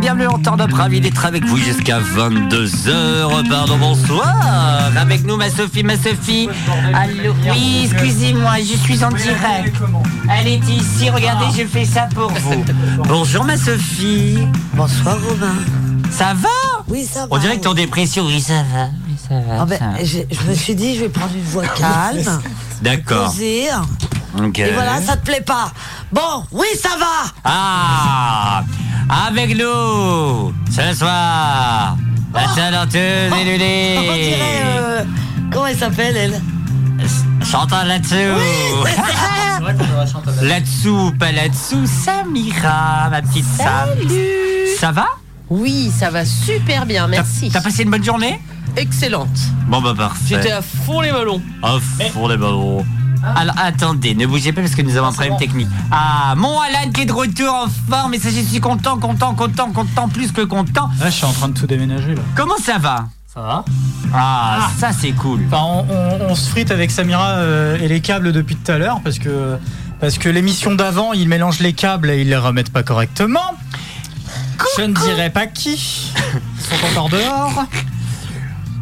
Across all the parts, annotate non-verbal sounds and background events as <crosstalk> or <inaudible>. bienvenue en temps de ravi d'être avec vous jusqu'à 22h. Pardon, bonsoir. Avec nous, ma Sophie, ma Sophie. Allô, oui, excusez-moi, je suis en direct. Elle est ici, regardez, je fais ça pour vous. Bonjour, ma Sophie. Bonsoir Robin. Ça va Oui, ça va. On dirait que t'es en dépression. Oui, ça va. oui, ça va, Ah ben, ça va. j'ai- je me suis dit, je vais prendre une voix calme, Ah, D'accord. posée. Ok. Et voilà, ça te plaît pas. Bon, oui, ça va. Ah Avec nous ce soir la talenteuse et Oh. On dirait. euh, comment elle s'appelle, elle Chantal là-dessous <laughs> Là-dessous, pas là-dessous, Samira, ma petite Sam. Ça va Oui, ça va super bien, T'as- merci. T'as passé une bonne journée Excellente. Bon bah parfait. J'étais à fond les ballons. Off pour les barreaux. Ah. Alors attendez, ne bougez pas parce que nous avons un problème technique. Ah, mon Alan qui est de retour en forme et ça je suis content, content, content, content, plus que content. Là, je suis en train de tout déménager là. Comment ça va Ça va Ah, ça c'est cool. on, on- on se frite avec Samira euh, et les câbles depuis tout à l'heure parce que parce que l'émission d'avant, ils mélangent les câbles et ils les remettent pas correctement. je ne dirai pas <laughs> qui. Ils sont encore dehors.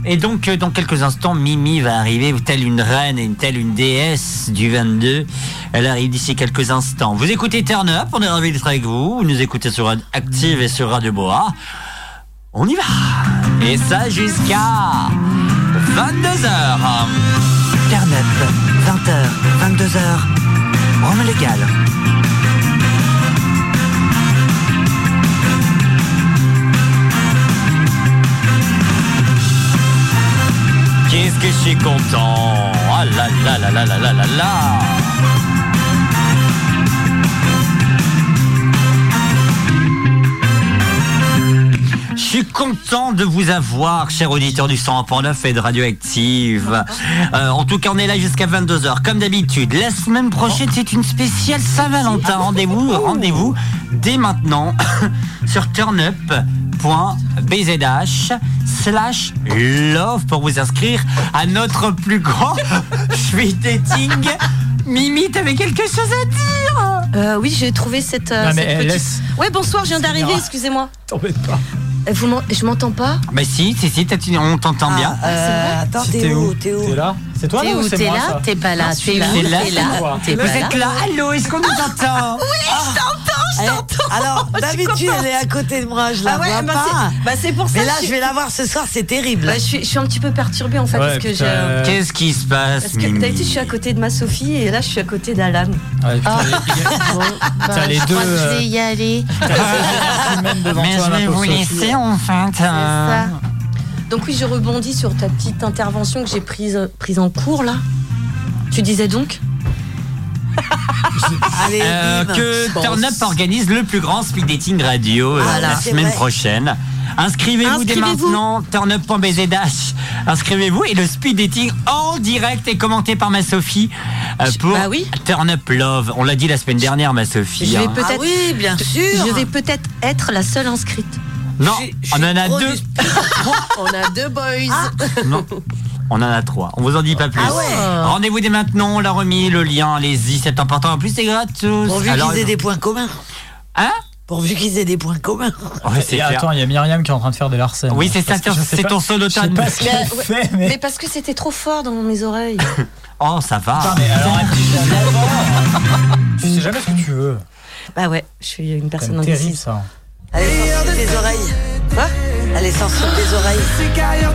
Et donc euh, dans quelques instants, Mimi va arriver, telle une reine et telle une déesse du 22. Elle arrive d'ici quelques instants. Vous écoutez Turn Up, on est ravis d'être avec vous. Vous nous écoutez sur Radio Active et sur Radio Boa. On y va Et ça jusqu'à 22h. Turn Up, 20h, 22h, Rome légal. Qu'est-ce que je suis content Ah là là là là là là là là Je suis content de vous avoir, chers auditeurs du 101.9 et de Radioactive. Euh, en tout cas, on est là jusqu'à 22h, comme d'habitude. La semaine prochaine, c'est une spéciale Saint-Valentin. Rendez-vous, rendez-vous dès maintenant <coughs> sur turnup.bzh slash love pour vous inscrire à notre plus grand suite dating. Mimi, t'avais quelque chose à dire Euh, oui, j'ai trouvé cette, euh, Non, mais, cette euh, petite- laisse. Ouais, bonsoir, je viens d'arriver, Samira. excusez-moi. <laughs> T'embête pas. Euh, Vous m'en- Je m'entends pas Bah si, si, si, t'as- tu- on t'entend bien. Ah, euh, attends, Si t'es où T'es où là C'est toi T'es là ou où c'est T'es moi là ça T'es pas là T'es là c'est là, T'es c'est là moi. Ah, T'es Vous pas là êtes là Allô, est-ce qu'on nous Ah, entend Ah. Eh, Alors, d'habitude, elle est à côté de moi, je la vois bah pas. c'est- bah c'est pour ça Mais là, que je vais la voir ce soir, c'est terrible. Bah, je, suis, je suis un petit peu perturbée en fait, Ouais, parce que j'ai. putain, euh, Qu'est-ce qui se Parce passe que Mimi d'habitude, je suis à côté de ma Sophie et là, je suis à côté d'Alan. Ah. ouais, putain, il y a- Bah, T'as les je crois deux, que Je euh, vais y <laughs> aller. il y a même devant Mais toi, je ma vais pauvre vous Sophie. laisser en fait. euh, Ah. ça. Donc, oui, je rebondis sur ta petite intervention que j'ai prise, euh, prise en cours là. Tu disais donc Allez, Euh, bim. que Turn Up organise le plus grand speed dating radio euh, Ah, la là, c'est semaine vrai. prochaine. Inscrivez-vous dès Inscrivez-vous. maintenant, turnup.bz dash. Inscrivez-vous et le speed dating en direct est commenté par ma Sophie euh, pour bah oui. Turn Up Love. On l'a dit la semaine dernière, ma Sophie. Je vais hein. peut-être. Ah oui, bien sûr. Je vais peut-être être la seule inscrite. Non, Je- je on suis en a pro deux. du- On a deux boys. Ah. Non. On en a trois. On vous en dit pas plus. Ah ouais. Rendez-vous dès maintenant. On l'a remis. Le lien, allez-y. C'est important. En plus, c'est gratos. Pourvu Alors, qu'ils aient des points communs. Hein Pourvu qu'ils aient des points communs. Ouais, Et c'est clair. attends, il y a Myriam qui est en train de faire des larcènes. Oui, c'est ça. Parce que je sais C'est pas- ton solo Je sais turn. pas ce qu'elle Mais- fait, Mais mais. parce que c'était trop fort dans mes oreilles. <laughs> Oh, ça va. Putain, mais alors, elle dit Ah, jamais. Tu sais jamais ce que tu veux. bah ouais, je suis une C'est personne terrible indécise. ça. Allez, sors sur tes oreilles. Quoi Allez, sors sur tes oreilles.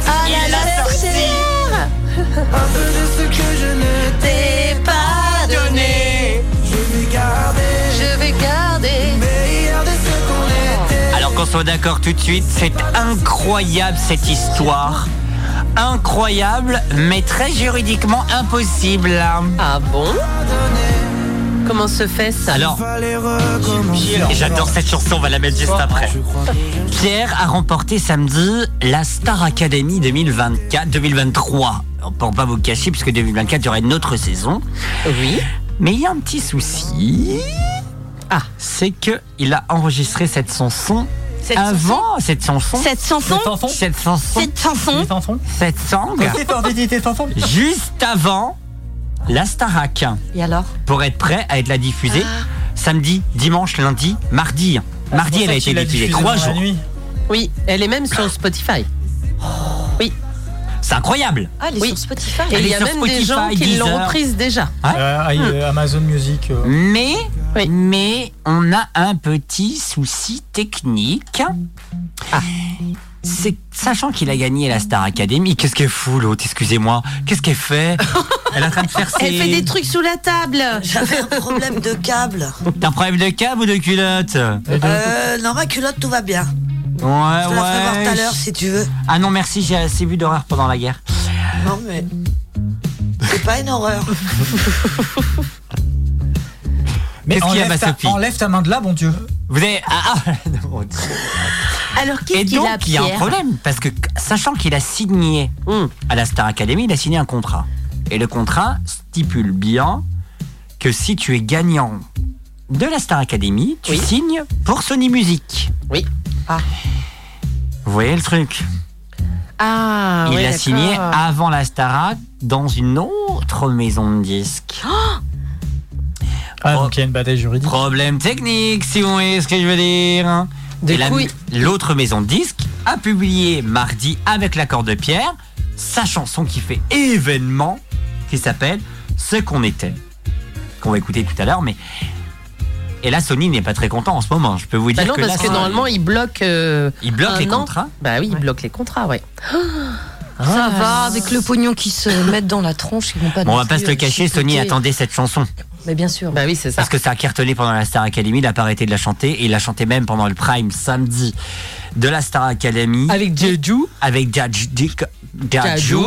Ah, Il a sorti Je vais garder Alors qu'on soit d'accord tout de suite, c'est incroyable cette histoire. Incroyable, mais très juridiquement impossible. Ah bon Comment se fait ça Alors, j'adore cette chanson, on va la mettre juste après. Pierre a remporté samedi la Star Academy 2024, 2023. Pour pas vous cacher, puisque 2024, il y aura une autre saison. Oui. Mais il y a un petit souci. Ah, c'est que il a enregistré cette chanson Cette avant cette chanson. Cette chanson, fanfons Cette chanson. cette chanson, fanfons Cette sang. T'es fanfons Juste avant la Starac. Et alors Pour être prêt à être la Ah. diffusée samedi, dimanche, lundi, mardi. Mardi, elle a été diffusée. Trois jours. Oui, elle est même sur Spotify. Oui. C'est incroyable. Ah, elle est Oui. sur Spotify. Et Elle il y est a sur même des gens Spotify, qui l'ont Deezer. reprise déjà. Ouais. Hmm. Euh, Amazon Music. euh. Mais, Oui. mais on a un petit souci technique. Ah. C'est sachant qu'il a gagné la Star Academy. Qu'est-ce qu'elle fout l'autre Excusez-moi. Qu'est-ce qu'elle <laughs> fait Elle est en train de faire ses. Elle fait des trucs sous la table. J'avais un problème de câble. T'as un problème de câble ou de culotte Ouais, Euh, non, ma culotte, tout va bien. Je te la ferai voir tout à ouais. l'heure si tu veux. Ah non merci, j'ai assez vu d'horreur pendant la guerre. Non, mais. C'est pas une horreur. Qu'est-ce qu'il y a, enlève ma ta- Sophie Enlève ta main de là, bon Dieu. Vous avez ah, ah, <laughs> non, Alors, Et qu'est-ce qu'il donc a, il y a un Pierre problème parce que sachant qu'il a signé Hum. à la Star Academy, il a signé un contrat. Et le contrat stipule bien que si tu es gagnant de la Star Academy, tu Oui. signes pour Sony Music. Oui. Ah. Vous voyez le truc Ah, Il ouais, a d'accord. signé avant la Starac dans une autre maison de disques. Oh Ah, Oh. donc il y a une bataille juridique. Problème technique, si vous voyez ce que je veux dire. Du Et la- coup, il- l'autre maison de disques a publié mardi avec l'accord de Pierre sa chanson qui fait événement, qui s'appelle Ce qu'on était, qu'on va écouter tout à l'heure. Mais et là, Sony n'est pas très content en ce moment. Je peux vous Bah dire non, que parce là, que c'est- normalement, il bloque. euh, il bloque un les an. contrats. Bah oui, il bloque les contrats, ouais. Ça va, avec le pognon qui se mettent dans la tronche, ils vont Ah, pas. Bon, on non va pas plus, se le euh, cacher, chipoter. Sony attendait cette chanson Mais bien sûr. Bah oui, c'est ça. parce que ça a cartonné pendant la Star Academy. Il a pas arrêté de la chanter et il l'a chanté même pendant le prime samedi de la Star Academy Avec Jeju, avec Jaj- Dick- Daju. Daju.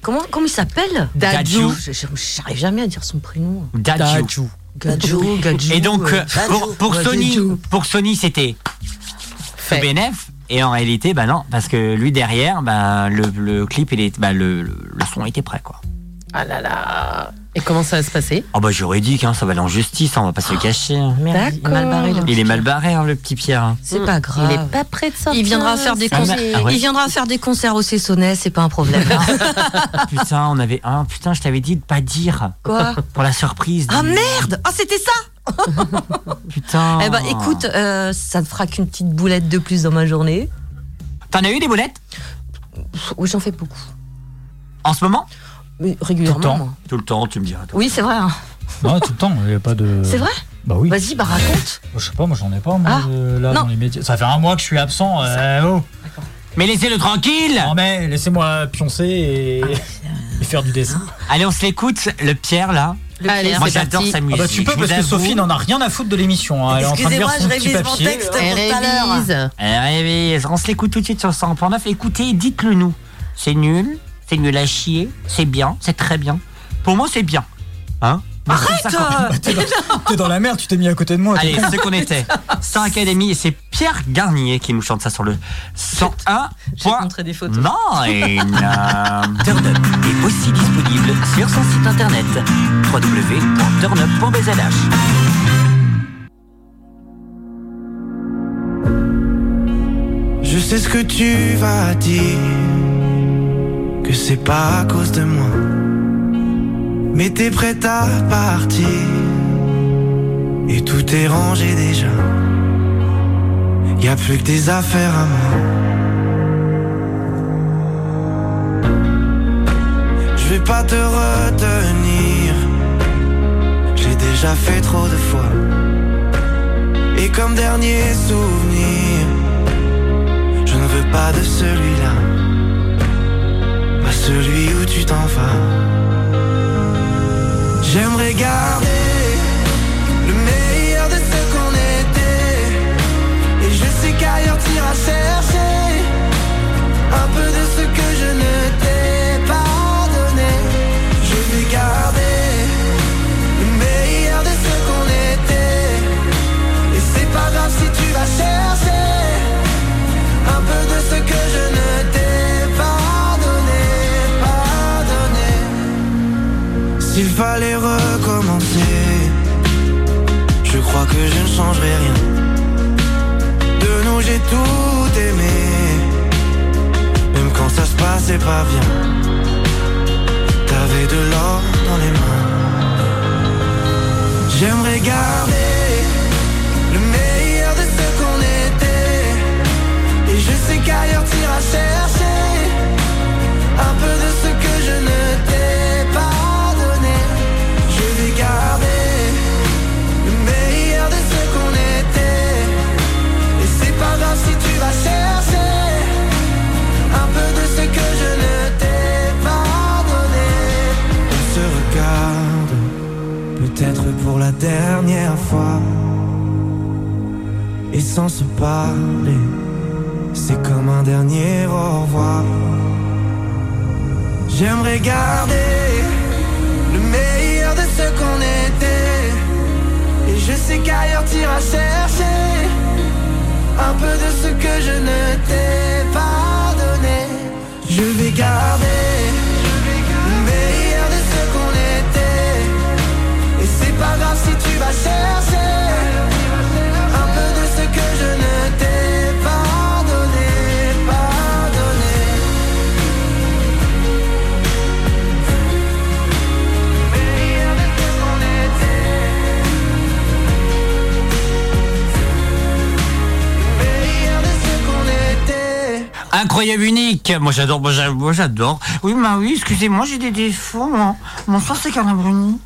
Comment, comment il s'appelle Dadju. Je- je- J'arrive jamais à dire son prénom. Daju. Gadjou, Gadjou. Et donc, euh, euh, pour, pour ouais, Sony, Daju. pour Sony, c'était tout fait. bénef. Et en réalité, bah non, parce que lui derrière, bah, le, le clip, il est, bah, le, le- le son était prêt, quoi. Ah là là. Et comment ça va se passer Oh, Ah bah juridique, hein, ça va aller en justice, hein, on va pas se le cacher. hein. Merde, il est mal barré, le Il est mal barré, hein, le petit Pierre. hein. C'est pas grave. Hmm. Il est pas prêt de sortir. Il viendra faire des Ah, concerts. mais- ah ouais. Il viendra faire des concerts au Cessonnet, c'est pas un <laughs> problème. hein. Ah, Putain, on avait un. Putain, je t'avais dit de pas dire Quoi pour la surprise. Ah du- merde Ah c'était ça Putain. Eh ben écoute, euh, ça ne fera qu'une petite boulette de plus dans ma journée. t'en as eu des boulettes Pff, Oui, j'en fais beaucoup. en ce moment Mais Tout le temps. régulièrement. moi. Tout le temps, tu me diras. toi. Oui, c'est vrai. hein. Non, Ah, tout le temps, il n'y a pas de. Euh. C'est vrai Bah oui. Vas-y, bah raconte. Je sais pas, moi j'en ai pas, moi, Ah, euh, là, non. dans les médias. Ça fait un mois que je suis absent. euh, oh. Mais laissez-le tranquille. Non, mais laissez-moi pioncer et... Ah, euh, et faire du dessin. Ah. Allez, on se l'écoute, le Pierre là. Allez, Moi, c'est j'adore parti. sa Ah musique. bah tu peux je parce vous que avoue. Sophie n'en a rien à foutre de l'émission. hein. Elle est en train de lire Excusez-moi, je son petit révise mon papier. texte pour tout Elle à l'heure. révise. Eh oui, on se l'écoute tout de suite sur 100.9. Écoutez, dites-le nous. C'est nul, c'est nul à chier, c'est bien, c'est très bien. Pour moi, c'est bien. Hein Arrête Bah, T'es <laughs> dans- T'es dans la merde, tu t'es mis à côté de moi. Allez, ce <laughs> qu'on était. Star Academy, et c'est Pierre Garnier qui nous chante ça sur le Je vais te 101.9. montrer des <laughs> photos. Turn Up est aussi disponible sur son site internet www.turnup.bzh. Je sais ce que tu vas dire, que c'est pas à cause de moi. Mais t'es prête à partir, et tout est rangé déjà. Y a plus que des affaires à moi. Je vais pas te retenir, j'ai déjà fait trop de fois. Et comme dernier souvenir, je ne veux pas de celui-là, pas celui où tu t'en vas. J'aimerais garder le meilleur de ce qu'on était, et je sais qu'ailleurs t'iras chercher un peu de ce que je ne t'ai pas donné. Je vais garder le meilleur de ce qu'on était, et c'est pas grave si tu vas chercher un peu de ce que je ne t'ai pas donné, pas donné. S'il fallait recommencer, je crois que je ne changerai rien. De nous j'ai tout aimé, même quand ça se passait pas bien. T'avais de l'or dans les mains. J'aimerais garder le meilleur de ce qu'on était. Et je sais et sans se parler, c'est comme un dernier au revoir. J'aimerais garder le meilleur de ce qu'on était, et je sais qu'ailleurs t'iras chercher un peu de ce que je ne t'ai pas donné. Je vais garder le meilleur de ce qu'on était, et c'est pas grave si tu vas chercher. Un peu de ce que je ne t'ai pas donné, pas donné Meilleur de ce qu'on était Meilleur de ce qu'on était Incroyable unique Moi j'adore, moi j'a- moi, j'adore. Oui, bah oui, excusez-moi, j'ai des défauts. Mon, mon soir c'est Carla <laughs> Bruni.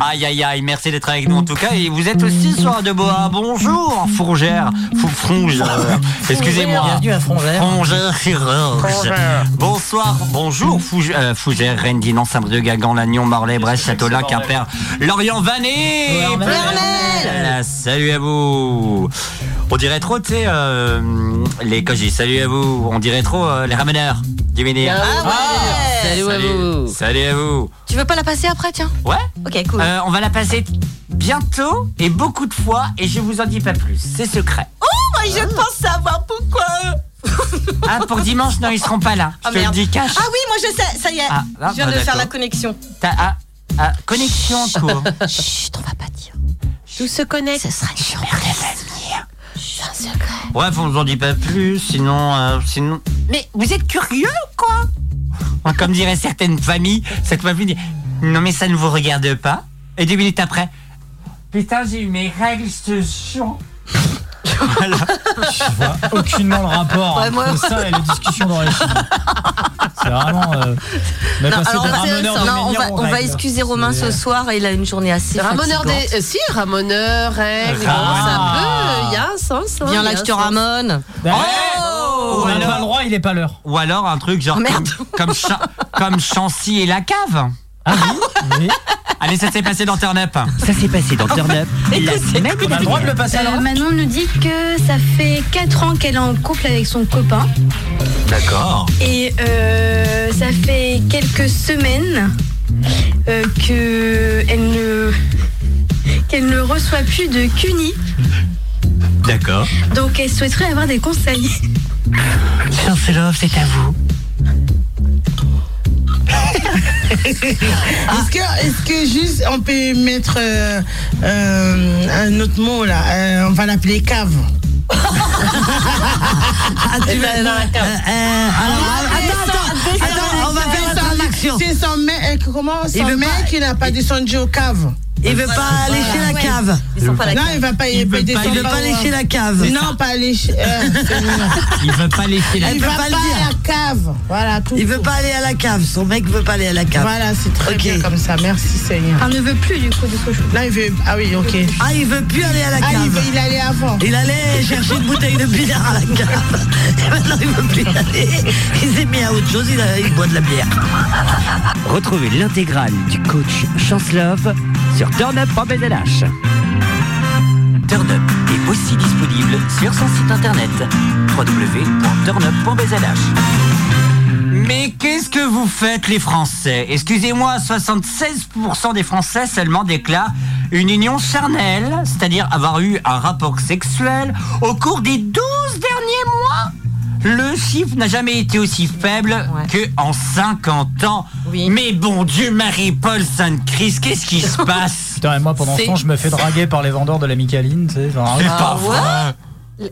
Aïe aïe aïe, merci d'être avec nous en tout cas. Et vous êtes aussi sur Radio Boa. Bonjour, Fourgère. Fou- Frongère. Excusez-moi. Bienvenue à Frongère. Frongère Chirurge. Frongère. Bonsoir, bonjour. Fouge- euh, Fougère, Rennes, non Saint-Brieuc, Guingamp, Lannion, Marley, Brest, Châteaulin, Quimper, Lorient, Vanet. Voilà, Salut à vous. On dirait trop, tu sais, euh, les quand je dis Salut à vous. On dirait trop euh, les rameneurs du Ménir. Ah ouais. Salut à vous. Salut à vous. Tu veux pas la passer après, tiens Ouais. Ok, cool. Euh, on va la passer bientôt et beaucoup de fois et je vous en dis pas plus. C'est secret. Oh, moi, je pense savoir pourquoi. Ah pour dimanche non ils seront pas là. Je Ah, te le merde. dis cash. Ah oui, moi je sais, ça y est. Ah, ah, je viens bah, de faire d'accord. la connexion. T'as- ah, ah, connexion en <laughs> cours. Chut, on va pas dire. Tout se connecte. Ce sera une surprise. C'est un secret. Bref on vous en dit pas plus sinon euh, sinon. Mais vous êtes curieux ou quoi Hein, Comme diraient certaines familles cette famille dit non mais ça ne vous regarde pas et deux minutes après putain j'ai eu mes règles ce chiant. voilà. Je vois aucunement le rapport Ouais, entre moi- ça et les discussions dans <laughs> les films. C'est vraiment. euh, on est Non, passé alors on d'un va, rameneur de non, on menhir va- aux on va règles. excuser Romain ce soir. Il a une journée assez Ramoneur des. euh, si, ramoneur, règle, ça peut. Il y a un sens. hein, Viens là, il y a je un sens. te ramone. Ou On n'a Oh alors- pas le droit, il est pas l'heure. Ou alors un truc Oh, genre comme, comme, Cha- comme Chancy et la cave. Ah oui, oui. Allez, ça s'est passé dans Turn Up. Ça s'est passé dans Turn <laughs> <laughs> Up. On a le droit de le passer à l'heure. Euh, Manon nous dit que ça fait 4 ans qu'elle est en couple avec son copain D'accord. et euh, ça fait quelques semaines euh, que elle ne qu'elle ne reçoit plus de CUNY. D'accord. Donc elle souhaiterait avoir des <laughs> conseils. Chancelov, c'est à vous. Ah. Est-ce que, est-ce que juste on peut mettre euh, euh, un autre mot là Euh, On va l'appeler cave. Ah, Eh tu ben, vas. Euh, euh, alors, attends, attends, attends, on va faire la traduction. C'est son mec. Comment Il veut son mec pas- il n'a pas descendu au cave. Il veut pas aller chez la cave. Ils sont pas là. Non, il va pas. Il, Il peut veut pas, il descendre veut pas au- aller chez la cave. Non, pas aller. chez- euh, c'est mignon. Il veut pas laisser la il peut va pas pas le dire. à la cave. Voilà. Tout Il veut court. pas aller à la cave. Son mec veut pas aller à la cave. Voilà, c'est très Ok. bien comme ça. Merci Seigneur. Elle ne veut plus du coup de ce Là, il veut. Ah oui, ok. Ah, il veut plus aller à la Ah, il, veut, cave. il allait avant. Il allait chercher une bouteille de bière à la cave. <laughs> Et maintenant, il veut plus y aller. Il s'est mis à autre chose. Il, a- il boit de la bière. Retrouvez l'intégrale du coach Chancelov sur turnup.bdlh. Turn Up est aussi disponible sur son site internet www.turnup.bzh. Mais qu'est-ce que vous faites les Français Excusez-moi, 76% des Français seulement déclarent une union charnelle, c'est-à-dire avoir eu un rapport sexuel au cours des 12 derniers mois. Le chiffre n'a jamais été aussi faible que en 50 ans. Oui. Mais bon Dieu, Marie-Paul Sainte-Christ, qu'est-ce qui <laughs> se passe Putain, et moi pendant ce C'est- temps, je me fais draguer par les vendeurs de la Micaline, tu sais. enfin, C'est ah, pas vrai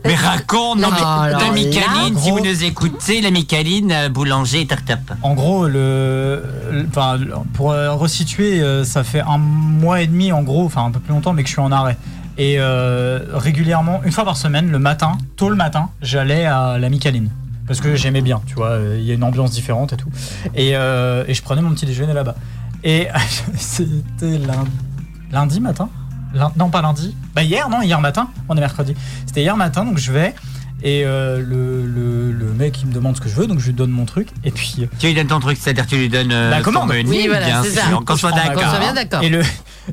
mais raconte, non, mais Ah, là, la Micaline, là, si vous gros. nous écoutez, la Micaline, euh, boulanger et tartap. En gros, le, le- enfin, le- pour euh, resituer, euh, ça fait un mois et demi, en gros, enfin un peu plus longtemps, mais que je suis en arrêt. Et euh, régulièrement, une fois par semaine, le matin, tôt le matin, j'allais à la Micaline. Parce que j'aimais bien, tu vois, euh, il y a une ambiance différente et tout. Et, euh, et je prenais mon petit déjeuner là-bas. Et <laughs> c'était lundi, lundi matin Lin- Non, pas lundi. Bah hier, non, hier matin. On est mercredi. C'était hier matin, donc je vais. Et euh, le, le- le mec, il me demande ce que je veux, donc je lui donne mon truc. Et puis, euh, Tu lui donnes ton truc, c'est-à-dire tu lui donnes euh, La commande. ton menu, Oui, voilà, bien c'est ça. sûr, qu'on soit prends ma d'accord. Qu'on soit carte. bien d'accord. Et le,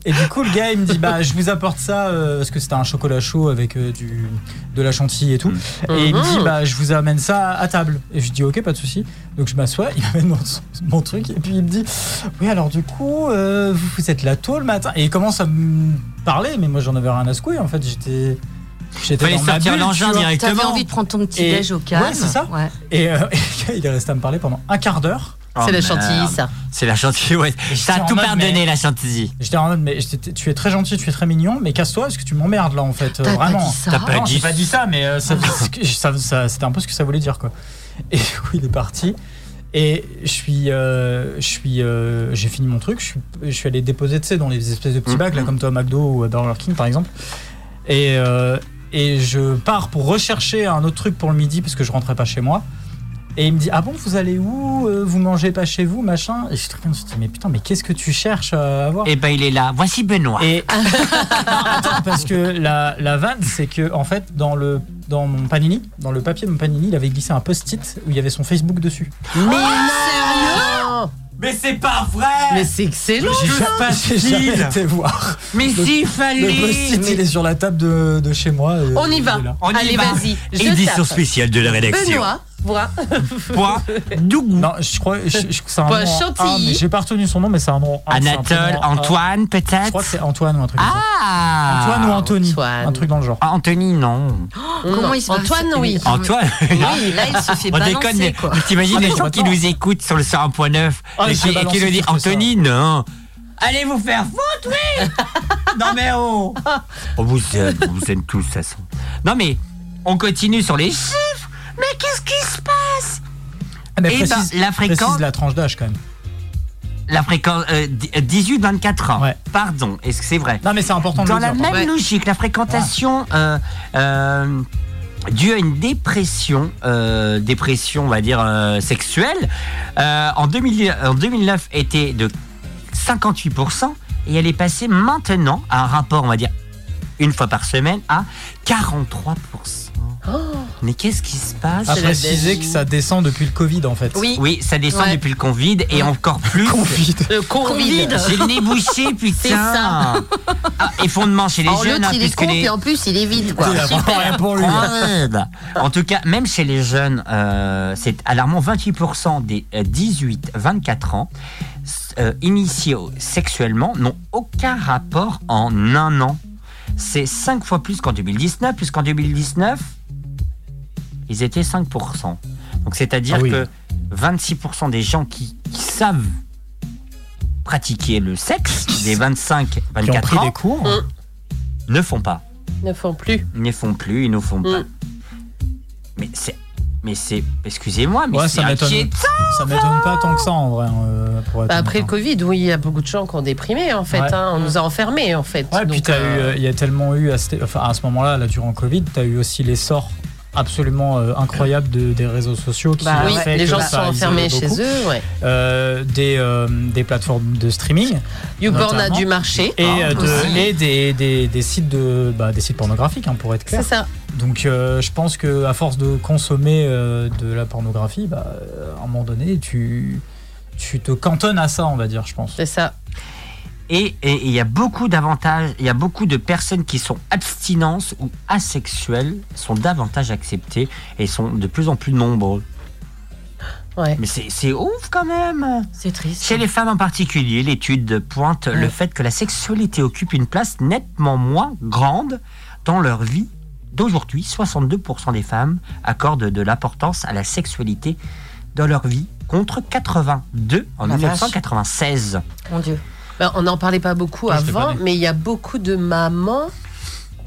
Et du coup, le gars, il me dit Bah, je vous apporte ça euh, parce que c'était un chocolat chaud avec euh, du, de la chantilly et tout. Et il me dit Mhm. Bah, je vous amène ça à table. Et je dis Ok, pas de souci. Donc, je m'assois, il m'amène mon, mon truc. Et puis, il me dit Oui, alors, du coup, euh, vous, vous êtes là tôt le matin. Et il commence à me parler, mais moi, j'en avais rien à secouer. En fait, j'étais. J'étais Fallait dans ma sortir bulle, l'engin tu vois. direct. T'avais Exactement. envie de prendre ton petit Et- déj au calme. Ouais, c'est ça. Ouais. Et, euh, <laughs> et le gars, il est resté à me parler pendant un quart d'heure. Oh, C'est la merde. chantilly, ça. C'est la chantilly, ouais. Et Ça a j'étais en tout mode, pardonné, mais- la chantilly. J'étais en mode, mais j'étais- tu es très gentil, tu es très mignon, mais casse-toi parce que tu m'emmerdes là en fait. euh, T'as pas vraiment. dit ça. T'as pas Non, dit Ah. j'ai pas dit ça, mais euh, ça- c'est ce que- ça- ça- c'était un peu ce que ça voulait dire quoi. Et du coup, il est parti. Et je suis, euh, je suis, euh, j'ai fini mon truc. Je suis, je suis allé déposer, tu sais, dans les espèces de petits Mhm. bacs là, comme toi à McDo ou à Burger King par exemple. Et euh, et je pars pour rechercher un autre truc pour le midi parce que je rentrais pas chez moi. Et il me dit ah bon vous allez où euh, vous mangez pas chez vous machin et je suis très bien je me dis mais putain mais qu'est-ce que tu cherches euh, à voir Et ben il est là. Voici Benoît. et Non, attends, parce que la, la vanne, c'est que en fait, dans le dans mon panini, dans le papier de mon panini, il avait glissé un post-it où il y avait son Facebook dessus. Ah, Oh. Sérieux Mais c'est pas vrai Mais c'est excellent. J'ai jamais, j'ai jamais facile. été voir. Mais s'il Le post-it, il est sur la table de, de chez moi. euh, On y va. il est là. On y Allez, va. vas-y. Je Édition tape. spéciale de la rédaction. Benoît, voilà. Point. Dougou. Non, je crois je, je- c'est un Pas nom. en Chantilly. un, mais J'ai pas retenu son nom, mais c'est un nom. en un, c'est un Anatole, prénom en un. Antoine, Je crois que peut-être c'est Antoine ou un truc. comme ça. Ah Antoine ou Anthony, Antoine. un truc dans le genre. Anthony, non. Comment il se Antoine, passe- oui. Antoine Oui, là, il se <laughs> fait On balancer, déconne, mais quoi. t'imagines Ah, les non, gens qui attends. nous écoutent sur le 101.9 Ah, et je vais qui, et qui balancer nous disent plus que ça. Anthony, non Allez vous faire foutre, <laughs> oui Non mais oh <laughs> On vous aime, on vous aime tous, de toute façon. Non mais, on continue sur les chiffres Mais qu'est-ce qui se passe Ah, mais Eh ben, la fréquence- précise la tranche d'âge quand même. La fréquence... euh, di- euh, 18-24 ans. Ouais. Pardon, est-ce que c'est vrai Non, mais c'est important Dans de le la dire. Ah. même Ouais. logique, la fréquentation euh, euh, due à une dépression, euh, dépression, on va dire euh, sexuelle, euh, en, 2000 en 2009 était de 58% et elle est passée maintenant à un rapport, on va dire une fois par semaine, à 43%. Mais qu'est-ce qui se passe À C'est la préciser Belgique. que ça descend depuis le Covid en fait. Oui. Oui, ça descend Ouais. Euh, depuis le Covid et encore plus. <laughs> Covid. Le Covid. J'ai le nez <laughs> bouché, putain. ça. Ah, et fondement chez les Alors jeunes, l'autre, hein, il est puisque con, les- et en plus, il est vide, quoi. Il a vraiment rien pour lui. hein. Arrête. Ah bah. En tout cas, même chez les jeunes, euh, c'est alarmant. 28% des 18-24 ans euh, initiés au- sexuellement n'ont aucun rapport en un an. C'est 5 fois plus qu'en 2019, puisqu'en 2019, ils étaient 5%. Donc c'est-à-dire Ah oui. que 26% des gens qui, qui savent pratiquer le sexe, des 25-24 Qui ont pris ans, des cours. Mm. ne font pas Ne font plus. ne font plus, ils ne font pas. Mm. Mais c'est. Mais c'est. Excusez-moi, mais Ouais, c'est ça m'étonne. inquiétant. Ça m'étonne pas tant que ça en vrai. hein, euh, pour être Bah, après le honnête, Covid, oui, il y a beaucoup de gens qui ont déprimé, en fait. Ouais. hein. On nous a enfermés, en fait. hein. Ouais, puis Donc, t'as eu, euh, euh, il y a tellement eu à, cette- enfin, à ce moment-là, là durant le Covid, t'as eu aussi l'essor absolument euh, incroyable de- des réseaux sociaux qui bah, a oui, fait les que gens ça sont a isolé enfermés beaucoup. chez eux. Ouais. Euh, des euh, des plateformes de streaming YouPorn a Notamment. dû marcher. Ah, et, euh, de- aussi. et des, des, des sites de bah, des sites pornographiques hein, pour être clair. C'est ça. Donc euh, je pense que à force de consommer euh, de la pornographie, bah, euh, à un moment donné, tu tu te cantonnes à ça, on va dire, je pense. C'est ça. Et et- et il y a beaucoup d'avantages. Il y a beaucoup de personnes qui sont abstinences ou asexuelles sont davantage acceptées et sont de plus en plus nombreux. Ouais. Mais c'est c'est ouf quand même. C'est triste. Chez les femmes en particulier, l'étude pointe le fait que la sexualité occupe une place nettement moins grande dans leur vie. D'aujourd'hui, 62% des femmes accordent de l'importance à la sexualité dans leur vie, contre 82 en La vache. 1996. Mon Dieu. Bah, on n'en parlait pas beaucoup Ah, je l'ai pas avant, dit. mais il y a beaucoup de mamans,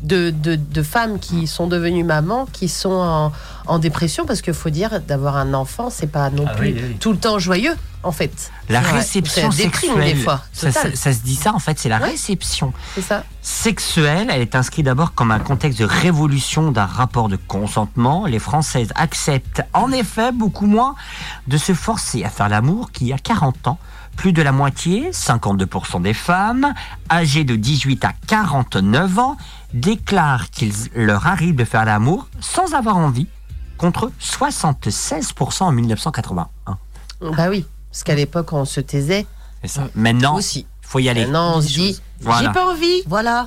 de, de, de femmes qui sont devenues mamans, qui sont en, en dépression, parce qu'il faut dire, d'avoir un enfant, c'est pas non Ah plus oui, oui. tout le temps joyeux, en fait. La Ouais, réception c'est la déprime, sexuelle, des fois, ça, ça- totale. ça se dit ça en fait, c'est la Ouais. réception C'est ça sexuelle. Elle est inscrite d'abord comme un contexte de révolution d'un rapport de consentement. Les Françaises acceptent en effet beaucoup moins de se forcer à faire l'amour qu'il y a 40 ans. Plus de la moitié, 52% des femmes, âgées de 18 à 49 ans, déclarent qu'il leur arrive de faire l'amour sans avoir envie, contre 76% en 1981. Bah oui, parce qu'à l'époque, on se taisait C'est ça. Maintenant, aussi. faut y aller. non, on se dit, Voilà. j'ai pas envie. <laughs> Voilà.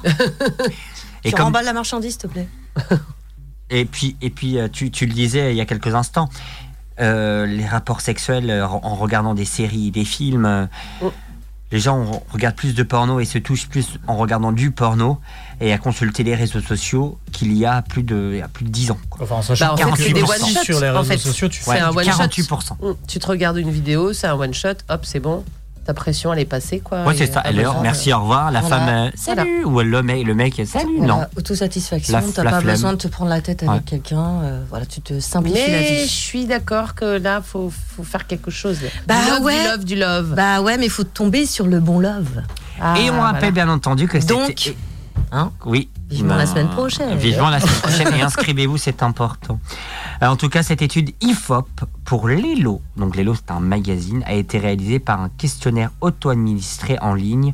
Et tu comme- remballes la marchandise, s'il te plaît. Et puis, et puis euh, tu, tu le disais il y a quelques instants, euh, les rapports sexuels euh, en regardant des séries, des films, euh, Oh. les gens on regardent plus de porno et se touchent plus en regardant du porno et à consulter les réseaux sociaux qu'il y a plus de, il y a plus de 10 ans. quoi. Enfin, en sachant Bah, en fait, c'est des one 48% shot sur les réseaux en fait. sociaux, tu C'est un one shot. 48%. Mm, Tu te regardes une vidéo, c'est un one shot, hop, c'est bon. Ta pression, elle est passée, quoi. Ouais, et- c'est ça. ah, Elle est bah, hors, merci, au revoir. La Voilà. femme, euh, salut. Ou le mec, le mec, salut. Ah, Non. Voilà, Autosatisfaction, La- t'as la pas flemme. besoin de te prendre la tête avec Ouais. quelqu'un. euh, voilà, tu te simplifies la Mais je vie. suis d'accord que là, faut, faut faire quelque chose. Bah du love, ouais. du love, du love. Bah ouais, mais faut tomber sur le bon love. Ah, et on rappelle bien entendu que c'était- Donc, hein, oui. vivement la semaine prochaine. Ben, Vivement la semaine prochaine et inscrivez-vous, c'est important. Euh, En tout cas, cette étude IFOP pour l'ELO, donc l'ELO c'est un magazine, a été réalisée par un questionnaire auto-administré en ligne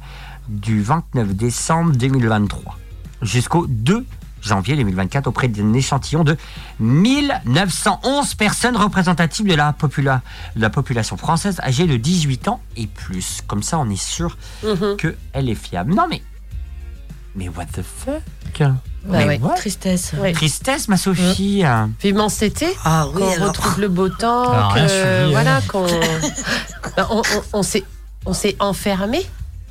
du 29 décembre 2023 jusqu'au 2 janvier 2024 auprès d'un échantillon de 1911 personnes représentatives de la, popula- de la population française âgée de 18 ans et plus. Comme ça, on est sûr Mm-hmm. Mhm. qu'elle est fiable. Non mais... Mais what the fuck Bah Mais ouais. what Tristesse. Ouais. Tristesse, ma Sophie. Vivement cet été, Ah oui, qu'on alors. retrouve le beau temps, Ah, Alors, rien que, hein. suivi, voilà, qu'on. <laughs> Ben, on on- on s'est- on s'est enfermé.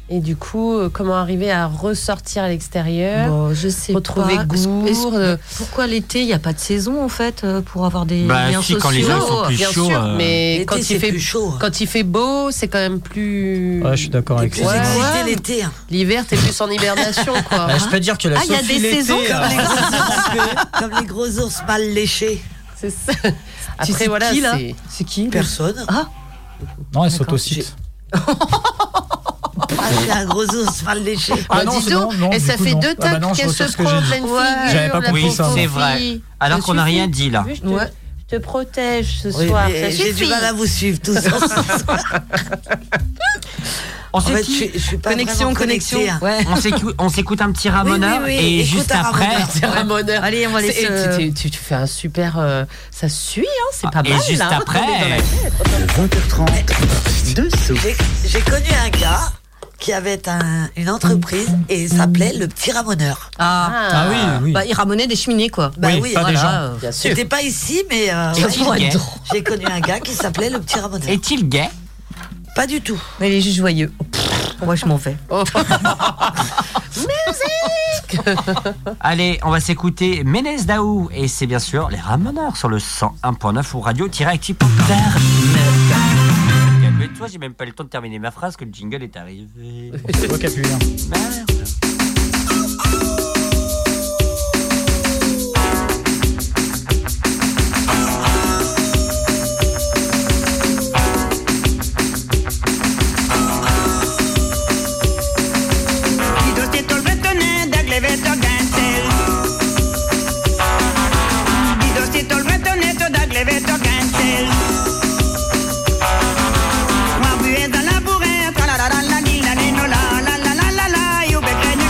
Et du coup, euh, comment arriver à ressortir à l'extérieur Bon, je sais Retrouver pas. gourde. Est-ce- est-ce- Pourquoi l'été, il n'y a pas de saison en fait euh, pour avoir des Bah, liens si, sociaux quand les gens sont plus bien chauds, sûr, euh, mais L'été, quand c'est il, fait, plus chaud. hein. quand il fait beau, c'est quand même plus. Ouais, je suis d'accord T'es avec plus ça. Ouais. excité l'été. hein. L'hiver, t'es plus <laughs> en hibernation, quoi. hein Bah, je peux dire que la Ah, il y a Sophie des l'été, saisons euh, comme <laughs> <laughs> les- Comme les gros ours mal léchés. hein C'est ça. Tu Après, sais voilà, qui, là c'est. C'est qui là Personne. Ah. Non, elle D'accord. s'autocite. Ah, c'est un gros ours mal léché. Ah Bah, non, dis c'est- donc, non, non, et du ça coup, fait non. deux Ah bah tocs non, je qu'elle se reçois ce que prend en j'ai dit. pleine figure. J'avais pas la compris pauvre ça. C'est fille. vrai. Alors Ça qu'on n'a suffit. rien dit là. Je te, Ouais. je te protège ce Oui, Ah, soir. mais Ça J'ai du suffit. mal à vous suivre <laughs> tous ensemble. On En fait, je, s'écoute- suis- je suis pas Connexion, vraiment connexion. connectée, hein. Ouais. on s'écoute- on s'écoute un petit Ramoneur oui, oui, et écoute juste un après. Ramoneur. <laughs> C'est un bonheur. Allez, on va C'est- laisser. euh, tu, tu- tu <laughs> fais un super. euh, ça suit, hein, c'est Ah, pas bah, et mal. juste là, hein, après- on est dans la- 20h30, dessous. J'ai- J'ai connu un gars qui avait un- une entreprise et il s'appelait le petit ramoneur. Ah, Ah, Ah oui, oui. bah, il ramenait des cheminées quoi. Bah Oui, oui, pas des voilà. gens. bien sûr. C'était pas ici, mais euh, Est-il ouais, gay j'ai connu un gars qui s'appelait le petit ramoneur. Est-il gay Pas du tout. Mais il est juste joyeux. Oh, pff, Moi, je m'en vais. <laughs> Allez, on va s'écouter Ménez Daou et c'est bien sûr les Ramoneurs sur le 101.9 ou radio-active.com. Calme-toi, j'ai même pas le temps de terminer ma phrase que le jingle est arrivé. C'est toi qui appuie, hein. Merde. Mabué dans la bourrée, tra la la la la ni la ni no la la la la la la, yo be que no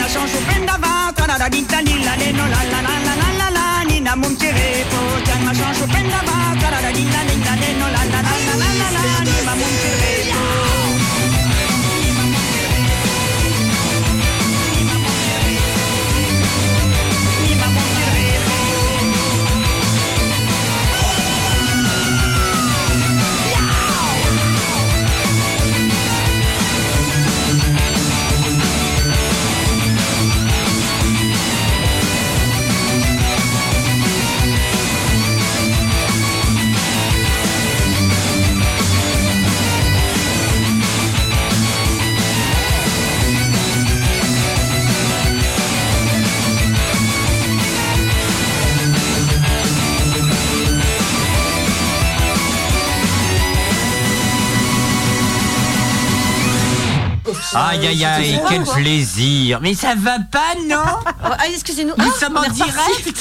la la di ta ni la le no la la la la la la la ni na mum che re po tan ma chan chopenda ba ta la la di la ni la le no la la la la la la la ni ma mum che re po Aïe, aïe, aïe, c'est quel quoi plaisir. Mais ça va pas, non Ah, excusez-nous. Nous Ah, sommes en on est reparti.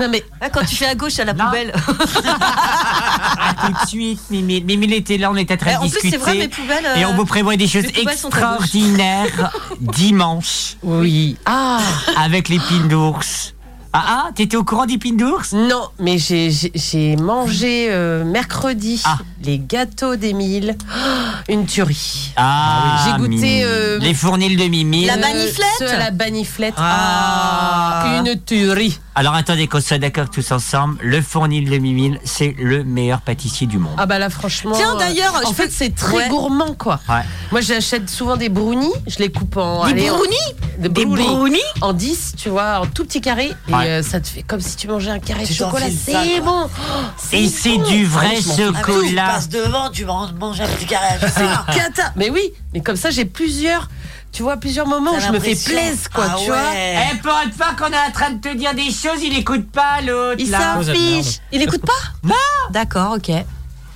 Non, mais ah, quand tu fais à gauche à la poubelle. À Ah, tout de suite, mais, mais, mais il était là, on était très Eh, en plus, discutés. c'est vrai, mes poubelles, euh, et on vous prévoit des choses mes poubelles sont à gauche. extraordinaires dimanche. Oui. Ah Avec l'épine d'ours. Ah ah, t'étais au courant d'épine d'ours Non, mais j'ai- j'ai j'ai mangé euh, mercredi les gâteaux d'Émile. Ah, Une tuerie. Ah, J'ai goûté, Mimi. euh, les fournils de Mimi. Euh, ceux à La baniflette. Ah. Ah, Une tuerie. Alors attendez qu'on soit d'accord tous ensemble, le fournil de Mimile, c'est le meilleur pâtissier du monde. Ah bah là franchement. Tiens, euh, d'ailleurs, en je fait peux- c'est très Ouais. gourmand quoi. Ouais. Moi j'achète souvent des brownies, je les coupe en Des allez, en- brownies des Des brownies, brownies en 10, tu vois, en tout petit carré et Ouais. euh, ça te fait comme si tu mangeais un carré de Tu chocolat, t'enfiles ça, c'est quoi. bon. Oh, Et c'est du vrai Tu chocolat. passes devant, tu vas en manger un petit carré. C'est cata. Mais oui, mais comme ça j'ai plusieurs tu vois plusieurs moments où T'as je me fais l'impression. plaisir quoi, Ah tu ouais. vois. Eh, pour une fois qu'on est en train de te dire des choses, il écoute pas l'autre. Il là. s'en fiche. Il écoute pas Non D'accord, ok.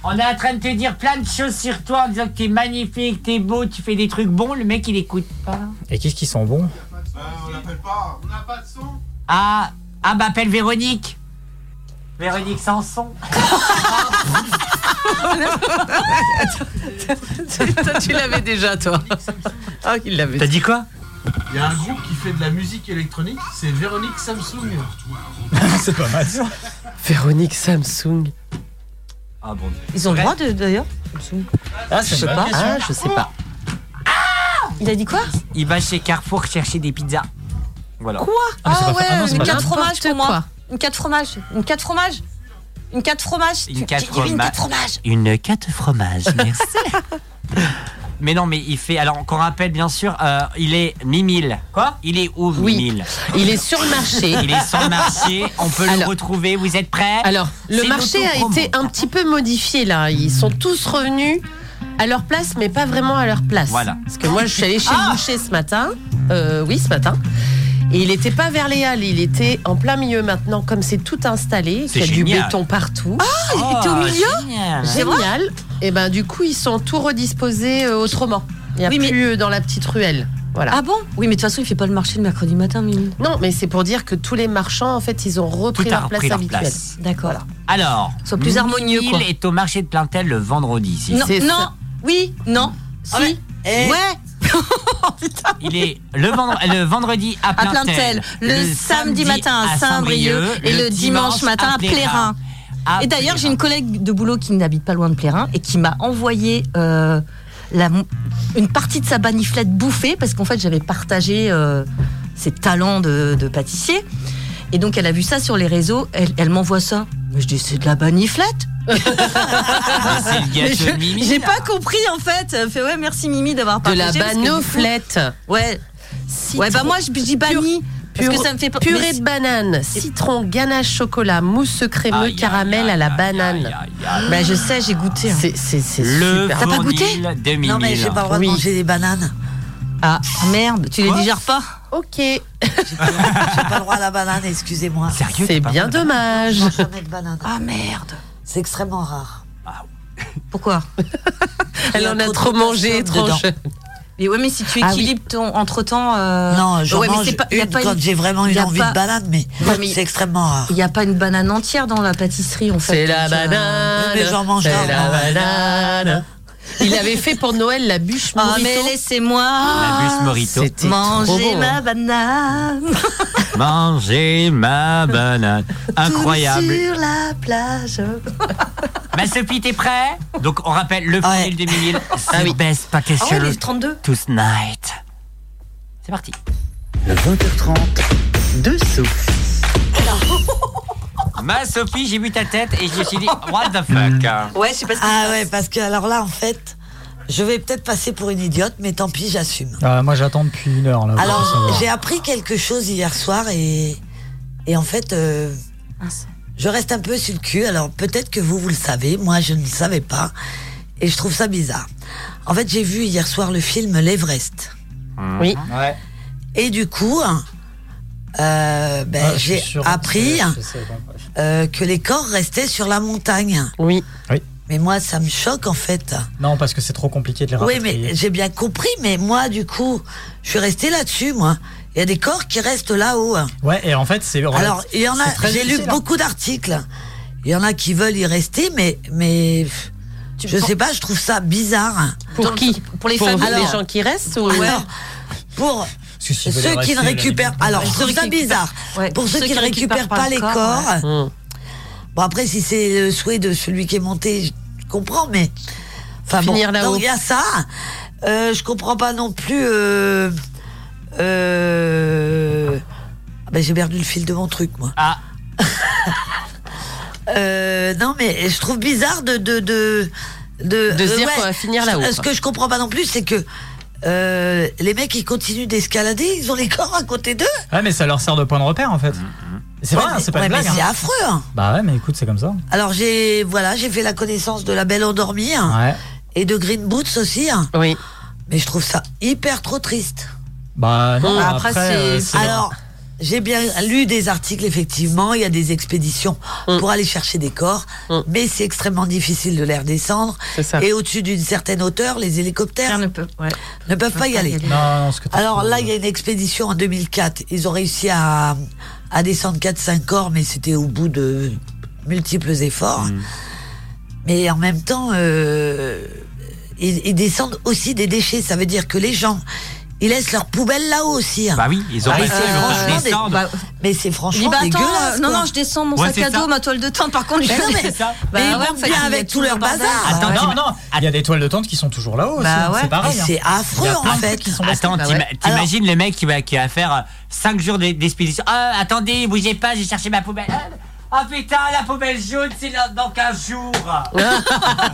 On est en train de te dire plein de choses sur toi en disant que t'es magnifique, t'es beau, tu fais des trucs bons, le mec il écoute pas. Et qu'est-ce qu'ils sont bons Ah, ah bah appelle Véronique. Véronique Sanson. <laughs> <laughs> Toi, tu l'avais déjà toi. Ah, il l'avait. dit quoi Il y a un groupe qui fait de la musique électronique, c'est Véronique Samsung. Ah, C'est pas mal ça. Véronique Samsung. Ah bon. Ils ont le droit de- d'ailleurs Ah, Je sais pas. Ah, je sais pas. Il a dit quoi Il va chez Carrefour chercher des pizzas. Voilà. Quoi Ah, mais c'est Ah pas fa- ah non, ouais, c'est une pas quatre grave. fromages pour N'importe moi. quoi. Une quatre fromages. Une quatre fromages. Une quatre fromages. Une Tu- quatre tu- il y avait Une froma- quatre fromages. Une carte <laughs> fromage, merci. mais non, mais il fait. Alors, qu'on rappelle, bien sûr, euh, il est Mimile. Quoi Il est où, Oui. Mimile Il est sur le marché. Il est sur le <laughs> marché, on peut le Alors- retrouver, vous êtes prêts Alors, le C'est marché a l'autopromo. Hmm. été un petit peu modifié là. Ils sont tous revenus à leur place, mais pas vraiment à leur place. Voilà. Ah Parce que moi, je suis allée chez le boucher ce matin. Euh, oui, ce matin. Et il n'était pas vers les halles, il était en plein milieu maintenant, comme c'est tout installé, C'est qu'il y a du génial. béton partout. Ah, Oh, était au milieu génial. Génial. Et ben du coup, ils sont tout redisposés euh, autrement. Il n'y a Oui, mais- plus euh, dans la petite ruelle. Voilà. Ah bon Oui, mais de toute façon, il fait pas le marché le mercredi matin, Mimi. Non, mais c'est pour dire que tous les marchands, en fait, ils ont Tout repris a leur place repris leur habituelle. place. D'accord. Alors, Sois plus harmonieux, Mimile quoi. est au marché de Plaintel le vendredi. si. Non, c'est non, ça. oui, non, si. ouais. Eh. Ouais, Il est le, vendre- le vendredi à à plein Plaintel, Le, samedi matin à Saint-Brieuc et le dimanche matin à Plérin. Et d'ailleurs, j'ai une collègue de boulot qui n'habite pas loin de Plérin et qui m'a envoyé euh, la mo- une partie de sa baniflette bouffée parce qu'en fait, j'avais partagé euh, ses talents de, de pâtissier. Et donc, elle a vu ça sur les réseaux. Elle, elle m'envoie ça. Mais je dis, c'est de la baniflette Ah, c'est le Mais gâteau je- de Mimi, J'ai là. pas compris, en fait. Elle fait, ouais, merci Mimi d'avoir De partagé. la parce que du coup- banoflette. Ouais, ouais bah moi, je je dis banni. Parce que ça me fait pas- Purée mais- de banane, citron, ganache, chocolat, mousse crémeux, Aïe, aïe, caramel aïe, à la aïe, banane. aïe, aïe, aïe. Bah, je sais, j'ai goûté. hein. C'est c'est- c'est Le super. T'as pas goûté fournil de Mimi, Non, mais j'ai là. pas le droit Oui. de manger des bananes. Ah merde, tu les digères pas Ok, J'ai pas le droit à la banane, excusez-moi. Sérieux, t'as c'est pas hein bien mal. dommage. Je mange jamais de banane. Ah merde. C'est extrêmement rare. Pourquoi Elle en a trop mangé, trop dedans. jeune. Mais ouais, mais si tu Ah équilibres ton entre temps. Non, j'en ouais, mais mange c'est pas- y a une pas quand une- j'ai vraiment y une a envie pas- de banane, mais Ouais, mais- c'est extrêmement rare. Il n'y a pas une banane entière dans la pâtisserie en fait. C'est la Donc, euh, banane. mais j'en mange C'est pas, la moi. banane. Il avait fait pour Noël la bûche Oh, morito. mais laissez-moi La bûche morito. C'était trop manger beau. hein. hein. ma banane Manger ma banane. Incroyable. sur la plage. Ma Sophie, t'es prêt Donc on rappelle le final des mille. Ah C'est oui. best package Ah ouais, solo les 32. Tous night. C'est parti. Le 20h30 de Sophie. Ma Sophie, j'ai vu ta tête et je me suis dit, what the fuck Ouais, je sais pas Ah ouais, parce que alors là, en fait, je vais peut-être passer pour une idiote, mais tant pis, j'assume. Ah, moi j'attends depuis une heure là. pour Alors, savoir. j'ai appris quelque chose hier soir et, et en fait, euh, je reste un peu sur le cul. Alors, peut-être que vous, vous le savez. Moi, je ne le savais pas. Et je trouve ça bizarre. En fait, j'ai vu hier soir le film L'Everest. Oui. Et du coup, euh, ben, Ah, je suis j'ai sûr que appris c'est- c'est- bon, bref. euh, que les corps restaient sur la montagne. Oui. Oui. Mais moi, ça me choque en fait. Non, parce que c'est trop compliqué de les Oui, rapatrier. mais j'ai bien compris, mais moi, du coup, je suis restée là-dessus, moi. Il y a des corps qui restent là-haut. hein. Ouais, et en fait, c'est. Alors, il y en c'est a, très j'ai lu difficile, hein. beaucoup d'articles. Il y en a qui veulent y rester, mais, mais pff, je sais pas, je trouve ça bizarre. Pour qui Pour les femmes familles. les gens qui restent ou Alors, pour Parce que s'ils veulent ceux les qui ne rester, récupèrent, à la alors limite, je on trouve ça peut- bizarre. Ouais, Pour ceux, qui ne récupèrent pas les corps, ouais. bon après si c'est le souhait de celui qui est monté, je comprends, mais enfin bon, Finir là-haut. donc il y a ça. Euh, je comprends pas non plus. Euh, euh, ah ben, j'ai perdu le fil de mon truc moi. Ah. <laughs> Euh, non, mais je trouve bizarre de. De, de, de, De se dire qu'on va finir là-haut, Ce quoi. que je comprends pas non plus, c'est que euh, les mecs, ils continuent d'escalader, ils ont les corps à côté d'eux. Ouais, mais ça leur sert de point de repère en fait. Mm, C'est Ouais, vrai, hein, mais- c'est pas ouais, une mais blague. c'est hein. affreux. hein. Bah ouais, mais écoute, c'est comme ça. Alors, j'ai voilà, j'ai fait la connaissance de la Belle Endormie hein, Ouais. et de Green Boots aussi. hein. Oui. Mais je trouve ça hyper trop triste. Bah non, bah, après, euh, Alors, j'ai bien lu des articles, effectivement. Il y a des expéditions pour aller chercher des corps, mais c'est extrêmement difficile de les redescendre. Et au-dessus d'une certaine hauteur, les hélicoptères ne peuvent, pas y aller. Non, non, ce que euh, tu- Alors là, il y a une expédition en 2004. Ils ont réussi à, à descendre 4-5 corps, mais c'était au bout de multiples efforts. Mm. Mais en même temps, euh, ils, ils descendent aussi des déchets. Ça veut dire que les gens, ils laissent leurs poubelles là-haut aussi. hein. Ah, Bah oui, ils ont mais raison, c'est ils vont franchement des- descendre. bah, Mais c'est Je dis, franchement bah attends, dégueulasse. euh, non, quoi. non, je descends mon sac à dos, ma toile de teint, par contre, je Mais non, fais- mais- c'est ça. Bah, mais ils vont ça bien qui- avec tout leur bazar. Attends, Attends, non, non, il y a des toiles de tente qui sont toujours là-haut. Bah aussi, hein. ouais, Oh, c'est pareil. et c'est Il affreux, y a plein en de trucs fait. qui sont restés. Attends, Bah t'ima- ouais. t'imagines le mec qui va, qui va faire 5 jours d'e- d'expédition. Ah, attendez, bougez pas, j'ai cherché ma poubelle. Ah, Ah putain, la poubelle jaune, c'est là- dans 15 jours. <laughs> Ah.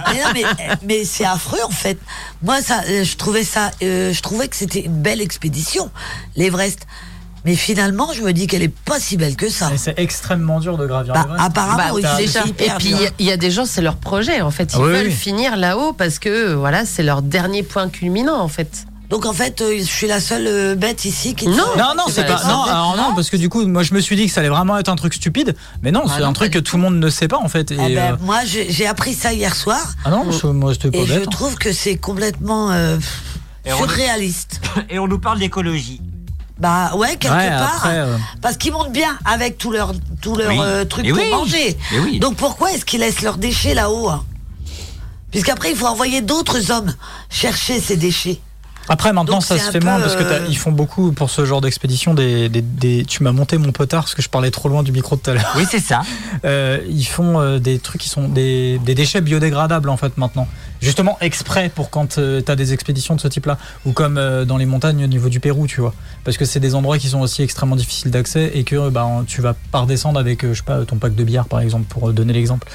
mais non, mais, mais c'est affreux en fait. Moi, ça, euh, je trouvais ça, euh, je trouvais que c'était une belle expédition, l'Everest. Mais finalement, je me dis qu'elle est pas si belle que ça. C'est extrêmement dur de gravir. Bah, l'Everest. apparemment, Bah, oui, t'as- déjà. Et hyper puis dur. il y a- il y, a des gens, c'est leur projet en fait. Ils Ah Oui, veulent oui. finir là-haut parce que voilà, c'est leur dernier point culminant en fait. Donc en fait, je suis la seule euh, bête ici qui. Non, Non, non, c'est pas. Non, alors non, parce que du coup, moi je me suis dit que ça allait vraiment être un truc stupide, mais non, Ah c'est non, un pas truc que du tout le monde ne sait pas en fait. Ah et, ben, euh, moi, j'ai j'ai appris ça hier soir. Ah non, je- moi c'était pas Et je bête. hein. trouve que c'est complètement euh, Et on- surréaliste. Et on nous parle d'écologie. Bah ouais, quelque Ouais, part. après, euh. Parce qu'ils montent bien avec tout leur, tout leur Oui. euh, truc Mais pour oui. manger. Mais oui. Donc pourquoi est-ce qu'ils laissent leurs déchets là-haut hein Puisqu'après, il faut envoyer d'autres hommes chercher ces déchets. Après, maintenant, Donc, ça c'est se un fait peu, moins parce que t'as- euh, ils font beaucoup pour ce genre d'expédition. Des, des- des- tu m'as monté mon potard parce que je parlais trop loin du micro tout à l'heure. Oui, c'est ça. ils font <laughs> euh, des trucs qui sont des, des déchets biodégradables en fait maintenant. Justement exprès pour quand tu t'as des expéditions de ce type-là ou comme euh, dans les montagnes au niveau du Pérou, tu vois. Parce que c'est des endroits qui sont aussi extrêmement difficiles d'accès et que euh, bah, tu vas pas redescendre avec, euh, je sais pas, ton pack de bière par exemple pour euh, donner l'exemple.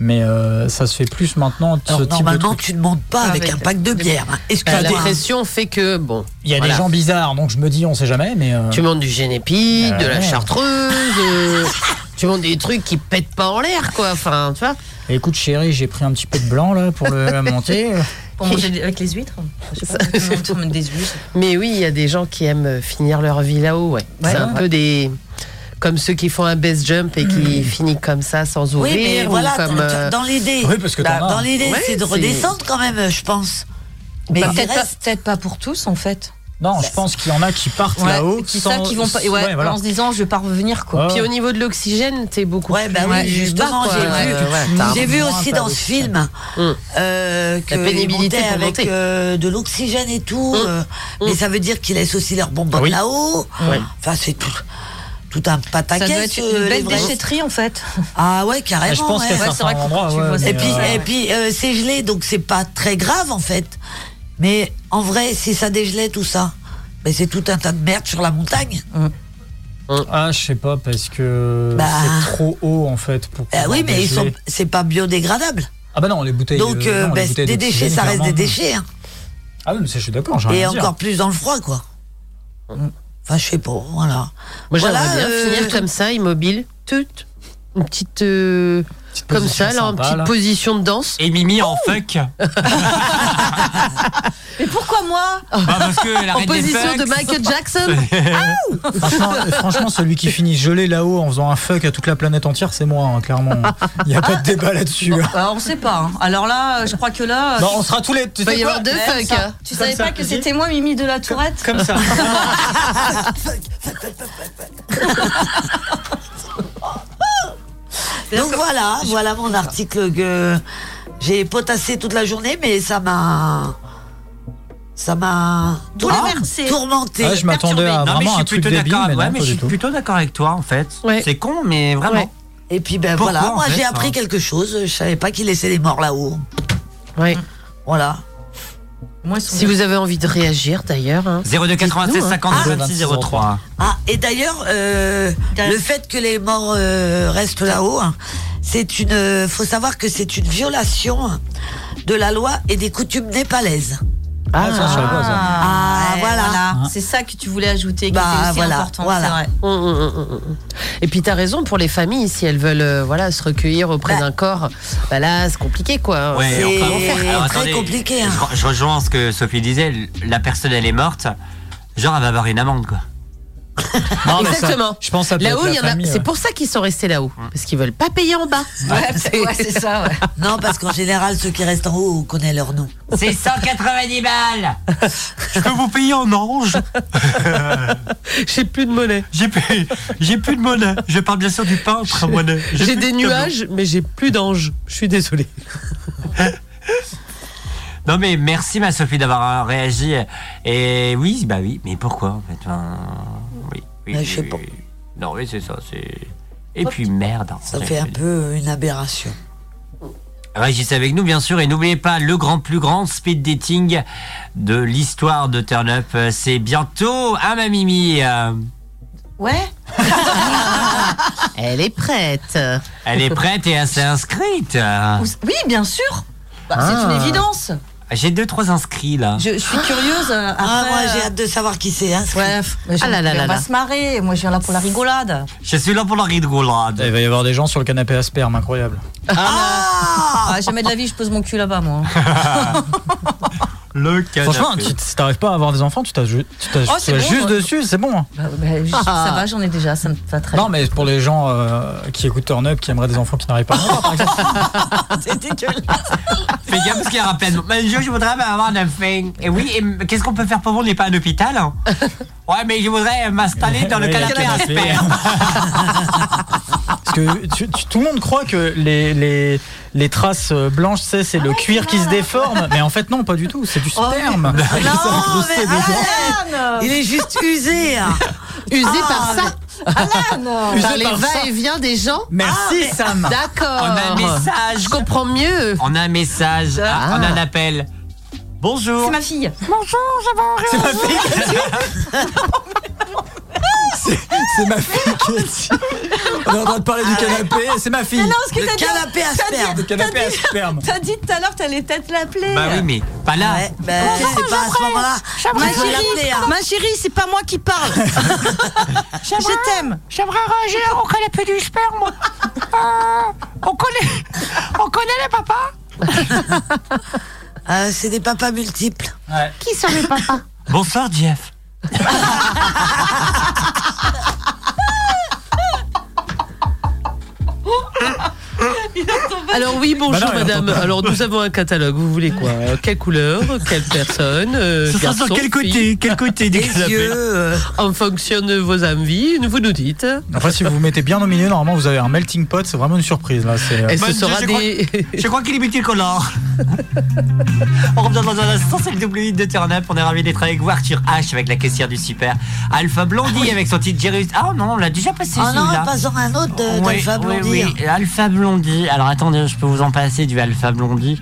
Mais euh, ça se fait plus maintenant. Alors, ce type de normalement, truc. tu ne montes Ah, pas avec, un pack de bière. hein. Excuse-moi. la pression fait que bon. Il y a Voilà. des gens bizarres, donc je me dis, on sait jamais, mais. euh, Tu montes du génépi, de la Ouais. chartreuse, <laughs> euh, tu montes des trucs qui pètent pas en l'air quoi. Enfin, tu vois. Écoute, chérie, j'ai pris un petit peu de blanc là pour <laughs> le monter. <laughs> Pour <laughs> manger des- avec les huîtres Je sais pas, on tourne des huîtres. Mais oui, il y a des gens qui aiment finir leur vie là-haut. Ouais. Ouais. C'est un peu des comme ceux qui font un base jump et qui Mm. finissent comme ça sans Oui, ouvrir. mais ou voilà, comme, dans- euh, dans l'idée. Oui, parce que t'en dans as. dans l'idée, Ouais, c'est de c'est- redescendre quand même, euh, je pense. Mais Bah, il peut-être pas, reste- peut-être pas pour tous en fait. Bah, Non, je pense qu'il y en a qui partent Ouais, là-haut. qui sans- ça, qui vont pas, ouais, ouais, voilà. en se disant je vais pas revenir Ouais. quoi. Puis au niveau de l'oxygène, t'es beaucoup Ouais, bah oui, justement, j'ai vu, j'ai vu aussi dans ce film euh, Hum. que La pénibilité ils montaient pour avec monter. euh, de l'oxygène et tout, Hum. euh, mais ça veut dire qu'ils laissent aussi leurs bonbons Ah oui. là-haut. Ouais. Enfin, c'est tout, tout un pataquès. Ça doit être euh, une les belle vrais. déchetterie en fait. Ah ouais, carrément. Je pense ouais. qu'à Ouais, c'est vrai certains que endroits, tu ouais, vois ça. et puis, Ouais. et puis euh, c'est gelé, donc c'est pas très grave en fait. Mais en vrai, si ça dégelait tout ça, mais c'est tout un tas de merde sur la montagne. Hum. Ah, je sais pas, parce que Bah. c'est trop haut en fait. Pour Bah oui, pouvoir mais ils dégeler. sont, c'est pas biodégradable. Ah bah non, les bouteilles. Donc, euh, euh, non, les bah, bouteilles des déchets, d'oxygène, ça reste clairement, des non. déchets. hein. Ah oui, mais ça, je suis d'accord, j'ai rien Et à dire. encore plus dans le froid, quoi. Hum. Enfin, je sais pas, voilà. Moi, j'aimerais Voilà, bien euh, finir comme ça, immobile, tout, une petite, euh, comme position ça, là, en sympa, petite là. position de danse. Et Mimi en fuck. Mais pourquoi moi Bah, parce <laughs> que la En reine des position fucks. de Michael <laughs> Jackson. Franchement, <laughs> franchement, celui qui finit gelé là-haut en faisant un fuck à toute la planète entière, c'est moi, hein, clairement. Il n'y a pas de débat là-dessus. hein. Ah, Bah, on sait pas. hein. Alors là, euh, je crois que là. euh, Non, on sera tous les- tu Bah, sais il y quoi aura deux Comme fuck, ça. hein. Tu Comme savais ça. pas que c'était moi, Mimi de la Tourette Comme <laughs> ça. <laughs> Donc voilà, voilà mon article que j'ai potassé toute la journée, mais ça m'a. Ça m'a. ah, Tourmenté. tourmenté. Ah, je m'attendais à Non, mais vraiment je un suis truc plutôt débile, d'accord. mais ouais, non, mais pas je suis du tout. plutôt d'accord avec toi en fait. C'est con, mais vraiment. Ouais. Et puis ben Pourquoi, voilà, en moi fait, j'ai ça appris quelque chose. Je savais pas qu'ils laissaient les morts là-haut. Oui. Voilà. Si vous avez envie de réagir, d'ailleurs. hein. 02 96 52 26 03. Ah, et d'ailleurs, euh, le fait que les morts euh, restent là-haut, hein, c'est une. euh, faut savoir que c'est une violation hein, de la loi et des coutumes népalaises. Ah, ça, je savais pas, ça. Ah, Ouais, voilà. C'est ça que tu voulais ajouter, qui Bah, était aussi voilà, important, voilà. c'est vrai. Hum, Et puis t'as raison pour les familles si elles veulent euh, voilà se recueillir auprès d'un corps, bah là c'est compliqué quoi. Ouais, enfin, alors, attendez, hein. je re- Je, rejoins ce que Sophie disait. La personne, elle est morte. Genre, elle va avoir une amende, quoi. Non, mais ça, Exactement. je pense que ça peut là-haut, être la il y en a. famille, C'est ouais. pour ça qu'ils sont restés là-haut, parce qu'ils veulent pas payer en bas. <laughs> Non, parce qu'en général, ceux qui restent en haut, on connaît leur nom. C'est 190 <laughs> balles Je peux vous payer en <laughs> orange J'ai plus de monnaie. J'ai plus, j'ai plus de monnaie. Je parle bien sûr du <laughs> peintre, monnaie. <laughs> J'ai plus des de tableau. nuages, mais j'ai plus d'anges. Je suis désolé. Non mais merci ma Sophie d'avoir euh, réagi. Et oui, bah oui, mais pourquoi en fait Enfin, oui, oui, Ouais, je sais oui, pas. oui. Non mais c'est ça, c'est... Et puis merde. hein. Ça fait un peu une aberration. Réagissez avec nous bien sûr et n'oubliez pas le grand plus grand speed dating de l'histoire de Turn Up. euh, C'est bientôt à ma Mimi. euh, Ouais. Elle est prête. Ah. Elle est prête et elle s'est <laughs> inscrite. Ah. Oui, bien sûr. Bah, C'est Ah. une évidence. J'ai deux trois inscrits là. Je, je suis curieuse. euh, Ah, moi, j'ai hâte de savoir qui c'est. Hein, Bref, Ah là là là on là. Ah. va se marrer. Moi, je viens là pour la rigolade. Je suis là pour la rigolade. Il va y avoir des gens sur le canapé à sperme, incroyable. Ah, jamais de la vie, je pose mon cul là-bas, moi. <laughs> hein. <laughs> Le canapé. Franchement, tu- si t'arrives pas à avoir des enfants, tu t'as ju- tu t'as- Oh, tu c'est vas bon, juste hein. euh. moi. dessus, c'est bon. hein. Bah, bah, je- Ah. Ça va, j'en ai déjà, ça me va très Non, bien. mais pour les gens euh, qui écoutent Turn Up, qui aimeraient des enfants qui n'arrivent pas à en avoir, par exemple. C'est dégueulasse. Fais gaffe parce qu'il y aura <laughs> plein de monde. Monsieur, je voudrais avoir un thing. Et oui, et m- qu'est-ce qu'on peut faire pour vous On n'est pas à <laughs> l'hôpital hein Ouais, mais je voudrais m'installer dans le Oui, canapé le à canapé. sperme. Parce que tu- tu- tout le monde croit que les, les, les traces euh, blanches, c'est, c'est le cuir qui se déforme. Mais en fait, non, pas du tout. C'est du sperme. Non, mais Alan Il est juste usé. hein. Usé Ah, par ça. Alan par les va-et-vient des gens. <laughs> Merci, Ah, Sam. D'accord. Ah, On a un message. Je comprends mieux. On a un message, Ah, on a un appel. Bonjour. C'est ma fille. Bonjour, j'avais un C'est ma <laughs> fille. C'est, c'est ma fille qui est ici. <laughs> On est en train de Ah parler du canapé. C'est ma fille. Mais non, ce que t'as dit- à t'as dit- sperme. Le canapé à sperme. T'as dit tout à l'heure que t'allais peut-être l'appeler. Bah oui, mais pas là. Ouais, bah, ben, c'est pas à ce moment-là. Ma qu'il faut l'appeler, chérie, hein. ma chérie, c'est pas moi qui parle. <laughs> Je t'aime. J'aimerais réagir au canapé du sperme. Euh, on connaît, on connaît les papas. <laughs> Euh, c'est des papas multiples. Qui sont les <laughs> papas Bonsoir, Jeff. Il est tombé Alors oui, bonjour Bah non, elle madame. entend pas. Alors nous avons un catalogue, vous voulez quoi Euh, Quelle couleur Quelle personne euh, Ce sera sur garçon, quel côté fille Quel côté du Les canapé yeux, euh. En fonction de vos envies, vous nous dites. Enfin, si vous vous mettez bien au milieu, normalement, vous avez un melting pot. C'est vraiment une surprise. Là, c'est. euh, Et ce sera je, des... crois, <laughs> je crois qu'il est multicolore. Oh on revient dans un instant, c'est le double hit de Turn Up. On est ravis d'être avec vous, Arthur H avec la caissière du Super. Alpha Blondie avec son titre Jerry. Ah non, on l'a déjà passé Oh non, celui-là. passons à un autre euh, de- Oui, d'Alpha oui, Blondie. oui. Alpha Blondie. Alors attendez, je peux vous en passer du Alpha Blondie.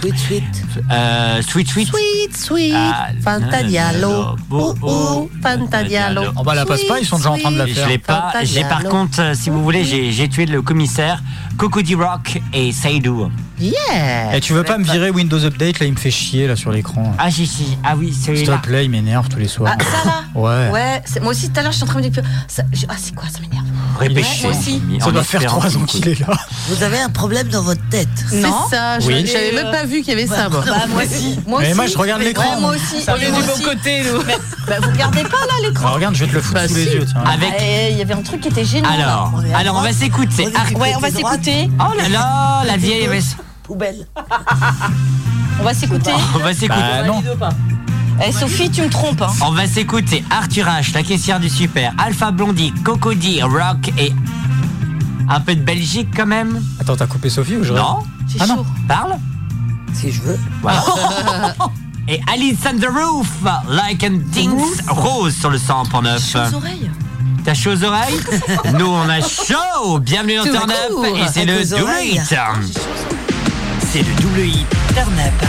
Sweet Sweet. Euh, sweet Sweet. Sweet Sweet. Ah, Fantadialo. Oh, oh. Fantadialo. On va Je l'ai pas. J'ai par contre, euh, si vous voulez, j'ai j'ai tué le commissaire Cocody Rock et Seydou. Yeah. Et tu veux pas me virer Windows Update Là, il me fait chier là sur l'écran. Ah si si. Ah oui, S'il celui-là. te plaît, il m'énerve tous les soirs. Ah, ça là Ouais. c'est- moi aussi, tout à l'heure, je suis en train de me dire. ça- je- Ah, c'est quoi Ça m'énerve. Répéchez. Ouais, moi aussi. Ça doit faire trois ans qu'il est là. Vous avez un problème dans votre tête. C'est ça, je- Oui. j'avais même pas vu qu'il y avait ça, moi. Bah, moi aussi. Moi Mais aussi. moi, je regarde l'écran. Ouais, moi aussi. Ça Oui, vient moi du bon aussi. côté, nous. Bah, bah, <laughs> vous regardez pas là l'écran. Ah, regarde, je vais te le foutre sous les yeux. tiens. Ah, eh, Il y avait un truc qui était génial. Alors, là. alors on va s'écouter. On est du Ah, côté droite. Oh là là, la vieille. Poubelle. <laughs> On va s'écouter. On va s'écouter. Bah, non. Eh, Sophie, tu me trompes. hein. On va s'écouter Arthur H, la caissière du super, Alpha Blondie, Cocody, Rock et un peu de Belgique quand même. Attends, t'as coupé Sophie ou je Non. Ah non. Parle. Si je veux. Voilà. <laughs> et Alice and the Roof, Like and Things, Rose sur le 100.9. Aux oreilles. T'as chaud aux <laughs> oreilles Nous on a chaud Bienvenue dans Tout Turn Up court. et c'est le Avec aux double oreilles. hit C'est le double hit Turn Up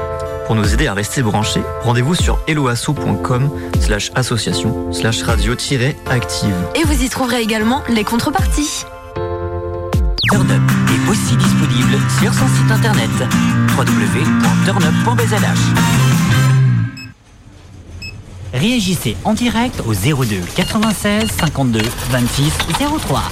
Pour nous aider à rester branchés, rendez-vous sur eloasso.com slash association slash radio-active. Et vous y trouverez également les contreparties. Turn Up est aussi disponible sur son site internet www.turnup.bzh Réagissez en direct au 02 96 52 26 03.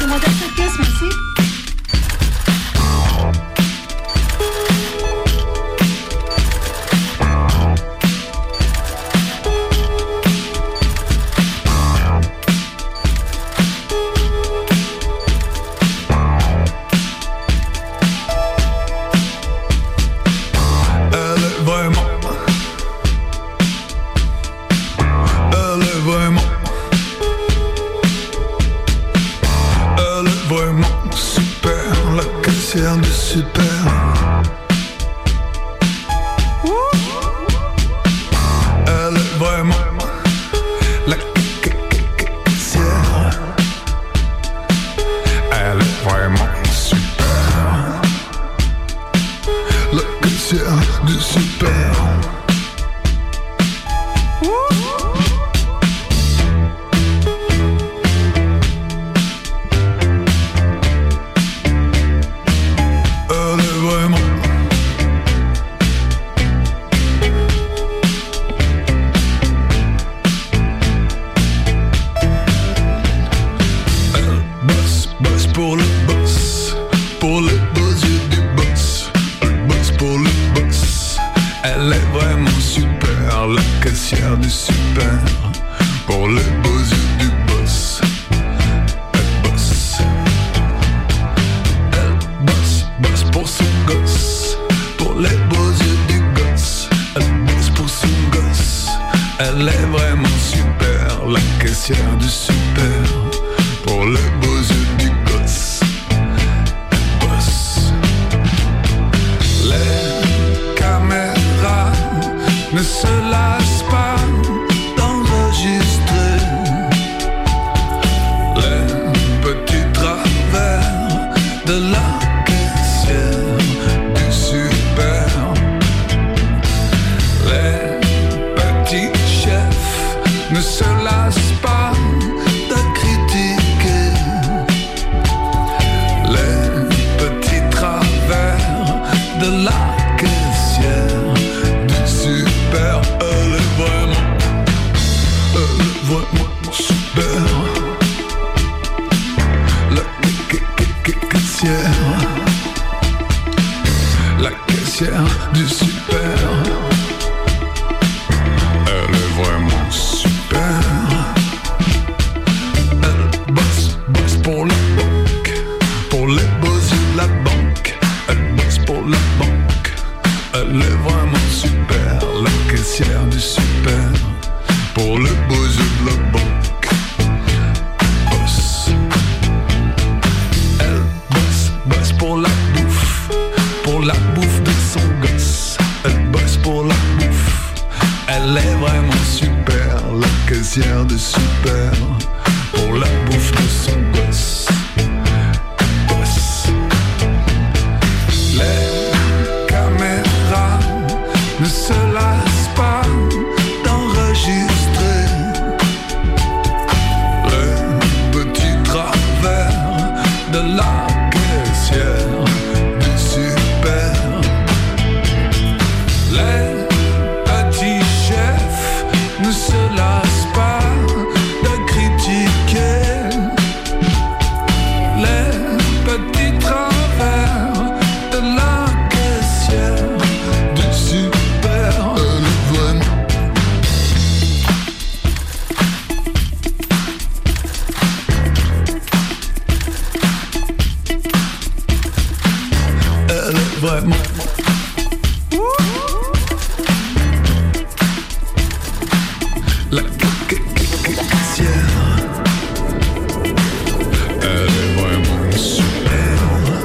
Demandez cette pièce, merci. Elle est vraiment. Elle est vraiment. Elle est vraiment super, la caissière du super. Elle est vraiment la ca- ca- ca- caissière. Elle est vraiment super. La caissière du super. Elle est vraiment. Elle bosse, bosse pour le boss, pour les beaux yeux du boss. Elle bosse pour le boss. Elle est vraiment super, la caissière du super. Pour les beaux yeux du boss. Elle bosse. Elle bosse, bosse pour son gosse, pour les beaux yeux du gosse. Elle bosse pour son gosse. Elle est vraiment super, la caissière du super. Pour les beaux yeux du gosse, elle bosse. Les caméras ne se lassent pas d'enregistrer caissière de super pour la bouffe de son gosse. Gosse. Les caméras ne se lassent pas d'enregistrer le petit travers de la caissière du super. Les petits chefs ne se lassent pas de critiquer les petits travers de la caissière du super Eleven. Elle est vraiment. La caissière. Elle est vraiment superbe.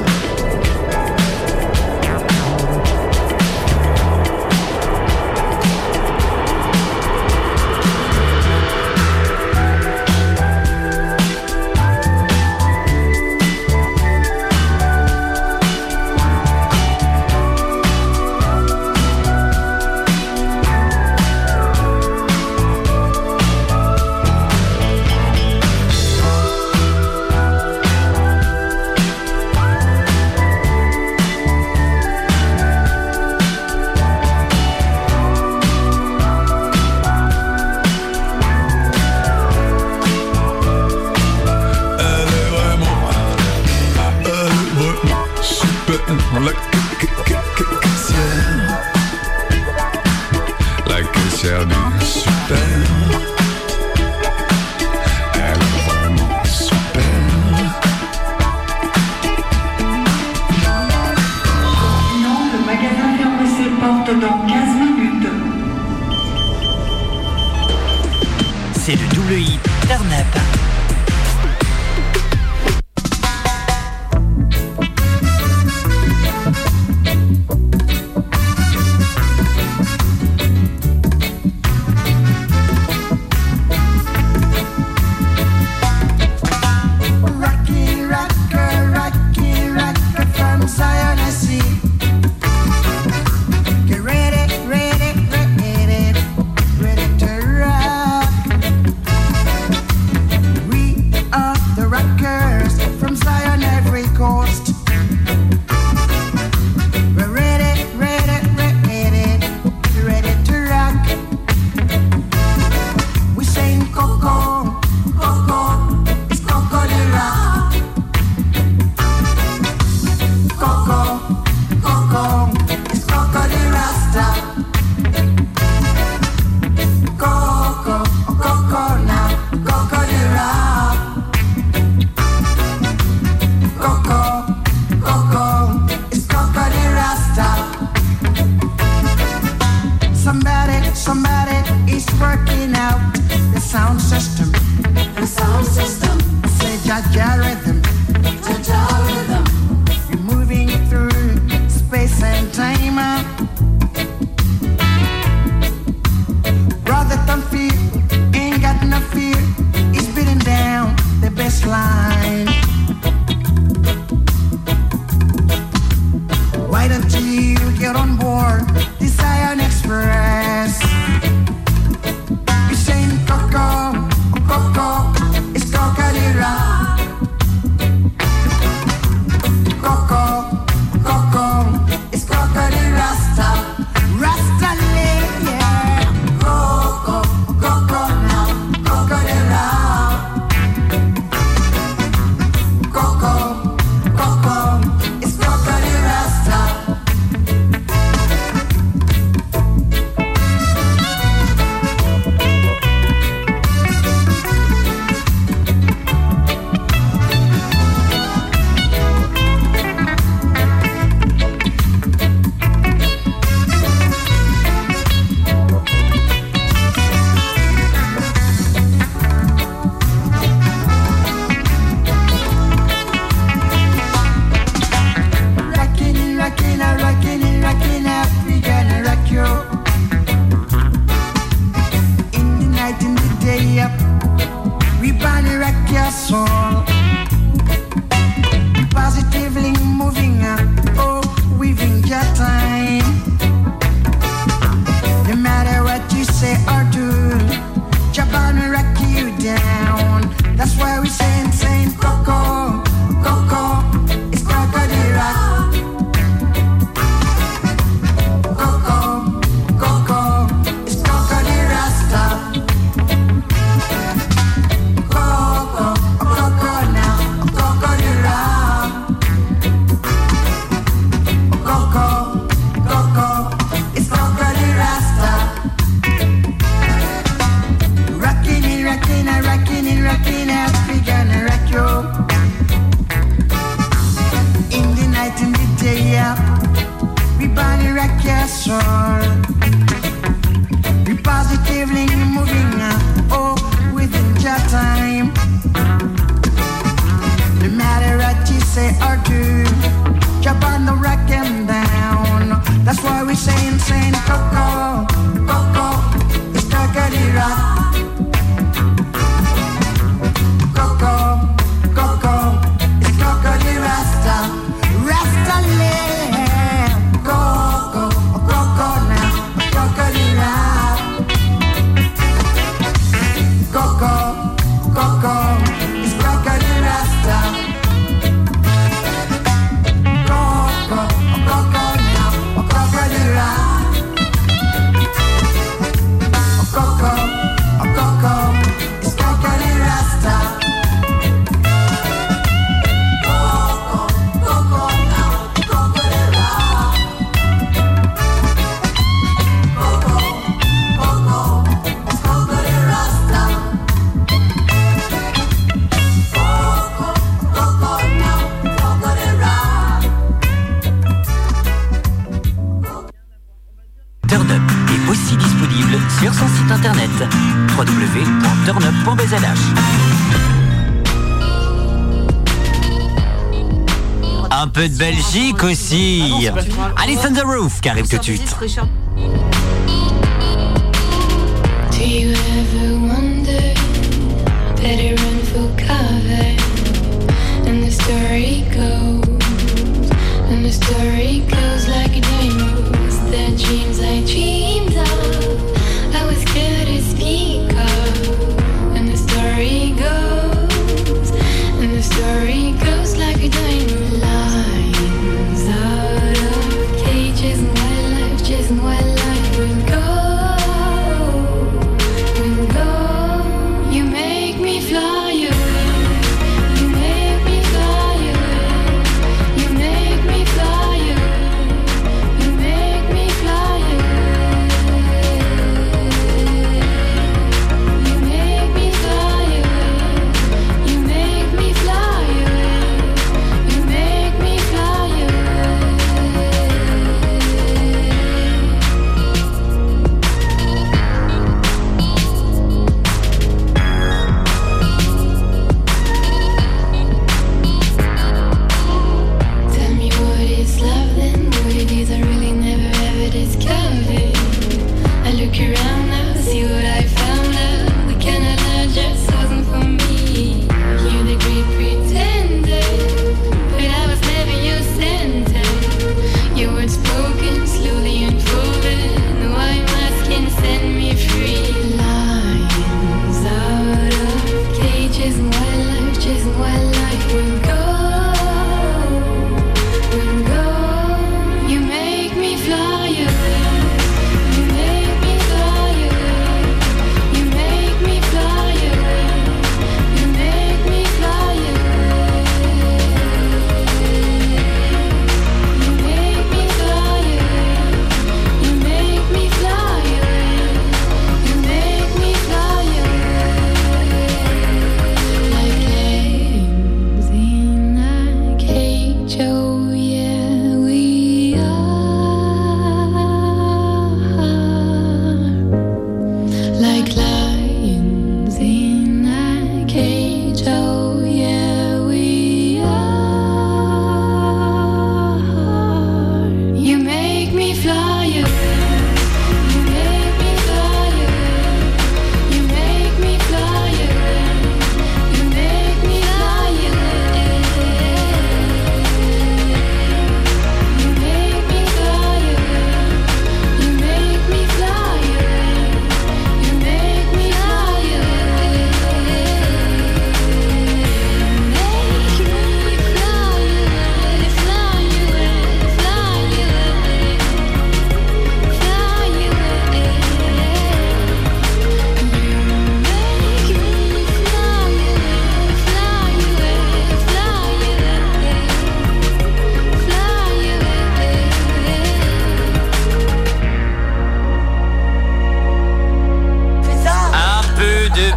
Elle est vraiment, elle est vraiment super. La ca- ca- ca- ca- caissière, la caissière du super. Elle est vraiment super. Non, le magasin ferme ses portes dans 15 minutes. C'est le double hit turn up. Rocky rocker, rocky rocker from Zionist. Get ready, ready, ready, ready to rock. We are the rockers from Zion every coast. We're ready, ready, ready, ready to rock. We sing Coco, Coco. It's Coco de Rock. Coco, Coco, it's Coco de Rasta. Coco, oh, Coco now, Coco de Rock. Coco, Coco, it's Coco de Rasta. Somebody, somebody is working out the sound system. The sound system. Say Jaja rhythm. Jaja rhythm. You're moving through space and time. Brother, don't fear. Ain't got no fear. It's beating down the best line. Why don't you get on board the Zion Express? You're saying Coco, Coco, it's Coca-Cola. Coco, Coco, it's Coca-Cola Rasta. Rasta lady, yeah. Coco, Coco now, Coca-Cola. Coco, Coco, it's Coca-Cola Rasta. Coco, Oh, control. You positively moving uh, oh within your time. No matter what you say or do, jump on the rock and down. That's why we say insane Coco, Coco, it's Cockatoo Rock. Coco, Coco, it's Cockatoo Rasta, Rasta Land. Coco, Coco now, Cockatoo Rock. Coco, Coco, it's Cockatoo Rasta. Coco, Coco now, Cockatoo Rock. Coco, Coco, it's Cockatoo Rasta. Coco, Coco now, Cockatoo Rock. Coco, Coco, it's Cockatoo Rasta. Coco, Coco now, Cockatoo Rock. Turnup est aussi disponible sur son site internet www.turnup.bzh. Un peu de Belgique aussi. Alice on the Roof qui arrive tout de suite. Do you ever wonder? Better run for cover. And the story goes, and the story goes like a dreams. The dreams I dreamed of, I was good to speak of. And the story goes, and the story goes like a diamond. Lions out of cages, and wildlife, chasing wildlife. oh, Oh,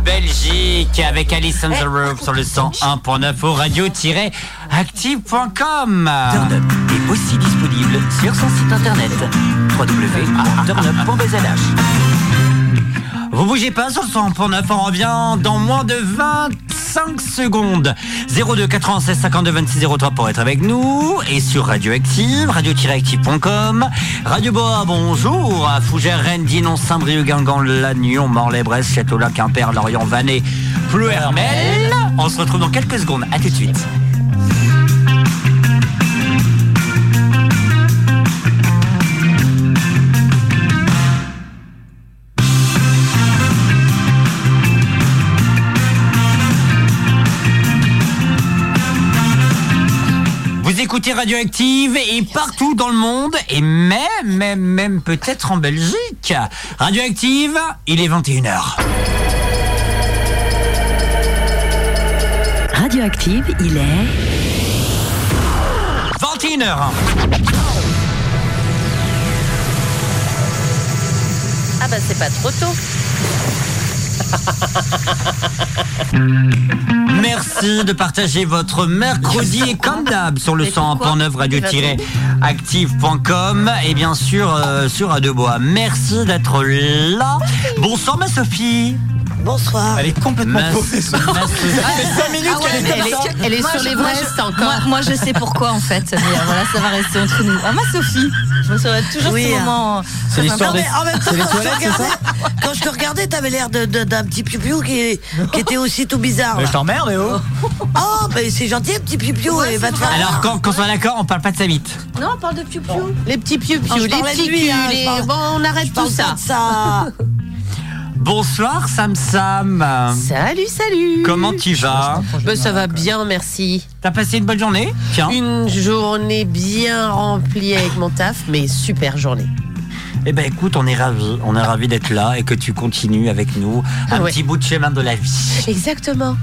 Belgique avec Alice on the Roof sur le 101.9 au radio-active.com. Turn Up est aussi disponible sur son site internet www.turnup.bzh. Vous bougez pas sur le 101.9, on revient dans moins de 25 secondes. 02 96 52 26 03 pour être avec nous et sur Radioactive, radio-active.com, Radio Boa, bonjour, à Fougères, Rennes, Dinon, Saint-Brieuc, Guingamp, Lannion, Morlaix, Brest, Château-Lac, Quimper, Lorient, Vannes, Pleuhermel. On se retrouve dans quelques secondes, à tout de suite. Vous écoutez Radioactive et partout dans le monde et même, même, même peut-être en Belgique. Radioactive, il est 21h. Radioactive, il est 21h. Ah bah c'est pas trop tôt. Merci de partager votre mercredi et comme d'hab sur le 101.9 radio-active.com et bien sûr euh, sur Radio Bois. Merci d'être là. Bonsoir ma Sophie. Bonsoir. Elle est complètement pauvre. Ah ouais, mais elle, est, elle est Moi, sur je- les moi, Brest je- encore. moi- moi, je sais pourquoi en fait. Mais euh, voilà, ça va rester entre nous. Ah, ma Sophie, je me souviens toujours Oui, ce hein. moment. euh, Non, mais en même temps, quand je te regardais, ça quand je te regardais, t'avais l'air de- de- d'un petit piou qui, qui était aussi tout bizarre. Mais là. je t'emmerde, Léo. Oh, mais c'est gentil, un petit piou et va te faire. Alors quand, quand on soit d'accord, on parle pas de sa bite. Non, on parle de piou Les petits piou Oh, je les parlais de petits lui, culs, hein, je les- parle- Bon, on arrête tout ça. <laughs> Bonsoir Sam Sam. Salut, salut. Comment tu vas Ben, ça va bien, merci. T'as passé une bonne journée Tiens. Une journée bien remplie avec mon taf, mais super journée. Eh ben écoute, on est ravis, on est ravis d'être là et que tu continues avec nous un Ouais. petit bout de chemin de la vie. Exactement.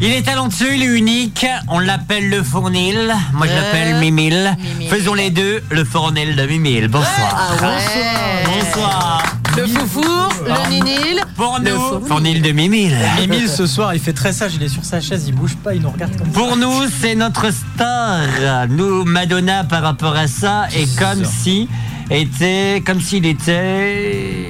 Il est talentueux, il est unique, on l'appelle le fournil, moi je Euh, l'appelle Mimil. Faisons les deux, le fournil de Mimil. Bonsoir. Eh, Bonsoir. Le foufour, Pardon. le ninil. Pour Le nous, fournil. fournil de Mimil. <laughs> Émile, Euh, ce soir, il fait très sage, il est sur sa chaise, il bouge pas, il nous regarde comme Pour nous, c'est notre star. Nous, Madonna, par rapport à ça, est comme si était, comme s'il était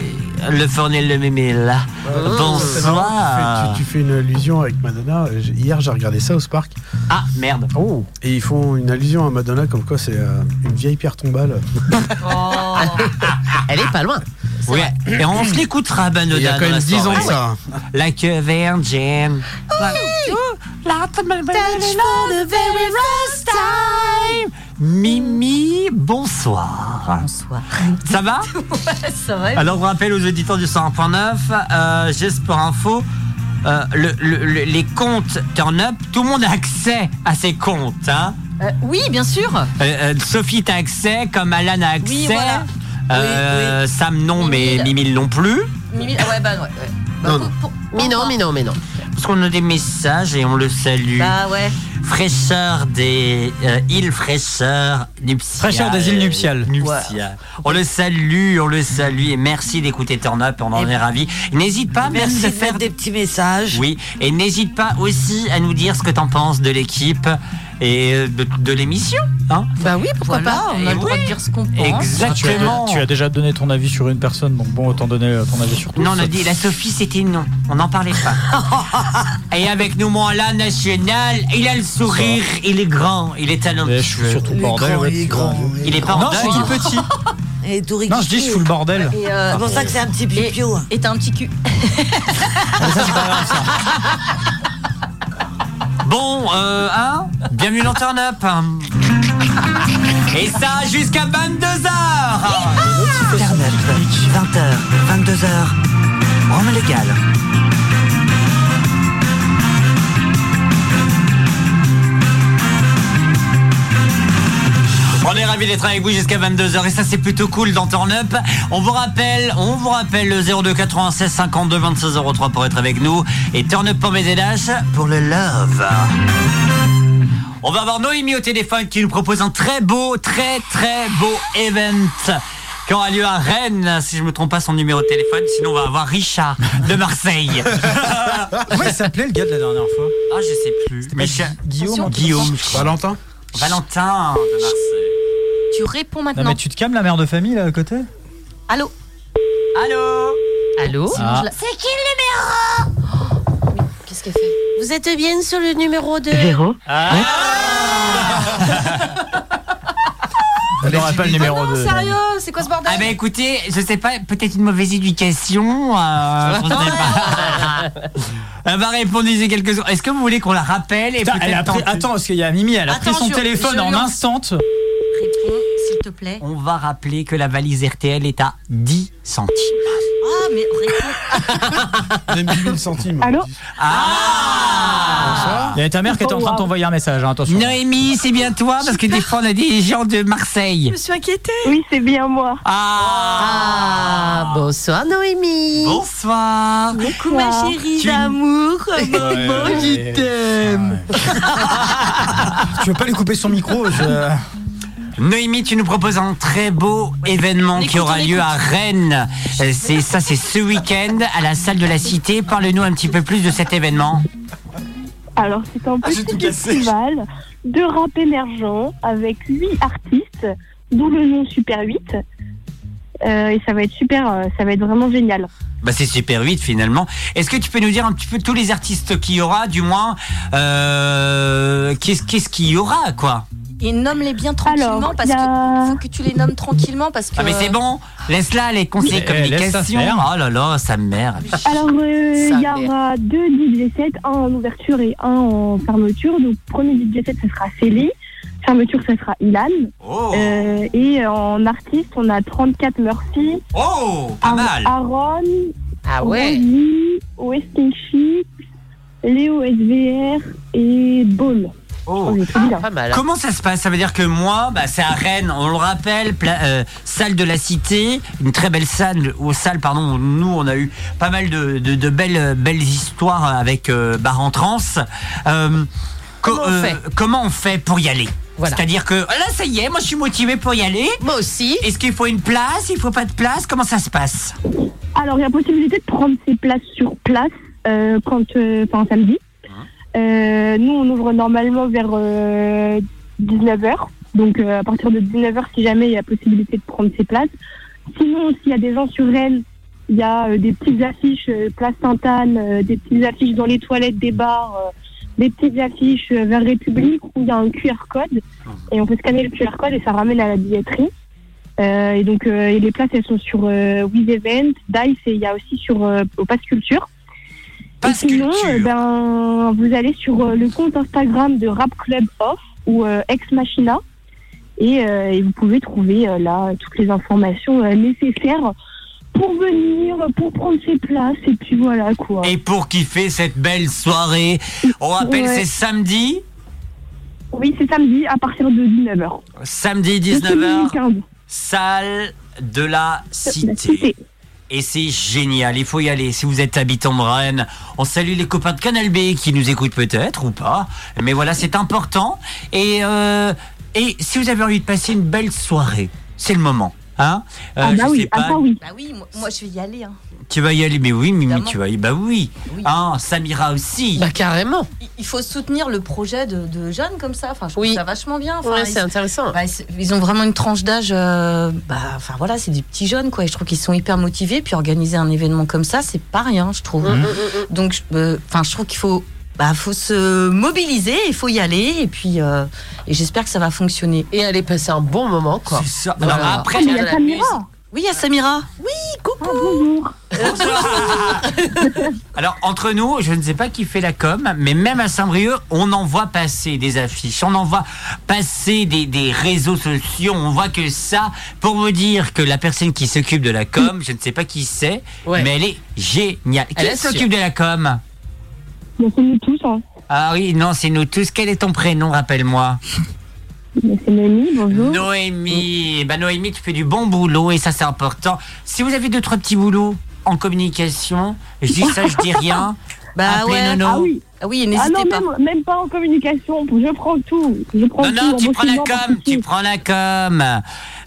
le fournil de Mimil. Euh, Bonsoir. Tu, fais- tu fais une allusion avec Madonna. J- Hier, j'ai regardé ça au Spark. Ah, merde. Oh. Et ils font une allusion à Madonna comme quoi c'est euh, une vieille pierre tombale. <laughs> Oh. Elle est pas loin. Oui, et on se l'écoutera, Madonna. Il y a quand dans même la 10 ans de soirée. Ah ça. La queue virgin. Mimi, bonsoir. Bonsoir. Ça va Ça va. Alors, on rappelle aux auditeurs du 101.9, euh, juste pour info, euh, le- le- le- les comptes Turn Up, tout le monde a accès à ces comptes. hein. Euh, oui, bien sûr. Euh, euh, Sophie, t'as accès, comme Alan a accès. Oui, voilà. Euh, Sam, non, mais Mimi non plus. Mimi- ah ouais, bah ouais. ouais. Non, non. Mais non, mais non, mais non. Parce qu'on a des messages et on le salue. Bah ouais. Fraîcheur des euh, îles fraîcheur nuptiales. Fraîcheur des îles nuptiales. Nuptiales. On le salue, on le salue et merci d'écouter Turn Up, on en est ravis. N'hésite pas même Merci de de faire des petits messages. Oui, et n'hésite pas aussi à nous dire ce que t'en penses de l'équipe et euh, de, de l'émission. Hein bah oui, pourquoi pas, on a le droit de dire ce qu'on pense. Exactement. Tu as, tu as déjà donné ton avis sur une personne, donc bon, autant donner euh, ton avis sur tout. Non, on a dit la Sophie c'était non, on n'en parlait <laughs> pas. et avec nous, mon Alain National, il a le sourire, il est grand, il est talentueux. Eh, surtout pas en deuil, ouais, tu vois. Il est pas en Non, je deuil. dis petit. Et tout Non, je dis, je fous le bordel. Et, euh, Ah, C'est pour ça que c'est un petit pipio. Et t'as un petit cul. Bon, euh, hein Bienvenue dans Turn Up. Et ça jusqu'à 22h. 20h, 22h, Rome légale. On est ravis d'être avec vous jusqu'à 22h et ça c'est plutôt cool dans Turn Up. On vous rappelle, on vous rappelle le 02 96 52 26 03 pour être avec nous et Turn Up pour mes pour le love. On va avoir Noémie au téléphone qui nous propose un très beau, très très beau event qui aura lieu à Rennes, si je me trompe pas son numéro de téléphone, sinon on va avoir Richard de Marseille. Comment Ah il s'appelait le gars de la dernière fois Ah, je sais plus. Mais Richard- Guillaume, un truc Guillaume. comme ça. Valentin Valentin de Marseille. Tu réponds Non, maintenant. mais tu te calmes la mère de famille là à côté Allô Allô Allô Ah. C'est qui le numéro Qu'est-ce qu'elle fait Vous êtes bien sur le numéro de. Véro Ah. <laughs> Elle n'aurait pas le numéro Ah non, de. sérieux c'est quoi ce bordel Ah bah écoutez, je sais pas, peut-être une mauvaise éducation. euh, <laughs> je sais pas. <laughs> Elle va répondre d'ici quelques secondes. Est-ce que vous voulez qu'on la rappelle et Putain, elle a peut-être pris- tenter- Attends, parce qu'il y a Mimi, elle a pris son Attention, téléphone je en lance. instant. Réponds, s'il te plaît. On va rappeler que la valise RTL est à 10 <laughs> centimes. Ah, mais réponds. Même 1000 centimes. Allô Ah Il y a ta mère qui était en train de t'envoyer un message, hein, attention. Noémie, c'est bien toi parce que des fois on a des gens de Marseille. Je me suis inquiétée. Oui, c'est bien moi. Ah, bonsoir Noémie. Bonsoir. Coucou ma chérie <laughs> d'amour. Maman, je t'aime. Tu veux pas lui couper son micro je- Noémie, tu nous proposes un très beau événement qui aura lieu à Rennes. Euh, C'est ça, c'est ce week-end à la salle de la Cité. Parle-nous un petit peu plus de cet événement. Alors, c'est Ah, un petit festival de rap émergent avec 8 artistes, d'où le nom Super 8. Euh, et ça va être super, euh, ça va être vraiment génial. Bah, c'est super vite finalement. Est-ce que tu peux nous dire un petit peu tous les artistes qu'il y aura, du moins euh, qu'est-ce qu'est-ce qu'il y aura quoi Et nomme-les bien tranquillement parce que faut que tu les nommes tranquillement parce que. Ah mais c'est bon, laisse-la les conseils Euh, Eh, communication. laisse ça faire. Oh là là, sa mère. <laughs> Alors, euh, il y aura deux DJ sets, un en ouverture et un en fermeture. Donc, premier DJ set, ça sera Célie. Fermeture, ça sera Ilan. Oh. Euh, et en artiste, on a 34 Murphy. Oh, pas mal. Aaron. Ah ouais. Rosie, Westing Chic, Léo SVR et Ball. Oh, Bah, Comment ça se passe Ça veut dire que moi, bah, c'est à Rennes, on le rappelle, pla- euh, salle de la Cité, une très belle salle, ou salle, pardon, où nous on a eu pas mal de, de- de belles, euh, belles histoires avec euh, Bar en Trans. Euh, co- Comment on euh, fait comment on fait pour y aller Voilà. C'est-à-dire que ah, là, ça y est, moi je suis motivé pour y aller. Moi aussi. Est-ce qu'il faut une place Il faut pas de place Comment ça se passe Alors, il y a possibilité de prendre ses places sur place euh, quand, euh, enfin, samedi. Euh, nous, on ouvre normalement vers 19h. Donc, euh, à partir de 19h, si jamais il y a possibilité de prendre ses places. Sinon, s'il y a des gens sur Rennes, il y a euh, des petites affiches euh, Place Sainte-Anne, euh, des petites affiches dans les toilettes des bars, euh, des petites affiches euh, vers République où il y a un QR code. Et on peut scanner le QR code et ça ramène à la billetterie. Euh, et donc, euh, et les places, elles sont sur euh, With Event, Dice et il y a aussi sur euh, au Pass Culture. et sinon, euh, ben, vous allez sur euh, le compte Instagram de Rap Club Off ou euh, Ex Machina et, euh, et vous pouvez trouver euh, là toutes les informations euh, nécessaires pour venir, pour prendre ses places et puis voilà quoi. Et pour kiffer cette belle soirée, on rappelle, Ouais. c'est samedi, Oui, c'est samedi à partir de 19h. samedi 19h. Salle de la Cité. Et c'est génial, il faut y aller. Si vous êtes habitant de Rennes, on salue les copains de Canal B qui nous écoutent peut-être ou pas. Mais voilà, c'est important. Et, euh, et si vous avez envie de passer une belle soirée, c'est le moment. Hein Euh, je sais pas, Bah oui, moi, moi, je vais y aller. hein. Tu vas y aller, mais oui, Mimi, Évidemment. tu vas y Bah oui. Hein, Samira aussi. Bah carrément. Il- Il faut soutenir le projet de, de jeunes comme ça. Enfin, je trouve Oui. ça vachement bien. Enfin, Ouais, ils- c'est intéressant. bah, c'est- ils ont vraiment une tranche d'âge. euh, bah, enfin voilà, c'est des petits jeunes quoi. Et je trouve qu'ils sont hyper motivés. Puis organiser un événement comme ça, c'est pas rien, je trouve. Mhm. Donc, je- euh, enfin, je trouve qu'il faut, bah, faut se mobiliser. Il faut y aller. Et puis, euh, et j'espère que ça va fonctionner. Et aller passer un bon moment quoi. C'est ça. Alors, après, il y a la musique. Oui, il y a Samira. Oui, coucou. Alors, entre nous, je ne sais pas qui fait la com, mais même à Saint-Brieuc, on en voit passer des affiches, on en voit passer des, des réseaux sociaux, on voit que ça, pour vous dire que la personne qui s'occupe de la com, je ne sais pas qui c'est, mais elle est géniale. Elle Qui est s'occupe sûre. de la com Donc, c'est nous tous, hein. Ah oui, non, c'est nous tous. Quel est ton prénom, rappelle-moi Mais C'est Noémie, bonjour. Noémie, Eh ben Noémie, tu fais du bon boulot et ça c'est important. Si vous avez deux trois petits boulots en communication, je dis ça, je dis rien. Bah Appelez ouais. Nono. Ah oui. Ah oui, Ah n'hésitez non, pas. Même, même pas en communication. Je prends tout. Je prends Non, bah, tout. non, en tu prends la document, com, tu prends la com.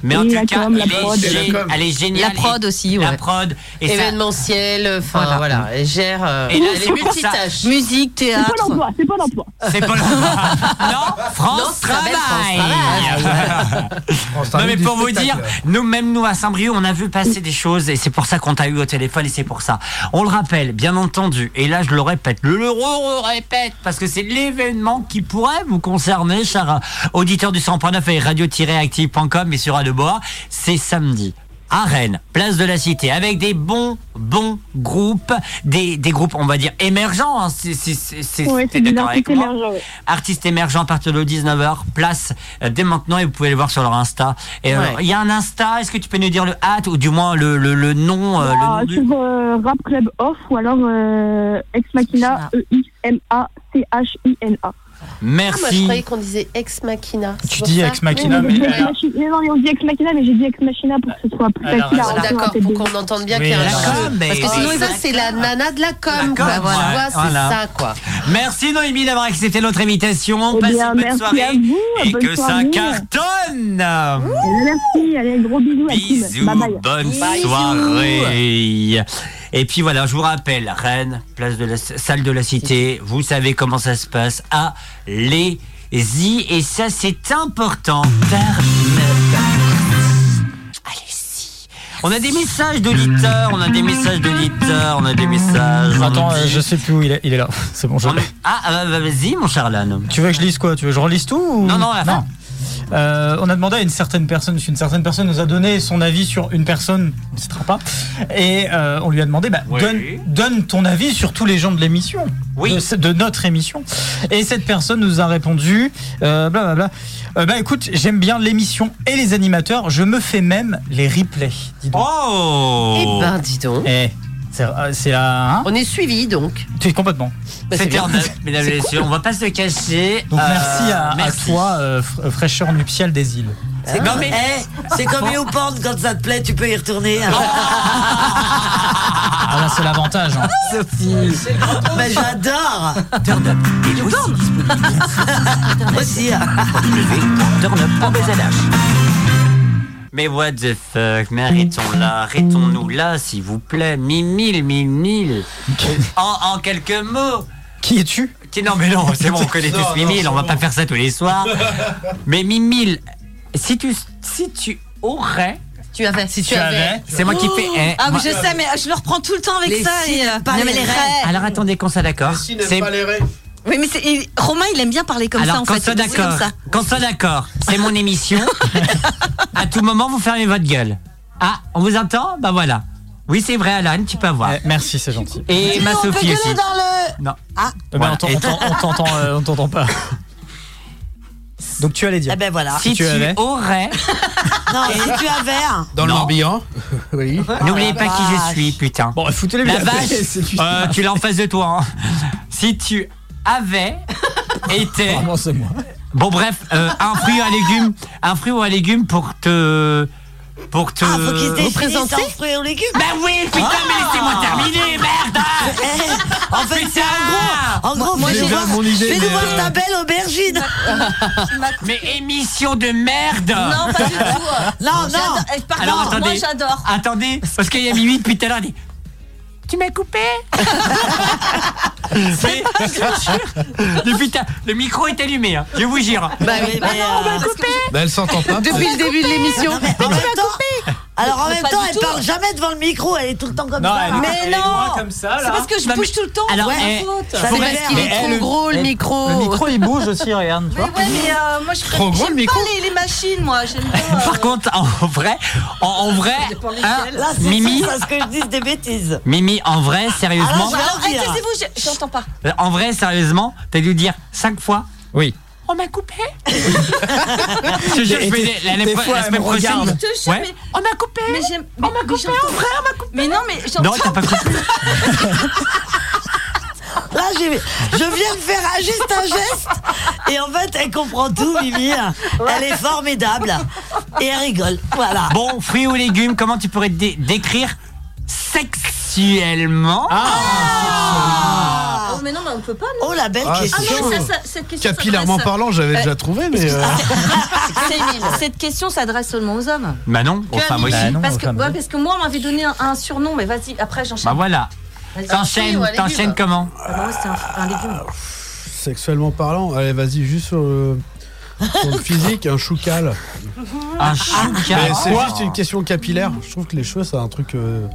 Mais en Oui, la tout cas, com, la elle, prod. est gé- La com. elle est géniale. La prod aussi, La prod. Et ça- événementiel, enfin voilà. elle gère euh, Et là, elle c'est est pour ça- multitâche. Musique, théâtre. C'est Pôle emploi, c'est pas l'emploi. C'est pas non, France Travail. non mais pour vous dire, nous même nous à Saint-Brieuc, on a vu passer des choses et c'est pour ça qu'on t'a eu au téléphone et c'est pour ça. On le rappelle, bien entendu. Et là, je le répète, le le re- re- répète parce que c'est l'événement qui pourrait vous concerner, chers auditeurs du 100.9 et radio-active.com et sur Adebois, c'est samedi. À Rennes, place de la Cité, avec des bons, bons groupes, des, des groupes, on va dire, émergents. hein. C'est- c'est- c'est- c'est- Ouais, t'es c'est des d'accord avec artistes moi Artistes émergents à partir de 19h, place euh, dès maintenant et vous pouvez le voir sur leur Insta. Et Ouais. alors, il y a un Insta, est-ce que tu peux nous dire le hâte ou du moins le, le, le nom, euh, le Ah, nom du- sur euh, Rap Club Off ou alors euh, Ex Machina, E-X-M-A-C-H-I-N-A. Ah, Moi, je Merci. croyais qu'on disait ex machina. c'est Tu pour dis ça ex machina, Mais- mais- mais- non, mais on dit Ex Machina, mais j'ai dit Ex Machina pour que ce soit plus Alors, facile à voilà. retenir D'accord, en tête pour de- qu'on entende bien Oui, qu'il y a un la jeu. com, mais- Parce que sinon, mais- ça, c'est la nana de la com. quoi. com, Bah, Voilà, ouais, c'est voilà. ça, quoi. Merci Noémie d'avoir accepté notre invitation. Eh Passez bien, une bonne merci soirée à vous, et bonne que ça soirée. cartonne. Merci, allez, gros bisous à Bisous, tous. Bye bye. bonne soirée. Et puis voilà, je vous rappelle, Rennes, place de la salle de la cité, vous savez comment ça se passe. Ah, Allez-y, et ça c'est important. Allez-y. On a des messages d'auditeurs, on a des messages d'auditeurs, on a des messages. Attends, euh, je sais plus où il est. Il est là. <laughs> C'est bon, je l'ai. Ah, euh, vas-y, mon Charlan. Tu veux que je lise quoi Tu veux que je relise tout ou- Non, non, à la fin. Euh, on a demandé à une certaine personne, parce qu'une certaine personne nous a donné son avis sur une personne, on ne citera pas, et euh, on lui a demandé, bah, Oui. donne, donne ton avis sur tous les gens de l'émission, de ce- de, notre émission. Et cette personne nous a répondu, euh, blablabla, Euh, bah écoute, j'aime bien l'émission et les animateurs, je me fais même les replays. Dis donc. Oh Eh ben, dis donc. Eh, c'est euh, c'est la... hein On est suivi, donc. Tu es complètement. Bah, C'est c'est bien. terminé, <laughs> mesdames et C'est messieurs, cool. on va pas se le cacher. Donc Euh, merci, à, à merci. toi, euh, fra- fraîcheur nuptiale des îles. C'est comme, eh, c'est comme YouPorn, quand ça te plaît, tu peux y retourner. hein. Oh. Ah là, c'est l'avantage. hein. <laughs> Mais <laughs> j'adore Il est aussi disponible. Aussi. hein. Mais what the fuck, mais arrêtons là, arrêtons-nous là, s'il vous plaît. Mimille, mimille. <laughs> En, en quelques mots. Qui es-tu Non, mais <laughs> non, c'est bon, on connaît tous Mimille, on va pas faire ça tous les <laughs> soirs. mais Mimille, si tu, si tu aurais. Tu avais. Si tu avais. C'est moi qui fais, eh, ah, mais moi- je sais, mais je le reprends tout le temps avec Les ça. signes, et, euh, pas non, les mais les raies. raies. Alors attendez qu'on soit d'accord. C'est- Oui, mais c'est- et Romain, il aime bien parler comme Alors, ça en quand fait. soit c'est comme d'accord, ça. quand soit d'accord, c'est mon émission. à tout moment, vous fermez votre gueule. Ah, on vous entend Bah voilà. Oui, c'est vrai, Alan, tu peux avoir. Eh, merci, c'est gentil. Et ma Sophie aussi. Non. Ah. Eh ben, Voilà. on t'en- on t'en- on t'entend, euh, on t'entend pas. Donc tu allais dire. Eh ben voilà. Si tu avais. aurais. non, si tu avais. un. Dans le Morbihan. Oui. N'oubliez Oh pas la qui vache. je suis, putain. Bon, bah, foutez-les La bien. <laughs> vache, euh, tu l'as en face de toi. hein. Si tu <laughs> avais été. Bon, bref, euh, un fruit ou un légume, un fruit ou un légume pour te. Pour te. Ah, faut qu'il se euh, définisse représenter Ah. en fruits et légumes. Bah oui, putain, mais Ah! laissez-moi terminer, merde <laughs> En fait, c'est en gros, en gros, Moi, fais-nous j'ai voir, mon idée, fais-nous mais, voir euh, ta belle <laughs> aubergine. Mais émission de merde Non, pas du tout. Non, non. J'adore- eh, pardon, moi, j'adore. Attendez, parce qu'il y a Mimi depuis tout à l'heure, <laughs> elle dit Tu m'as coupé Mais, je te jure, <laughs> depuis ta- Le micro est allumé, hein, je vous Ah jure. Bah oui, mais, euh, Bah, elle s'entend pas. Depuis le début de l'émission. hein. Non, mais en même temps- Alors en Mais même pas temps, du elle tout. parle jamais devant le micro, elle est tout le temps comme Non, ça. elle est- Mais elle est non. loin comme ça, là. C'est parce que je Non, bouge mais- tout le temps, Alors, c'est ma eh, faute. ça C'est fait parce faire. qu'il est Mais trop elle- gros, le micro. Le micro il bouge aussi, regarde. tu Mais vois. ouais, mais euh, moi, je Trop gros, le j'aime pas micro. les, les machines, moi. J'aime pas. Par contre, en vrai, en, en vrai, hein, Là, c'est Mimi, sûr, parce que je dis des bêtises. Mimi, en vrai, sérieusement, Alors, alors, eh, taisez-vous, je- j'entends <laughs> pas. Euh, en vrai, sérieusement, t'as dû dire cinq fois. Oui. On m'a coupé. Je te jure, je Et vais des- la- la- la- des la fois, elle semaine me prochaine. regarde. Je te jure, Ouais. mais- On m'a coupé. Mais j'aime. On m'a coupé, on m'a coupé. Mais non, mais Non, j'entends. t'as pas coupé. Là, j'ai- je viens de faire un- juste un geste. Et en fait, elle comprend tout, Mimi. Elle est formidable. Et elle rigole. Ah. Voilà. Bon, fruits ou légumes, comment tu pourrais te dé- décrire sexuellement Ah, mais non, mais on peut pas. Oh la belle ah, question. non, ça, ça- cette question Capillairement s'adresse- parlant, j'avais Euh, déjà trouvé, mais. euh, <laughs> Ah, c'est Émile. Cette question s'adresse seulement aux hommes. Bah non, aux Que à femmes Mimi. aussi. parce, que, ouais, parce que moi, on m'avait donné un, un surnom, mais vas-y, après j'enchaîne. Bah voilà. Vas-y. T'enchaînes, Ou un légume. t'enchaînes comment Ah bah ouais, c'est un, un légume. Sexuellement parlant, allez, vas-y, juste sur le, sur <laughs> le physique, un choucal. Ah, Un choucal. Mais Ah, Eh, C'est Quoi juste une question capillaire. Je trouve que les cheveux, c'est un truc. euh,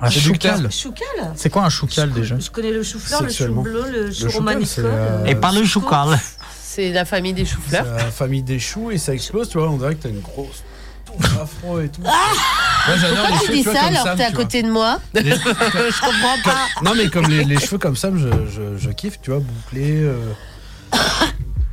Un séducteur. choucal. Choucal C'est quoi un choucal déjà Je connais le chou-fleur, le chou Sexuellement. bleu, le chou Le choucal, c'est, romanesco. euh, Et par le choucal. C'est la famille des C'est choux-fleurs. la famille des choux et ça explose, tu vois. On dirait que t'as une grosse touffe afro et tout. Moi, j'adore les Pourquoi tu cheveux, dis tu vois, ça comme alors Sam, que t'es à tu vois. côté de moi Les- Je comprends pas. Non, mais comme les, les cheveux comme ça, je, je, je kiffe, tu vois, bouclés. euh,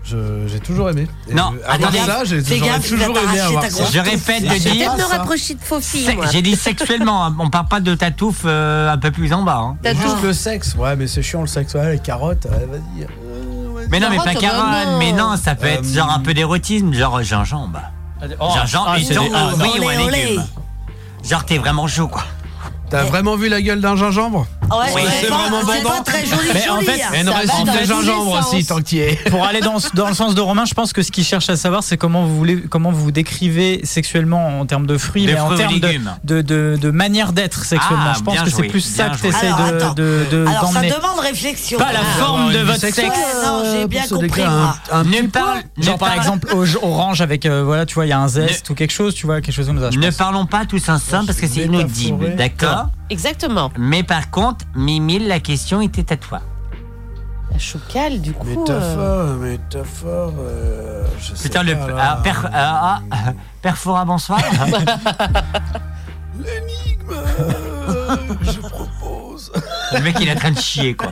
je- J'ai toujours aimé. Et Non, euh, avoir attendez. ça, j'ai Fais j'aurais gaffe, tu vas toujours aimé t'arracher avoir ta ça. grosse Je touffe. répète de Ah, dire- c'est pas Peut-être ça. de faux C'est- J'ai dit sexuellement, hein. on parle pas de tatouf euh, un peu plus en bas. hein. Juste le sexe, ouais, mais c'est chiant le sexe, ouais, les carottes, ouais, vas-y. Mais non, mais pas Carole, mais non, ça peut être Euh, genre un peu d'érotisme, genre gingembre. oh, gingembre ah, et c'est des- genre ah, oui ou olé, un olé. légume. Genre t'es vraiment chaud quoi. T'as vraiment vu la gueule d'un gingembre Ouais, Oui. ouais, c'est ouais, vraiment c'est bandant. pas très joli, Mais en joli, fait, hein. il y a une Ça va restante dans de tous les gingembre sens. aussi, tant qu'il y est. Pour aller dans, dans le sens de Romain, je pense que ce qu'il cherche à savoir, c'est comment vous voulez, comment vous vous décrivez sexuellement en termes de fruits, Des mais en fruits et termes de, légumes. de, de- de manière d'être sexuellement. Ah, je pense bien que c'est joué, plus ça bien que joué. Ah, euh, t'essayes Alors, de, attends. de, de- Alors ça d'emmener. demande réflexion. euh, Ah. Pas la forme de votre Euh, sexe. Oh, Non, j'ai bien compris. hein. moi. ne parle, Genre ne par parle- exemple au- orange avec euh, voilà tu vois il y a un zeste ou quelque chose tu vois quelque chose comme ça. je ne pense. parlons pas tous ensemble parce que c'est inaudible, d'accord Exactement. Mais par contre, Mimile, la question était à toi. La choucale, du coup. Métaphore, métaphore, euh, je sais Putain, pas. le. Ah, per, ah, <laughs> ah, perfora, bonsoir. je propose. <laughs> le mec, il est en train de chier, quoi.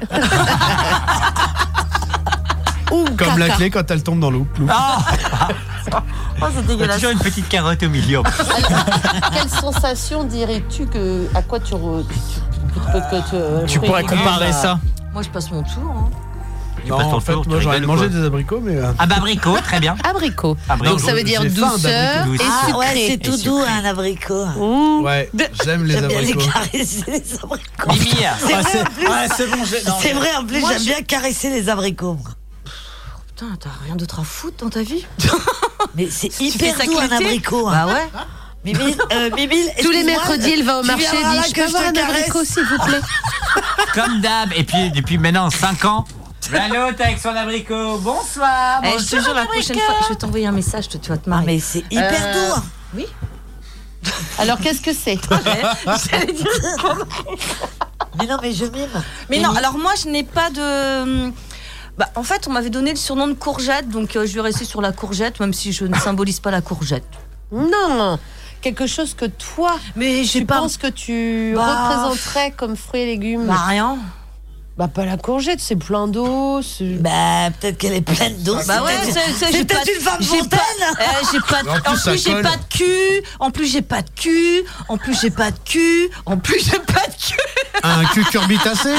Comme la <laughs> clé Ah. quand elle tombe dans l'eau. l'eau. Oh, c'est Ah, Il y a dégueulasse. toujours une petite carotte au milieu. en plus. Quelle sensation dirais-tu que à quoi tu re- tu- tu- tu- tu- Tu tu- pourrais Ah. comparer ça. Moi, je passe mon tour. hein. Il Non, passe ton en fait, tour, tu moi j'aurais rigoles, mangé quoi. des abricots, mais. euh, Ah bah abricot, très bien. Abricot. Abricot. Donc ça veut dire J'ai faim douceur d'abricot et douce. Ah sucré. ouais, c'est tout Et doux sucré. un abricot. Ouais, j'aime les J'aime bien les abricots. caresser les abricots. hein. Mimir. C'est Ah, vrai, c'est- en plus- ah, c'est bon, j'ai- non, C'est mais- vrai, en plus, Moi, j'aime je- bien caresser les abricots. moi. Putain, t'as rien d'autre à foutre dans ta vie Mais c'est Tu fais hyper ça doux un cliqueter abricot. hein. Bah ouais. Mimi, euh, Mimi, Tous les excuse-moi, mercredis, elle va au tu marché et viendras là dit Je que peux avoir je un te caresse abricot, s'il vous plaît Comme d'hab. Et puis, depuis maintenant 5 ans, la l'autre avec son abricot. Bonsoir. Eh, je bonjour, te jure, la abricot. prochaine fois, je vais t'envoyer un message, tu tu vas te Ah, marrer. mais c'est hyper Euh, doux. Alors, qu'est-ce que <laughs> c'est J'allais dire- Mais non, mais je mime. Mais non, alors moi, je n'ai pas de. Bah, en fait, on m'avait donné le surnom de courgette, donc euh, je vais rester sur la courgette, même si je ne symbolise pas la courgette. Non Quelque chose que toi, Mais tu j'ai pas. penses que tu Bah, représenterais comme fruits et légumes Bah, rien. Bah, pas la courgette, c'est plein d'eau. c'est- Bah, peut-être qu'elle est pleine d'eau. Bah ouais, peut-être- c'est- c'est- j'ai c'est pas peut-être de- une femme j'ai fontaine. pas- eh, j'ai pas de- En plus, en ça plus, j'ai colle. pas de cul. En plus, j'ai pas de cul. En plus, j'ai pas de cul. En plus, j'ai pas de cul. Ah, Un cucurbitacé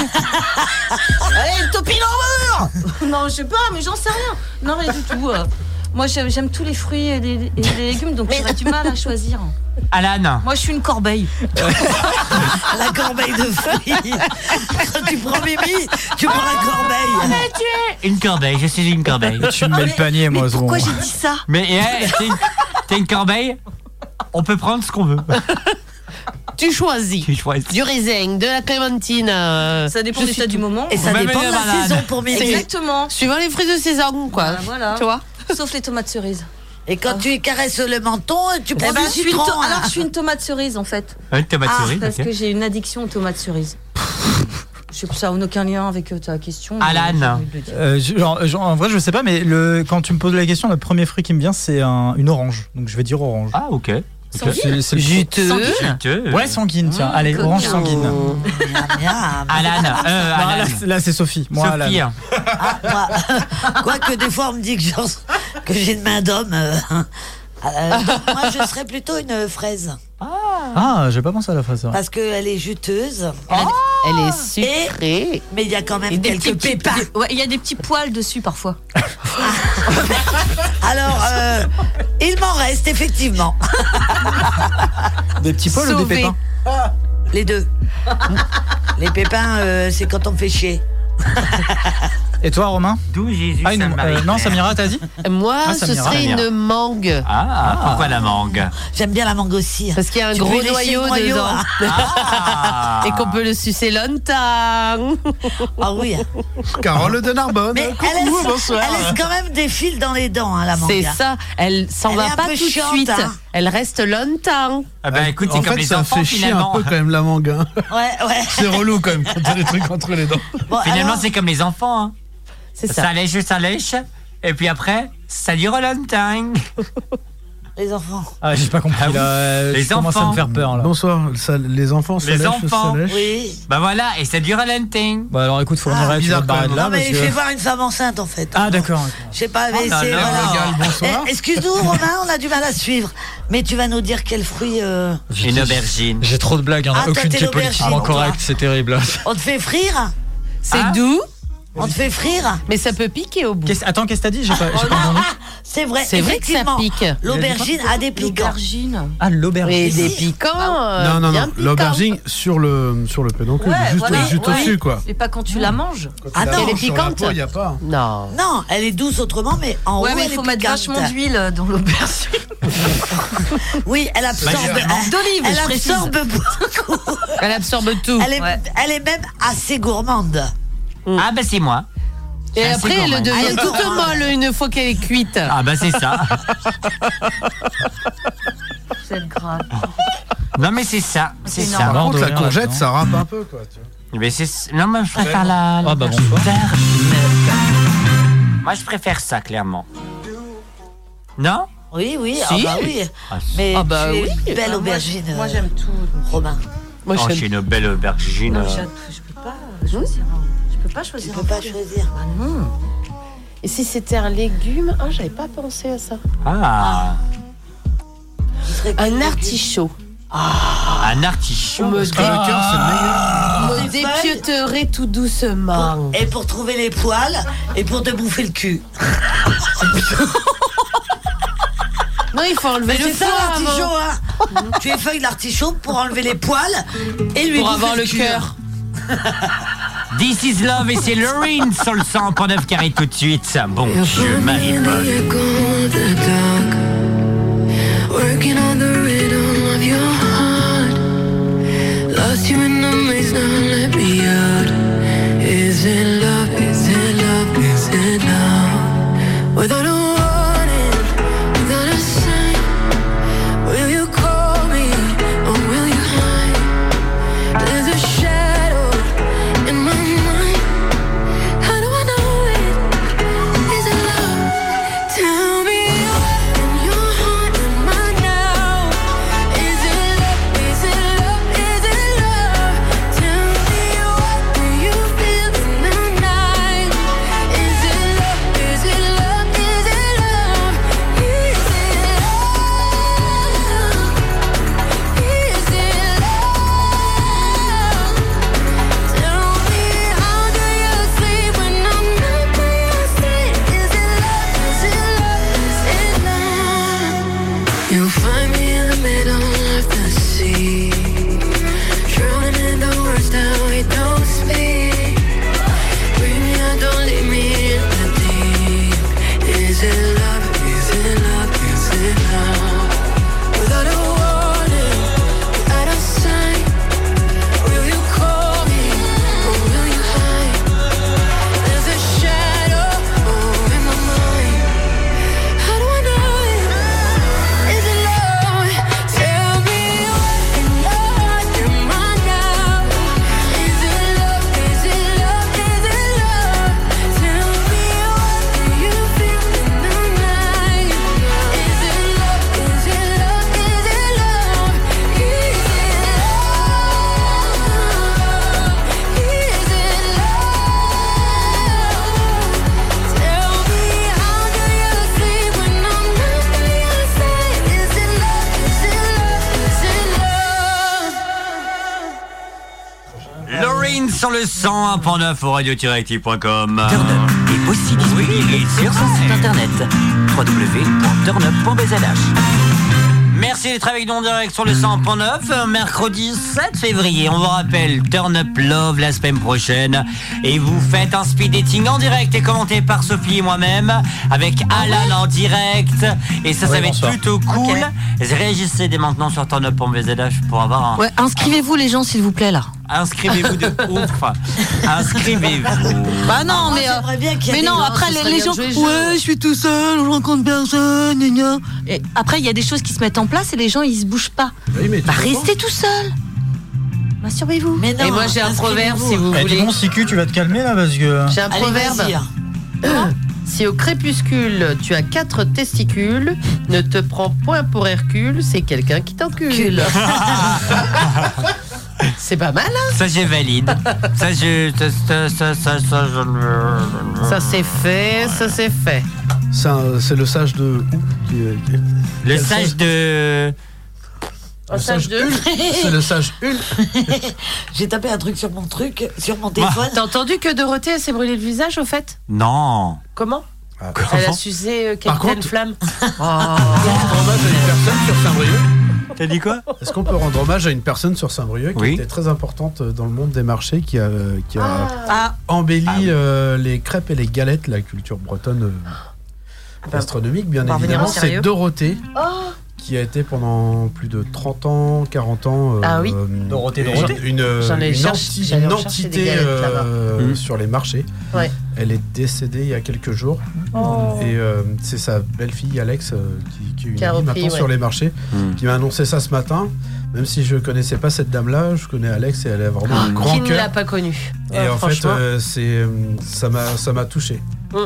Allez, topine en mur <laughs> Non, je sais pas, mais j'en sais rien. Non, rien du tout. euh. Moi, j'aime j'aime tous les fruits et les, et les légumes, donc j'aurais du mal à choisir. Alan. Moi, je suis une corbeille. <laughs> La corbeille de <laughs> fruits. Quand tu prends Mimi, tu prends la Ah, corbeille. Une corbeille, je suis une corbeille. Tu me mets le panier moi ce Pourquoi moment. j'ai dit ça Mais eh, t'es une- t'es une corbeille On peut prendre ce qu'on veut. <laughs> Tu choisis Tu choisis. du raisin, de la clémentine. euh, Ça dépend je de suis l'état du tout. moment. Et ça Bah, Même dépend de les la malades. saison pour Mimi. Exactement. Suivant les fruits de saison, quoi. Voilà, voilà. Tu vois Sauf les tomates cerises. Et quand tu caresses le menton, tu prends Ah. Eh ben, du je suis une citron. to- hein. Alors, je suis une tomate cerise, en fait. Une tomate Ah, cerise, parce ok. que j'ai une addiction aux tomates <laughs> cerises. Je sais que ça n'a aucun lien avec euh, ta question. mais Alan. j'ai envie de le dire. Euh, je- genre, genre, en vrai je sais pas mais le, quand tu me poses la question le premier fruit qui me vient c'est un- une orange donc je vais dire orange. Ah, ok. C'est- c'est le- Juteux. Ouais sanguine tiens Mmh, allez orange sanguine. Ah, Miam, miam. Alan. euh, <laughs> Non, là, Alan. c'est- là, c'est Sophie. Moi, Alan. Sophie. Ah, moi, Quoique des fois on me dit que j'en- que j'ai une main d'homme. euh, <laughs> euh, moi je serais plutôt une fraise. Ah, j'ai pas pensé à la phrase. c'est vrai. Parce qu'elle est juteuse. Ah. Elle est sucrée. Mais il y a quand même Des petits- quelques pépins. Ah. des- ouais, Il y a des petits poils dessus <laughs> parfois. Alors, euh, il m'en reste effectivement. Des petits poils ou des Sauvé. pépins Les deux. Les pépins, euh, c'est quand on fait chier. Et toi, Romain D'où Jésus ah, une- Saint-Marie. euh, Non, Samira, t'as dit Moi, Ah, ce Samira. serait Samira. une mangue. Ah, pourquoi la mangue J'aime bien la mangue aussi. Parce qu'il y a un Tu peux gros lécher noyau, le noyau, hein. dedans. Ah. Et qu'on peut le sucer longtemps. <laughs> Ah oui. Carole de Narbonne. Mais coucou, elle laisse, bonsoir. elle laisse quand même des fils dans les dents, hein, la manga. C'est ça, elle s'en Elle est va un pas peu tout de chiante, suite. hein. Elle reste longtemps. <laughs> Ah bah écoute, c'est en comme fait, les ça enfants fait chier finalement. un peu quand même la mangue. hein. Ouais, ouais. C'est relou quand même quand t'as des trucs entre les dents. Finalement, c'est comme les enfants. Hein. C'est ça. lèche, ça lèche. Et puis après, ça dure longtemps. Les enfants. Ah, j'ai pas compris. là, euh, Les je commence à enfants. me faire peur. Là. Bonsoir, ça- les enfants, ça Les lèche, enfants. ça lèche. Oui. Bah voilà, et ça dure longtemps. Bah alors écoute, faut venir Ah, tu vas bizarre te quand barrer de même. là. Non, mais parce il fait que- voir une femme enceinte, en fait. Ah d'accord. Je sais pas, mais non, c'est... non, voilà. Régal, bonsoir. Eh, Excuse-nous, Romain, on a du mal à suivre. Mais tu vas nous dire quel fruit... euh, Une aubergine. J'ai trop de blagues, il y en a Ah, toi, aucune t'es qui est l'aubergine, politiquement toi. correcte, c'est terrible. On te fait frire C'est doux, Ah. On te fait frire mais ça peut piquer au bout. Qu'est-ce- Attends, qu'est-ce que t'as dit J'ai pas, j'ai pas entendu. C'est vrai, C'est vrai que ça effectivement, pique. L'aubergine a des hein. piquants. L'aubergine. Ah, Et l'aubergine. des piquants. euh, Non, non, bien non, piquants. l'aubergine sur le, sur le pédoncule, Ouais, juste, voilà, juste ouais. au-dessus, quoi. Mais pas quand tu la manges. Ah non, Elle est piquante Il n'y a pas. hein. Non. non, elle est douce autrement, mais en Ouais, haut, mais elle il faut est mettre piquante. vachement d'huile euh, dans l'aubergine. <laughs> Oui, elle absorbe. justement. D'olive, Elle je précise. absorbe beaucoup. Elle absorbe tout. Elle est, Ouais. elle est même assez gourmande. Ah bah c'est moi. Et Ah, après, c'est elle normal. devient Ah, toute normal. molle une fois qu'elle est cuite. Ah bah c'est ça. C'est Ah. grave. Non mais c'est ça, c'est C'est ça. normal. Par contre, la Ordonnaire, courgette, attends. ça râpe un peu, quoi. tu vois. Mais c'est non mais je préfère la. la Ah, bah, bon. aubergine. Moi je préfère ça clairement. Non Oui, oui, Si. ah bah oui. Ah, Mais Ah bah tu es oui. une belle Ah, moi, aubergine, moi, euh, j'aime tout. Romain. Moi, Oh, je j'ai une belle aubergine. Non, euh. je, je peux pas choisir. un- Je peux pas Tu choisir. peux un pas fruit. choisir. Ah non. Et si c'était un légume Ah, j'avais pas pensé à ça. Ah, Ce serait Ah. Un que- artichaut. un artichaut. me, Parce que le cœur, c'est meilleur. Ah. me dépioterait tout doucement. Et pour trouver les poils et pour te bouffer le cul. Non, il faut enlever Mais le c'est ça foie avant. l'artichaut, hein Tu effeuilles l'artichaut pour enlever les poils et lui Pour bouffer avoir le cul. cœur. This is love et c'est Lorraine sur le 100.9 carré tout de suite. Bon Dieu, Marie-Paul. You're gone in the dark, working on the rhythm of your heart. Lost you in the maze, now let me out. Is it love? Is it love? Is it love? Without a warning, without a sign, will you call me or will you hide? There's a shadow in my mind. How do I know it? Is it love? Tell me when you're haunting my now. Is it love? Is it love? Is it love? Tell me what do you feel in the night? Is it love? Is it love? Is it love? Is it love? Is it love? Tell me how do you sleep when I'm not by your side? Is it love? Is it love? Is it love? You find me in the middle of the sea, drowning in the words that we don't speak. Bring me out, don't leave me in the deep. Is it love? Is it love? Is it love? Without a warning, without a sign. Will you call me or will you hide? There's a shadow in my mind. How do I know it? Is it love? Tell me what love am I now? Is it love? Is it love? Is it love? Tell me what do you feel in the night? Is it love? Is it love? Is it love? Is it love? Is it love? Tell me how do you sleep when I'm not by your side? Is it love? Is it love? Is it love? Lorraine sur le 101.9 au radio-active.com. Turnup est aussi disponible sur son site internet www.turnup.bzh. Merci d'être avec nous en direct sur le 100.9, euh, mercredi 7 février. On vous rappelle, Turn Up Love la semaine prochaine. Et vous faites un speed dating en direct et commenté par Sophie et moi-même, avec Alan en direct. Et ça, ça Ouais, va être bonsoir. plutôt cool. Réagissez dès maintenant sur Turn Up en BZH pour avoir un, Ouais, inscrivez-vous les gens s'il vous plaît là. Inscrivez-vous de ouf. Inscrivez-vous. Bah non, mais euh, qu'il y ait mais des non, gens après qui les, se les gens, regardent jouer le jeu. ouais, je suis tout seul, je rencontre personne, gna gna. Et après il y a des choses qui se mettent en place et les gens ils se bougent pas. bah restez tout seul. Masturbez-vous. Mais non, Et moi, j'ai un proverbe, si vous Eh, dis voulez. donc, Sicu, tu vas te calmer là parce que. J'ai un proverbe. hein. Hein Si au crépuscule tu as quatre testicules, ne te prends point pour Hercule, c'est quelqu'un qui t'encule. c'est pas mal, hein Ça, j'ai valide. Ça, je. Ça, ça, ça, ça, ça, je- Ça c'est fait, ça c'est fait. C'est un- c'est le sage de. où qui est- qui est- Le quel sage de. Un sage de. C'est le sage Hulk. <laughs> J'ai tapé un truc sur mon truc, sur mon téléphone. T'as entendu que Dorothée elle s'est brûlé le visage au fait Non. Comment Ah, comment Elle a sucé euh, Oh, <laughs> Capitaine Flamme. rendre hommage à une personne sur Saint-Brieuc. T'as dit quoi Est-ce qu'on peut rendre hommage à une personne sur Saint-Brieuc qui Oui. était très importante euh, dans le monde des marchés, qui a, qui a Ah. embelli euh, les crêpes et les galettes, la culture bretonne euh, gastronomique, bien Ah bah, on va revenir évidemment. au sérieux. C'est Dorothée Oh qui a été pendant plus de 30 ans, 40 ans. euh, Ah oui. Dorothée, une- Dorothée. Une, euh, J'en ai une cherché- anti- j'allais une rechercher des entité galettes là-bas. euh, Mmh. Mhm. sur les marchés. Ouais. Elle est décédée il y a quelques jours. Oh. Et euh, c'est sa belle-fille, Alex, euh, qui, qui est une Qui a amie repris, maintenant ouais. sur les marchés, Mm. qui m'a annoncé ça ce matin. Même si je connaissais pas cette dame-là, je connais Alex et elle a vraiment un Ah, Qui grand ne l'a cœur. pas connu Et Ouais, en fait, franchement. euh, c'est, euh, ça m'a ça m'a touché. Mm,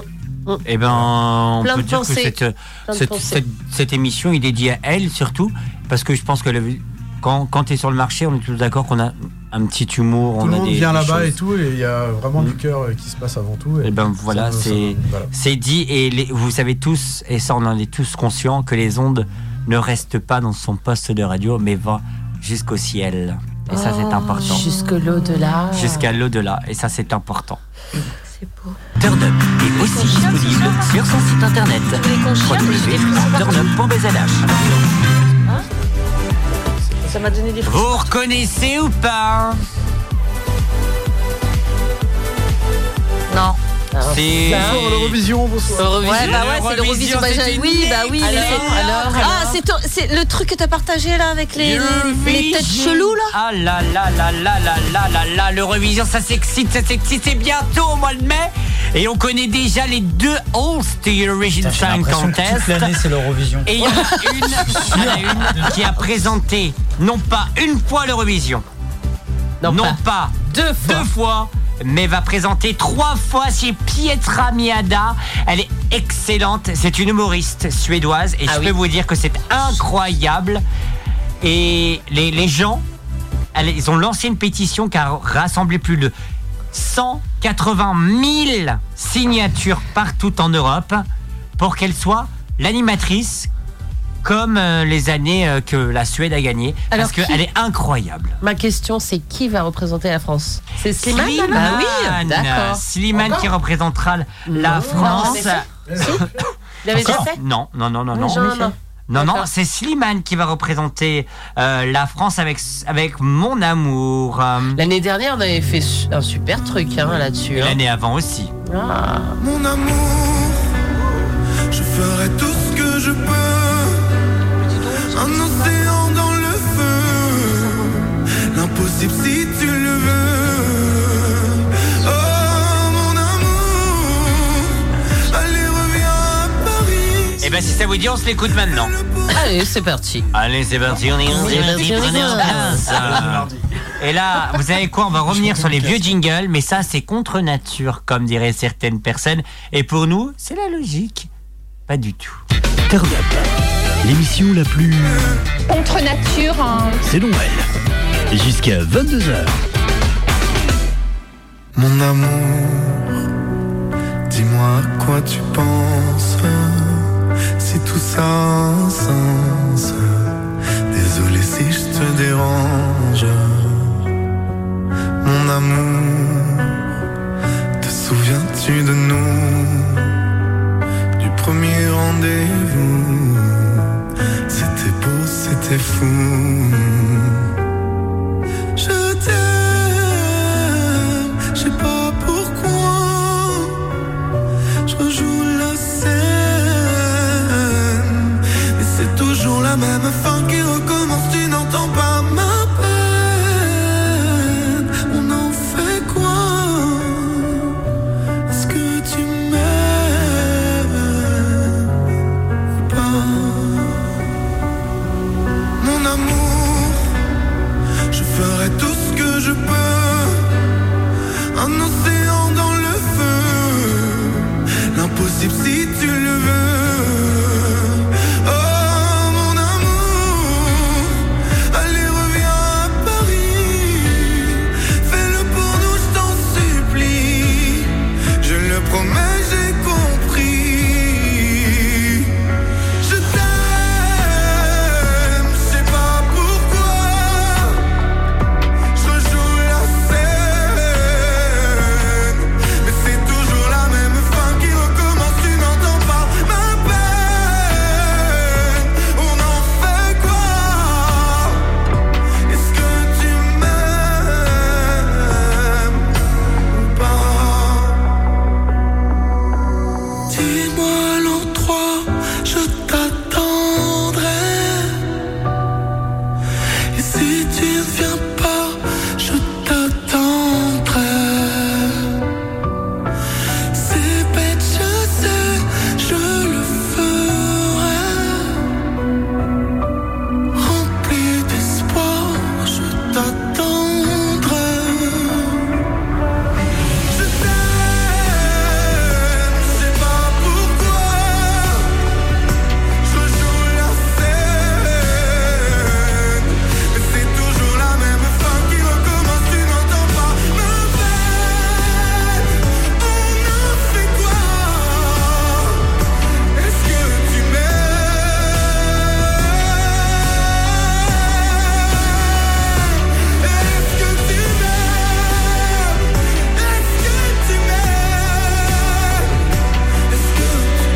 Eh ben, on Plein peut de dire que pensées. cette, Plein de cette, pensées. cette- cette émission, il est dédiée à elle surtout, parce que je pense que le- quand, quand tu es sur le marché, on est tous d'accord qu'on a un petit humour. Tout on le a monde des- vient des là-bas choses. et tout, et il y a vraiment du cœur euh, qui se passe avant tout. Et ben voilà, ça me- ça c'est me- voilà. c'est dit et les- vous savez tous et ça on en est tous conscients que les ondes ne restent pas dans son poste de radio mais vont jusqu'au ciel et ça Oh. c'est important. Jusque Ah. l'au-delà. Jusqu'à l'au-delà et ça c'est important. C'est beau. Turn Up est aussi disponible sur son site internet www.turnup.bzh. Hein Ça m'a donné des Vous reconnaissez ou pas Non. Ah, C'est Bonsoir, l'Eurovision, bonsoir. Ouais, bah ouais, c'est L'Eurovision, l'Eurovision. Bah, c'est j'ai- une oui, bah oui, mais alors, c'est- alors, Ah, alors. c'est ton- c'est le truc que t'as partagé là avec les, les têtes cheloues là Ah là là là là là là là là, l'Eurovision, ça s'excite, ça s'excite, c'est bientôt au mois de mai. Et on connaît déjà les deux hosts de Eurovision J'ai Song l'impression que toute Contest. l'année c'est l'Eurovision. Et il y <laughs> en a une, il y en a une qui a présenté non pas une fois l'Eurovision, non, pas, deux, fois. mais va présenter trois fois. C'est Pietra Miada. Elle est excellente. C'est une humoriste suédoise Ah et je peux vous dire que c'est incroyable. Et les, les gens, elle- ils ont lancé une pétition qui a rassemblé plus de 180 000 signatures partout en Europe pour qu'elle soit l'animatrice comme euh, les années euh, que la Suède a gagné. Alors Parce qui- qu'elle est incroyable. Ma question, c'est qui va représenter la France C'est Slimane Slimane. Bah oui, d'accord. Slimane qui représentera l- la France. Il <laughs> avait déjà fait Non, non, non, non, Oui, non. Jean, non. Non, non, c'est Slimane qui va représenter euh, la France avec, avec Mon Amour. euh, L'année dernière, on avait fait su- un super truc hein, là-dessus. et hein. l'année avant aussi. Ah. Mon amour, je ferai tout ce que je peux. Un océan dans le feu, l'impossible si tu le veux. Oh mon amour, allez reviens à Paris. Et ben si ça vous dit, on se l'écoute maintenant. Allez, c'est parti. Allez, c'est parti, on est on est parti, prenez en place. Et là, vous savez quoi On va revenir sur les vieux jingles, mais ça, c'est contre nature, comme diraient certaines personnes. Et pour nous, c'est la logique. Pas du tout. Turn Up, l'émission la plus Contre nature. hein. C'est Noël. Jusqu'à 22h. Mon amour, dis-moi à quoi tu penses. Si tout ça a un sens, désolé si je te dérange. Mon amour, te souviens-tu de nous, du premier rendez-vous? C'était beau, c'était fond. Je t'aime, je sais pas pourquoi. Je rejoue la scène, mais c'est toujours la même fin qui recommence. Tu n'entends pas ma peine. On en fait quoi Est-ce que tu m'aimes ou pas mon amour, je ferai tout ce que je peux. Un océan dans le feu, l'impossible si tu le veux. Oh mon amour, allez reviens à Paris, fais-le pour nous, je t'en supplie. Je le promets, j'ai compris. Je t'aime, je sais pas pourquoi. Je rejoue la scène, mais c'est toujours la même fin qui recommence. Tu n'entends pas ma peine. On en fait quoi Est-ce que tu m'aimes ou pas Dis-moi l'endroit, je t'attendrai. Et si tu ne viens pas, je t'attendrai. C'est bête, je sais, je le ferai. Rempli d'espoir, je t'attendrai. Je sais pas pourquoi je joue la scène, mais c'est toujours la même fin qui recommence. Tu n'entends pas ma peine. On en fait quoi Est-ce que tu m'aimes Est-ce que tu m'aimes Est-ce que tu m'aimes est-ce que tu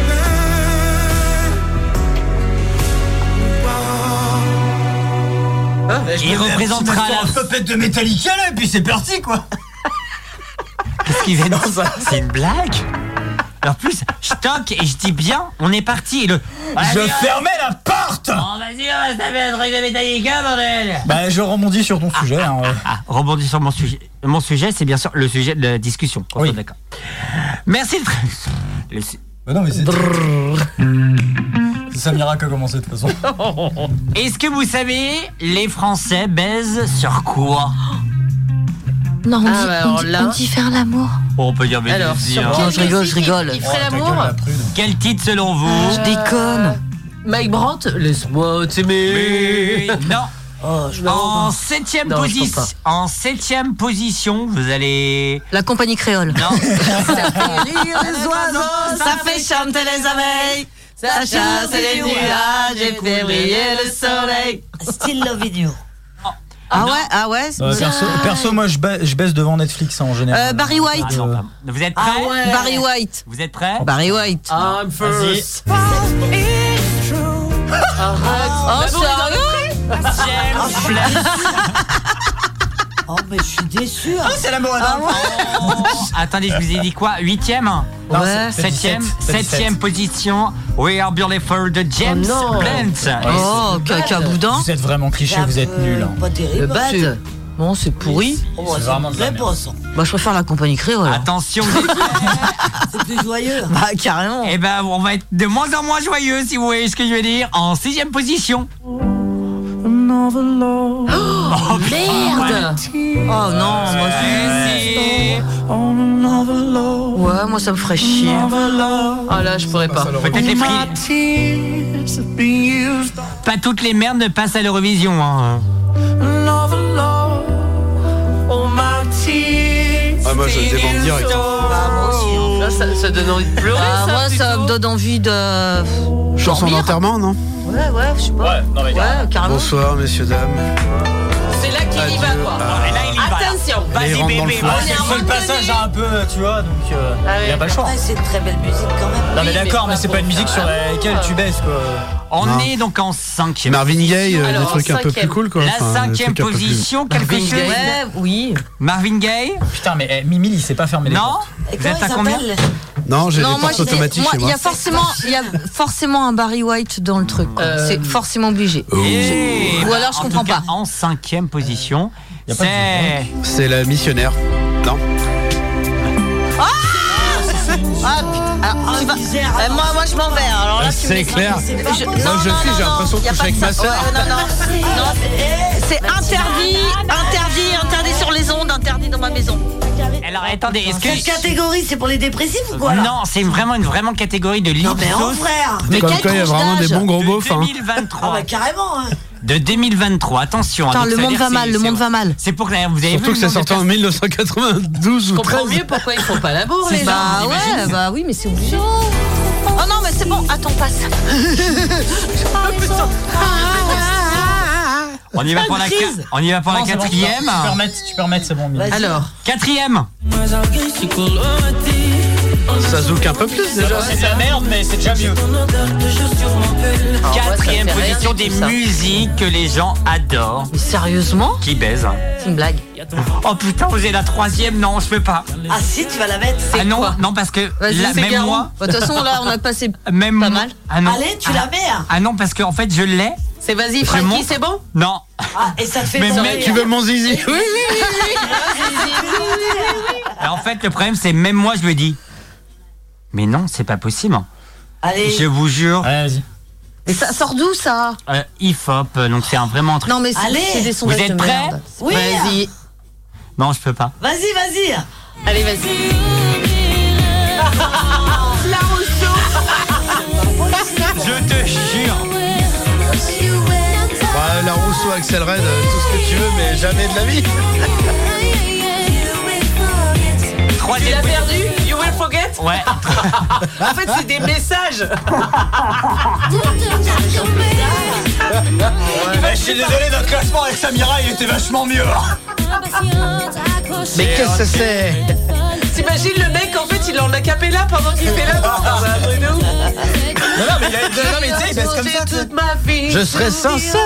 m'aimes ou Ah, pas Il représentera la- un pupette de Metallica là, et puis c'est parti quoi. Qu'est-ce qu'il vient de dire C'est une blague En plus, je toque et je dis bien, on est parti. et le- Je Allez, Oh, fermais la porte. hein. Bon, vas-y, on va se taper un truc de Metallica, hein, bordel Bah je rebondis sur ton sujet. hein, ouais. Ah, rebondis sur mon sujet. Mon sujet, c'est bien sûr le sujet de la discussion. qu'on soit d'accord. Merci le tr- <laughs> le <laughs> su- Bah non mais c'est. C'est Samira qui a commencé de toute façon. Est-ce que vous savez, les Français baisent sur quoi Non, on, Ah, dit, bah, on, alors dit, là- on dit faire <laughs> l'amour. Oh, on peut dire baiser Alors, aussi, sur hein. quel- Non, je rigole, je rigole. Oh, Il ferait l'amour Quel titre selon vous Je déconne. Mike Brandt, laisse-moi t'aimer. <laughs> Non. Oh, en septième Non, je position, pense en septième position, vous allez La compagnie créole. Non. <laughs> <laughs> Ah, les oiseaux, ça fait chanter les abeilles. Ça chasse les nuages et fait briller le soleil. Still love in you. Ah ouais, ah ouais. c'est- Euh, perso, perso, moi je ba- je baisse devant Netflix hein, en général. Euh, Barry White. Ah non, pardon. Vous êtes prêts Barry White. Vous êtes prêts Barry White. Ah, Ah. I'm first. Bah Oh, sérieux Oh, mais je suis déçue. Oh, hein. c'est l'amour Ah ouais. Attendez, je vous ai dit quoi Huitième Non, c'est- c'est Septième 17, c'est Septième 17. position We Are Beautiful de James Oh non. Blunt Ouais, Oh, c'est- caca boudin. Vous êtes vraiment cliché, vous êtes nul. euh, hein. Pas Le terrible. bad. Bon, c'est pourri. Oh, c'est vraiment une de la vraie merde. poisse. Bah, je préfère la compagnie créole. Attention C'est plus joyeux. Bah, carrément. Eh ben, on va être de moins en moins joyeux, si vous voyez ce que je veux dire. En sixième position <gasps> Oh, merde Oh non, moi c'est... Ouais, moi ça me ferait chier. Oh Ah là, je pourrais pas. Peut-être les prix. Pas toutes les merdes ne passent à l'Eurovision. Hein. oh Ah, moi, je le débande direct. Là, ça, ça donne envie de pleurer. Bah, ça, Oh. moi ça plutôt. me donne envie de. Chanson dormir. d'enterrement, non Ouais, ouais, je sais pas. Ouais, carrément. Bonsoir, messieurs, dames. C'est là que qu'il y va, Ah, quoi. Attention. Vas-y, bébé, vas-y. On est en Ah, C'est le mode passage hein, un peu, tu vois, donc euh, il a pas le choix. Ah Après, c'est une très belle musique quand même. Non, mais d'accord, mais c'est pas une musique sur laquelle tu baisses, quoi. On Non. est donc en cinquième. Marvin position. Gaye, euh, des Alors, trucs un peu cinquième. plus cool, quoi. La Enfin, des cinquième trucs un peu plus- position, quelque Marvin chose. Gaye. Ouais, oui. Marvin Gaye Putain, mais eh, Mimi, il s'est pas fermé les Non portes. Vous êtes à combien il s'appelle Non, j'ai les moi, portes je dis- automatiques moi, chez il y moi. a forcément, il y a forcément un Barry White dans le truc. quoi. C'est forcément obligé. Oh. Et- Ou alors je en tout comprends cas, pas. En cinquième position, Y a pas de- c'est. C'est la missionnaire. Non Ah Ah, putain. Alors, tu vas- Euh, moi, moi, je m'en vais. Alors Ah, là, tu me C'est laisses- clair. Je- Moi, Non, je non, suis, non, j'ai non, l'impression de y a coucher pas avec ma ça. sœur. Ouais, non, non. Non, c'est- Ah, C'est interdit, interdit, interdit sur les ondes, interdit dans ma maison. Alors attendez, est-ce que- Quelle catégorie C'est pour les dépressifs ou quoi là Non, c'est vraiment une vraiment catégorie de Non, libre mais en sauce hein. frère Mais Comme quelle quoi, il y a tranche vraiment des d'âge bons gros De beaufs. hein. 2023. Ah bah carrément hein. de 2023. Attention. Putain, hein, donc ça le veut monde dire va c'est- mal, le c'est- monde va mal. C'est pour que la- vous avez vu Surtout que le ça nombre de sortait en 1992 ou Je comprends 13. mieux pourquoi ils font pas Ah la bourre, C'est les gens. bah ouais, bah oui, mais c'est obligé. Oh non, mais c'est bon, attends, passe. Ah, On y va pour la Crise. qua- on y va pour la Ah, Non, c'est bon, quatrième. Tu peux remettre, tu peux remettre, c'est bon. Mimi. Alors. Quatrième. Ça zouk un peu plus déjà. C'est de la merde, mais c'est déjà mieux. Ah, Quatrième ça me fait rien position du des tout, ça. musiques que les gens adorent. Sérieusement Qui baise. hein. C'est une blague. Oh putain, vous êtes la troisième. Non, je peux pas. Ah si tu vas la mettre Ah non, non parce que Vas-y, la- c'est même Garou. moi. Bah, De toute façon, là, on a passé <laughs> Même pas moi- mal. Ah non. Allez tu la mets hein. Ah non parce que en fait je l'ai. C'est vas-y, Je Frankie, monte. c'est bon Non. Ah et ça te fait Mais sourire. mec, Tu veux mon zizi Oui, Et <laughs> en fait, le problème, c'est même moi, je me dis, mais non, c'est pas possible. Allez Je vous jure, Ouais, vas-y. Mais ça sort d'où ça euh, IFOP, euh, donc c'est un vraiment un truc. Non, mais c'est Allez. c'est des sondages Vous êtes de prêts merde. Oui hein. Vas-y. Non, je peux <laughs> pas. Vas-y vas-y Allez, vas-y. Je te jure. Bah, la Rousseau, Axel Red, euh, tout ce que tu veux, mais jamais de la vie. Troisième. T'as perdu You will forget Ouais. <laughs> En fait, c'est des messages Eh, je suis désolé, notre classement avec Samira, il était vachement mieux. Mais qu'est-ce que c'est T'imagines le mec, en fait, il est en acapella pendant qu'il fait la bourre Ah bah, un truc de ouf. Non, non, mais il a- non, mais tu sais, il baisse comme ça. J'ai toute ma vie Je serai sincère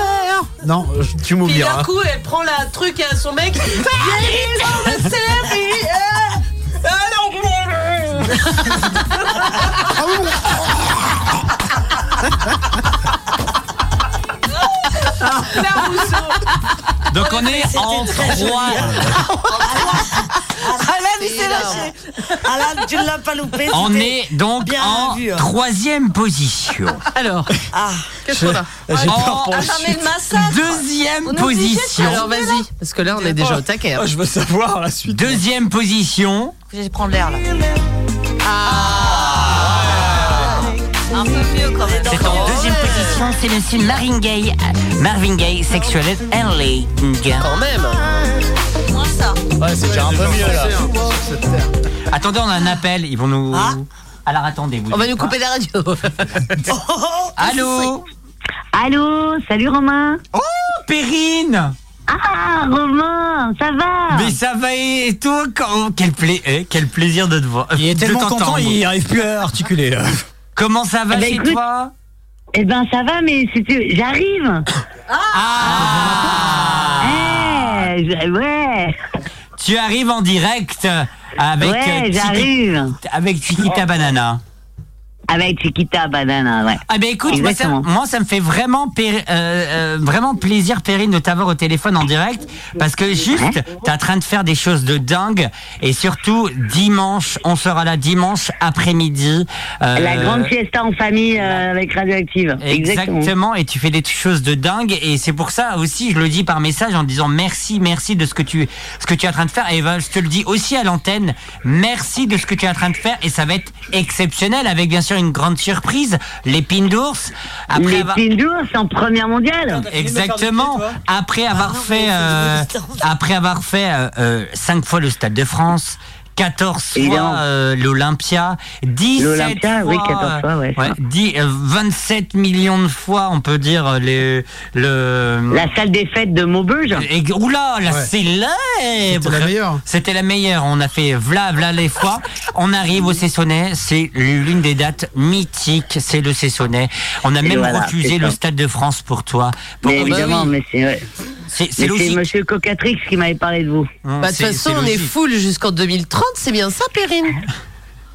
Non, je- tu Puis d'un hein. m'oublieras. coup, elle prend la truc à <laughs> son mec. Bienvenue dans ma série, eh. Donc on est en hein. trois. Alan il s'est lâché Alan tu ne l'as pas loupé On c'était- est donc Bien en vu, hein. troisième position. <laughs> Alors, Ah qu'est-ce qu'on a En Attends, mais le massacre deuxième est obligé de position. Alors, vas-y, parce que là, on est déjà au taquet. hein. Oh, je veux savoir la suite. Deuxième position. Je vais prendre l'air là. Ah Un peu mieux quand même. C'est en deuxième position, c'est monsieur Marvin Gaye. Marvin Gaye, Sexual Healing. Quand même hein. Moins ça. Ouais, c'est déjà un peu mieux là. Attendez, on a un appel. Ils vont nous. Alors attendez, vous. On va nous couper la radio <laughs> Allô Oh, Allô, <laughs> salut Romain. Périne Ah, Romain, ça Ah. va Mais ça va et tout quand... quel, pla- eh, quel plaisir de te voir. Il est de tellement content, t'entendre. il arrive plus à articuler là. Comment ça va Eh ben, chez écoute. toi Eh ben, ça va, mais c'était- j'arrive. Ah Eh, je- ouais, Tu arrives en direct avec euh, ouais, Tiki- j'arrive. avec Chiquita Banana. Avec Chiquita Banana, ouais. Ah ben écoute, moi ça, Exactement. moi, ça me fait vraiment péri- euh, euh, vraiment plaisir Perrine de t'avoir au téléphone en direct parce que juste t'es en train de faire des choses de dingue et surtout dimanche on sera là dimanche après-midi. euh, La grande fiesta en famille euh, avec Radioactive. Exactement. et tu fais des choses de dingue et c'est pour ça aussi je le dis par message en disant merci merci de ce que tu ce que tu es en train de faire et ben, je te le dis aussi à l'antenne merci de ce que tu es en train de faire et ça va être exceptionnel avec bien sûr une grande surprise l'épine d'ours après Les avoir- petits ours en première mondiale. Exactement. Après avoir non, fait, mais ça, euh, c'est une histoire. après avoir fait euh, euh, cinq fois le Stade de France, 14 Il est en- fois euh, l'Olympia, 17 L'Olympia, fois, oui, 14 fois, ouais, ouais, ça. dix- euh, 27 millions de fois, on peut dire euh, les, le La salle des fêtes de Maubeuge. Et, oula, la Ouais. célèbre C'était la meilleure. C'était la meilleure. On a fait vla vla les fois. On arrive au Cessonnet, c'est l'une des dates mythiques, c'est le Cessonnet. On a Et même voilà, refusé c'est le ça. Stade de France pour toi. Pour Mais qu'on- évidemment, mais c'est ouais. C'est- Mais c'est c'est logique. Monsieur Cocatrix qui m'avait parlé de vous. Hein, Mmh, Bah, de toute façon, on est full jusqu'en 2030, c'est bien ça, Perrine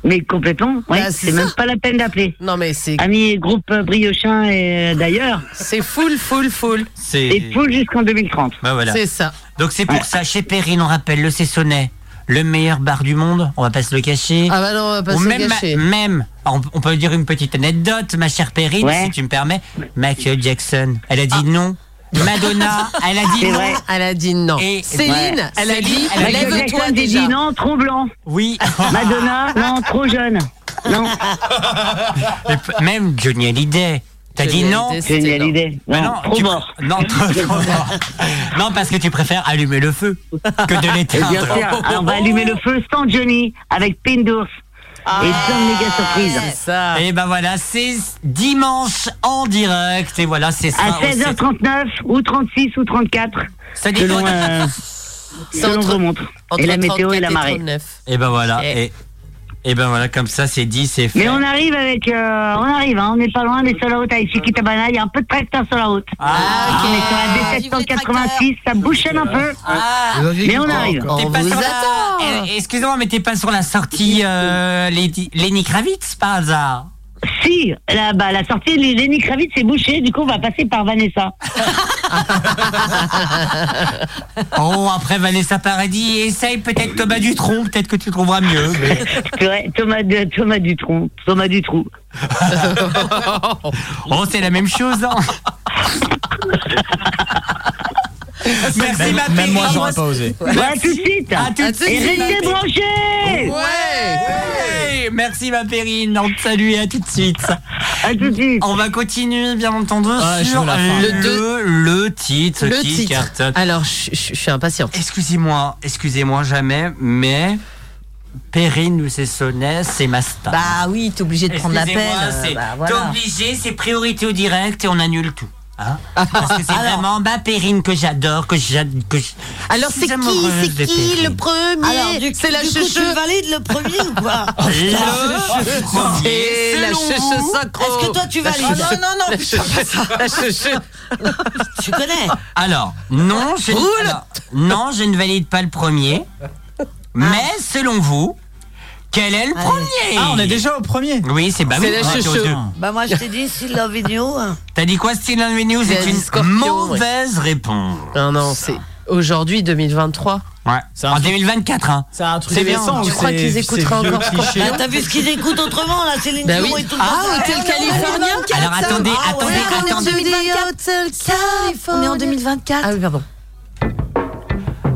Mais complètement, Bah, oui. c'est même pas la peine d'appeler. Non, mais c'est. Amis, groupe euh, Briochin et euh, d'ailleurs. C'est full, full, full. C'est- Et full jusqu'en 2030. Bah voilà. C'est ça. Donc c'est pour ça, chez Perrine, on rappelle le Cessonnet, le meilleur bar du monde. On va pas se le cacher. Ah bah non, on va pas Ou se le même, cacher. Même, on, on peut dire une petite anecdote, ma chère Perrine, Ouais. si tu me permets. Michael Jackson, elle a Ah. dit non. Madonna, elle a dit C'est non. vrai. Elle a dit non. Céline, elle a dit, lève-toi Jackson, j'ai déjà. dit non, trop blanc. Oui. Madonna, non, trop jeune. Non. <laughs> Et p- Même Johnny Hallyday. T'as Johnny dit non Hallyday, c'était Johnny non. Hallyday. Mais Non, trop tu- mort. Non, trop- <laughs> trop mort. Non, parce que tu préfères allumer le feu que de Et Eh bien l'éteindre. sûr, ah on <laughs> va allumer le feu sans Johnny, avec Pindours. Ah. et sans méga surprise. Et ben voilà, c'est dimanche en direct. Et voilà, c'est ça. À 16h39 ou 36 ou 34. Ça selon, déconne. euh, C'est <laughs> selon entre- vos montres. entre Et la météo et 34 la et marée. 39. Et ben voilà. Et, et ben voilà, comme ça, c'est dit, c'est fait. Eh. Mais on arrive avec, euh, on arrive, hein, on n'est pas loin des sur la route avec Chiquitabana, il y a un peu de tracteur sur la route. Ah, On est sur la D786, ça bouchonne un peu, Ah. mais on arrive. T'es pas sur la- Eh, Excuse-moi, mais t'es pas sur la sortie euh, Lady- Lenny Kravitz par hasard Si, là, bah, la sortie de Lenny Kravitz est bouchée, du coup on va passer par Vanessa. <laughs> Oh, après Vanessa Paradis, essaye peut-être Thomas Dutronc, peut-être que tu trouveras mieux. mais- <laughs> C'est vrai, Thomas, de- Thomas Dutron, Thomas Dutroux. <laughs> oh, c'est la même chose. hein. Merci, ma Même moi, Périne. j'aurais pas osé. Ouais, à tout de suite. À Ah, tout de suite. Et restez branchés. Ouais. Merci, ma Périne. On te salue et à tout de suite. À tout de suite. On va continuer, bien entendu, Ah, je sur veux la fin. le, Le deux- le titre Le qui titre. cartonne. Alors, je, je- je suis impatiente. Excusez-moi, excusez-moi jamais, mais Perrine nous c'est sonnet, c'est ma star. Bah oui, t'es obligé de prendre l'appel. Excusez-moi, euh, c'est bah voilà. obligé, c'est priorité au direct et on annule tout. hein. Parce <laughs> que c'est Ah, vraiment ma Perrine que j'adore, que j'adore. Alors, c'est qui, c'est qui le premier C'est la du coup, chouchou. tu valides le premier ou quoi Oh, Le premier, C'est la selon chouchou vous. synchro. Est-ce que toi, tu La valides chouchou. Ah, non, non, non, La putain, chouchou. pas ça. La chouchou. <laughs> Tu connais Alors, non, je, Roule. alors, non, je ne valide pas le premier. Ah. Mais selon vous, quel est le premier Ah, on est déjà au premier. Oui, c'est bah oui, on était aux deux. Bah, moi, je t'ai dit, c'est Love hein. Vigno. T'as dit quoi, Style News Il a C'est dit une Scorpio, ouais. mauvaise réponse. Non, non, c'est aujourd'hui 2023. Ouais. En 2024, hein. C'est un truc C'est bien, récent, tu ou crois c'est- qu'ils c'est écouteraient vieux encore ce qu'on cliché Bah, fait Ah, T'as vu ce qu'ils écoutent autrement, là Céline Bah Dion oui. et tout Eh, Ah, Hotel Californien. Alors attendez, Ah, attendez, ouais. attendez. Ah, On est en 2024. Ah oui, pardon.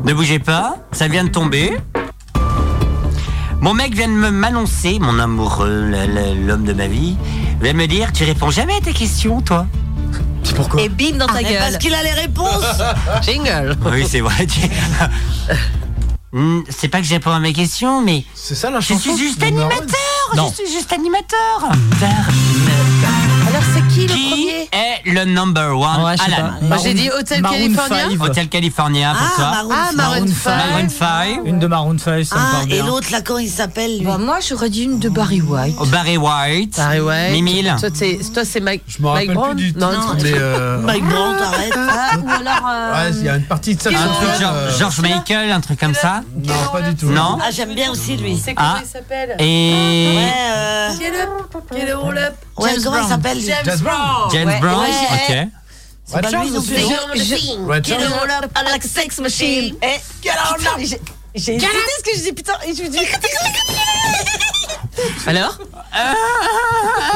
Ne bougez pas, ça vient de tomber. Mon mec vient de me- m'annoncer, mon amoureux, le- le- l'homme de ma vie, vient de me dire Tu réponds jamais à tes questions, toi Pourquoi Et bim dans ta gueule. Parce qu'il a les <laughs> réponses Jingle Oui, c'est vrai. tu- Hmm, c'est pas que je réponds à mes questions, mais. C'est ça la Je chanson suis juste de Norman animateur Non. Je suis juste animateur Alors, c'est qui le Qui premier est le number one Ouais, je sais Alan. pas. Moi, j'ai dit Hotel Maroon California. five. Hotel California pour toi. Ah, Maroon Ah, 5. Maroon five. Une de Maroon 5, ça Ah, me parle bien. là, comment il s'appelle Bah, moi, j'aurais dit une de Barry White. Oh, Barry White. Barry White. Mimile. Toi, c'est toi, c'est Mike. Je m'en Mike rappelle Brown. plus du non, titre, non, mais, <laughs> euh, Mike Brown, arrête. Ah, ou alors. euh, Ouais, il y a une partie de ça. Un qui me truc fait, genre euh, George Michael, un truc comme ça. Non, pas du tout. Non. Ah, j'aime bien aussi lui. C'est comment Ah. il s'appelle Et Ouais, euh, Quel est Quel est roll-up ouais, comment il s'appelle lui Jazz Brown. James Ouais, Brown. ouais, Ok. C'est pas lui non plus. Ouais, Charles. roll-up à la sex machine. Eh, putain, j'ai- J'ai hésité ce que je dis, putain, et je me dis. <laughs> Alors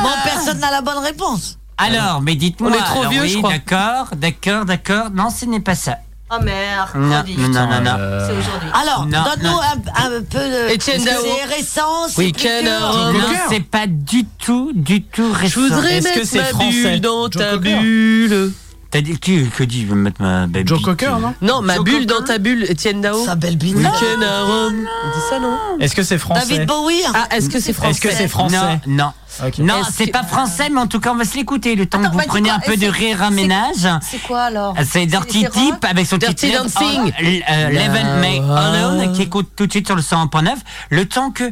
Bon, personne n'a la bonne réponse. Alors, mais dites-moi. On est trop alors vieux, oui, je crois. D'accord, d'accord, d'accord. Non, ce n'est pas ça. Oh merde, Non, non, non, non. c'est aujourd'hui. Alors, Non, donne-nous non. un, un peu de. Etienne parce que Dao. C'est récent, c'est. Oui, plus Ken dur. Aaron. Non, <laughs> c'est pas du tout, du tout récent. Je voudrais Est-ce que mettre c'est ma français bulle dans Joe ta Cocker. bulle. T'as dit qui que dit je vais mettre ma euh, baby Joe Cocker, non Non, ma bulle dans ta bulle, Etienne Dao. Sa belle bite. Weekend à Rome. On dit ça, non Est-ce que c'est français David Bowie Ah, est-ce que c'est français Est-ce que c'est français Non, Oh non. Ok. Non, Est-ce c'est que- pas français, mais en tout cas, on va se l'écouter. Le temps que vous prenez un peu de rire à ménage. C'est quoi alors C'est Dirty Tip avec son Dirty titre Dancing. All- euh, Level May Alone qui écoute tout de suite sur le 100.9. Le temps que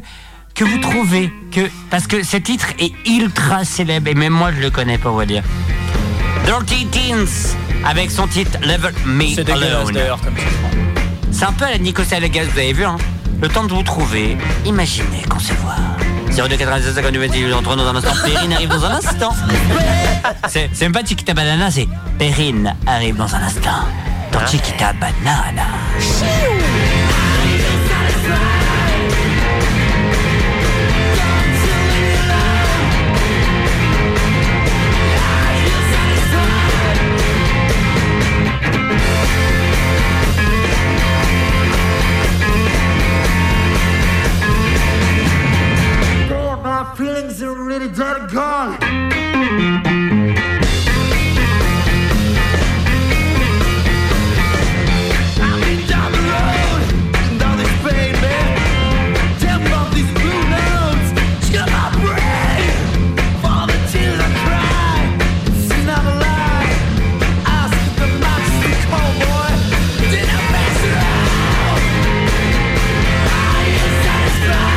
que vous trouvez que parce que ce titre est ultra célèbre et même moi je le connais pas on va dire. Dirty Teens avec son titre Level Me C'est dégueulasse Alone. d'ailleurs comme C'est un peu à la Nikos Alagas, vous avez vu hein. Le temps de vous trouver, imaginez concevoir. 02 96 52 28 entrons dans un instant. Perrine arrive dans un instant. C'est c'est même pas Chiquita Banana, c'est Perrine arrive dans un instant. Dans Chiquita Banana. God, my feelings are really dead gone. I've been down the road, down this pain, man. Tell me about these blue notes, chill my brain. For the tears I cry, it's not a lie. Ask the master, cowboy, did I mess around? Are you satisfied?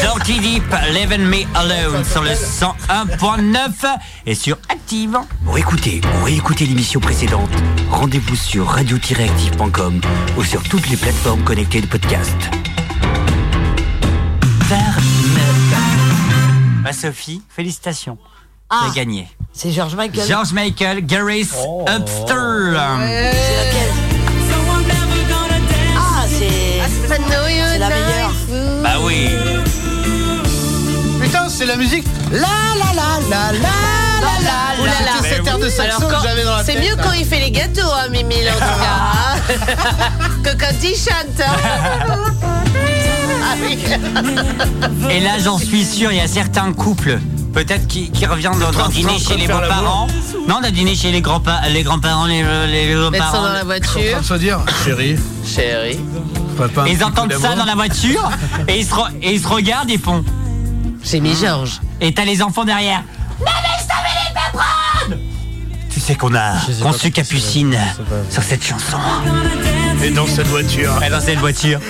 Dirty Deep, Leaving Me Alone sur le 101.9 et sur Active. Pour écouter ou réécouter l'émission précédente, rendez-vous sur radio-active.com ou sur toutes les plateformes connectées de podcast. Bah Sophie, félicitations. Ah. Tu as gagné. C'est George Michael. Oh. George Michael, Gareth Upster. C'est laquelle Ah, c'est. C'est la meilleure. Bah oui. Putain, c'est la musique. La la la la la la la. Oulala. C'était cette air de saxo que quand- j'avais dans la C'est tête, mieux là. quand il fait les gâteaux, hein, Mimi, là, en tout cas. <laughs> hein. que quand il chante. hein. Ah oui. Et là, j'en suis sûr, il y a certains couples, peut-être qui, qui reviennent d'un d'un dîner chez les beaux-parents. Non, d'un dîner chez les grands-parents, les grands-parents, les, les- les Mettre ça dans beaux-parents. la voiture. se dire, chérie, Chérie. papa. Ils entendent ça dans la voiture et ils se, re- et ils se regardent et font. J'ai mis Georges. Et t'as les enfants derrière. Tu sais qu'on a sais conçu pas, Capucine c'est pas- sur cette chanson. Et dans cette voiture. Elle Eh, dans cette voiture.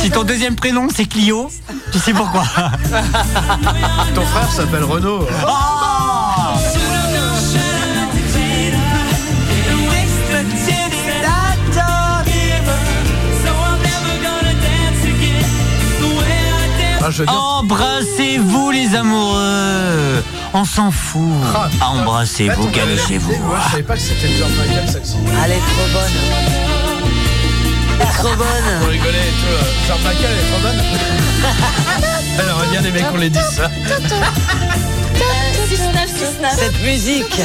Si ton deuxième prénom c'est Clio, tu sais <laughs> pourquoi. <laughs> Ton frère s'appelle Renaud. hein. Oh Ah, je veux dire, Embrassez-vous les amoureux On s'en fout Ah. Embrassez-vous, attends, galochez-vous moi, je savais pas que c'était George Michael celle-ci. Elle est trop bonne. Elle est trop On bonne. rigolait et tout. euh, George Michael elle est trop bonne. <laughs> Elle aurait bien aimé qu'on les dise ça. 69, 69. Cette musique.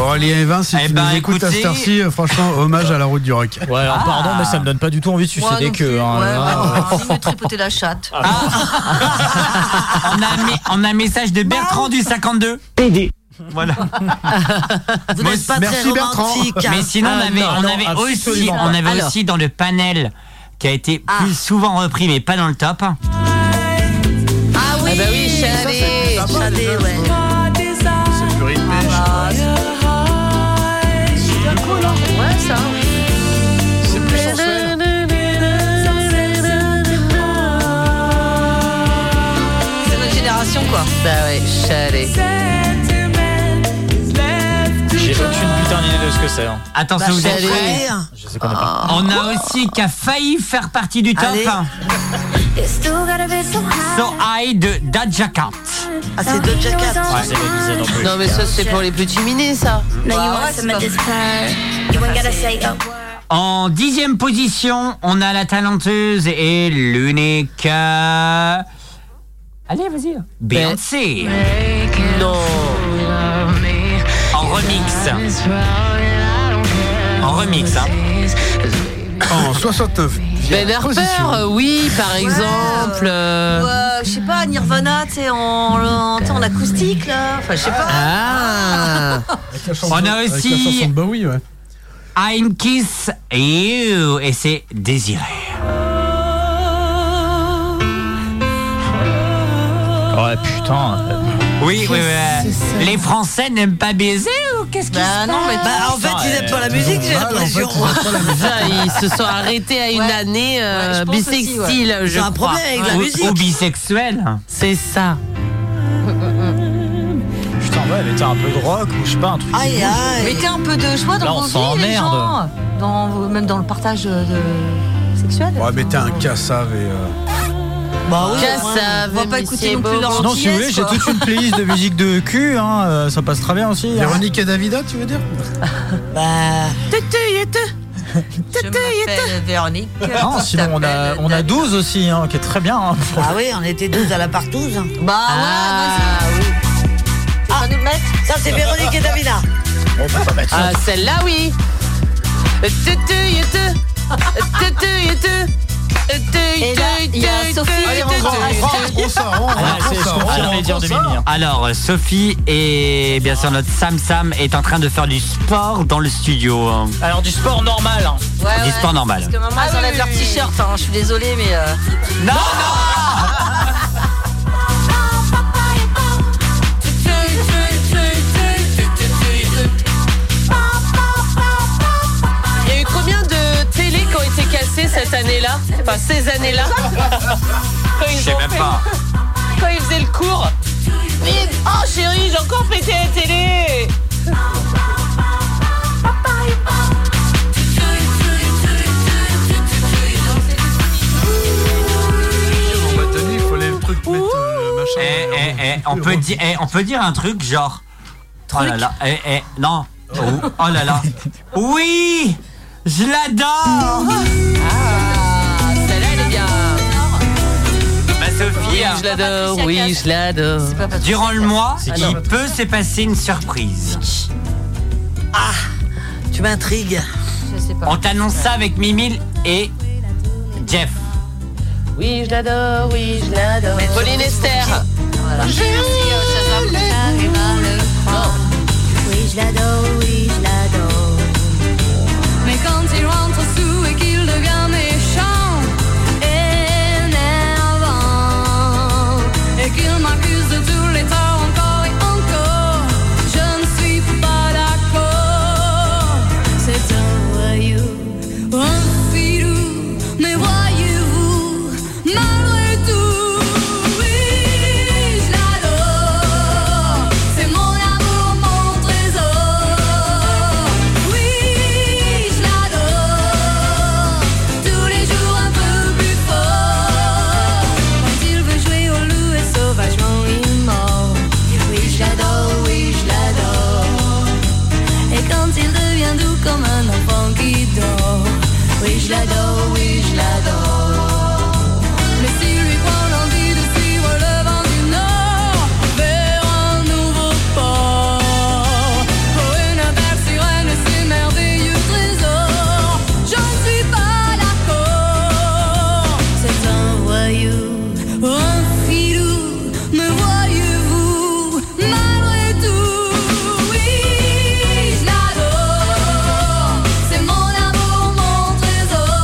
Aurélien Evin, si Eh tu ben, nous écoutes à écoutez- cette heure-ci, euh, franchement, hommage à la route du rock. Ouais, alors pardon, Ah. mais ça me donne pas du tout envie de sucer Moi des non plus, queues. hein. ouais, Ah, vraiment, <laughs> envie de me tripoter la chatte. Ah. <laughs> on, a un mé- on a un message de Bertrand du 52. Voilà. Vous n'êtes pas merci très Bertrand. romantique. hein. Mais sinon, on Ah, avait, non, on non, avait aussi, absolument pas. on avait Alors. aussi dans le panel qui a été Ah. plus souvent repris, mais pas dans le top. Ah oui, bah oui, chérie. Chadé, ouais. C'est plus rythmé. Ah, bah, hein. Ouais, ça. C'est plus sensuel. Ah, Bah Allez, chalé. J'ai aucune putain d'idée de ce que c'est. hein. Attends, ça Bah, vous je êtes sais. prêts Je sais qu'on est pas. On a aussi qui a failli faire partie du top Allez. hein. So High de Doja Cat. Ah, c'est Doja Cat. Ouais. Non, mais ça, c'est pour les plus timides, ça. Now you want some of this En dixième position, on a la talenteuse et l'unique euh, Allez, vas-y. Ben, Beyoncé. Non. En remix. En remix, hein. En 69. Ben Harper, euh, oui, par exemple. euh, Ou, euh, je sais pas, Nirvana, tu sais, en, en, en acoustique, là. Enfin, je sais pas. Ah. Avec la chanson- On a avec la aussi- chanson de Bowie, Bah ouais. I'm Kiss You. Et c'est Désiré. Ouais, putain. Oui, oui, oui. euh, Les Français n'aiment pas baiser ou qu'est-ce qu'ils Bah non, mais Bah, en fait, ils aiment pas la musique, j'ai l'impression. ils se sont arrêtés à une année euh, je pense aussi, ouais. bisextile, Ils je ont un crois. problème avec la Ou- musique. ou bisexuel. C'est ça. Putain, ouais, mettez un peu de rock ou je sais pas, un truc. Aïe, aïe. Mettez un peu de joie Là, dans on vos vies, les s'emmerde. gens. Dans, vos- même dans le partage euh, de... sexuel. Ouais, mettez un cassave et. euh, Bah oui, Qu'est-ce au moins, ça on va veut, pas monsieur écouter non plus Beau leur Sinon, si vous voulez, j'ai toute une playlist de musique de cul, hein, euh, ça passe très bien aussi. hein. Véronique et Davida, tu veux dire Bah. Je m'appelle Véronique. Non, sinon on a, on a 12 aussi, hein, qui est très bien. hein, pour- Ah oui, on était 12 à la partouze. bah Bah ouais, vas-y. Tu vas nous le mettre Ah, Ça, c'est Véronique et Davina. Ah, celle-là, oui. Et là, il y a Sophie qui rentre. On sort, on Ah, rentre, c'est on sort, on rentre, on sort. hein. Alors, Sophie et bien sûr notre Sam Sam est en train de faire du sport dans le studio. hein. Alors du sport normal. hein. Ouais, Du ouais. sport normal. Parce que maman, elles enlèvent leur t-shirt, hein. je suis désolée, mais. euh, Non, Il y a eu combien de télé qui ont été cassées cette année-là Enfin, ces années-là Quand Je ils sais ont même fait- pas. Quand ils faisaient le cours. Ils- Oh chérie, j'ai encore pété la télé On va tenir, il faut les trucs mettre euh, machin. Eh, eh, eh, on peut dire, eh, on peut dire un truc genre. Oh là là, eh, eh, non. Oh, oh là là. Oui, je l'adore. Ah, celle-là, elle est bien Ma Sophie, Oui, hein, je l'adore, Euh, oui, je l'adore Euh, durant le mois, qui il peut se passer une surprise. Ah, Tu m'intrigues. Je sais pas. On t'annonce ça avec Mimile et Jeff. Oui, je l'adore, oui, je l'adore Pauline Esther Voilà. Merci, euh, Shazam. Oui, je l'adore, oui, je l'adore. Mais quand il rentre sous et qu'il devient méchant, énervant, et qu'il m'accuse de tous les torts encore et encore, je ne suis pas d'accord. C'est un voyou, un filou, mais voyez-vous, malgré tout, oui, je l'adore. C'est mon amour, mon trésor. Oui, je l'adore. Tous les jours un peu plus fort. Quand il veut jouer au loup et sauvagement il mord. Oui, je l'adore, oui, je l'adore. Et quand il devient doux comme un enfant qui dort. Oui, je l'adore, oui, je l'adore. Mais s'il lui prend l'envie de suivre le vent du nord vers un nouveau port, pour une belle sirène, c'est merveilleux trésor. Je ne suis pas d'accord. C'est un voyou, un filou, me voyez-vous malgré tout. Oui, je l'adore. C'est mon amour, mon trésor.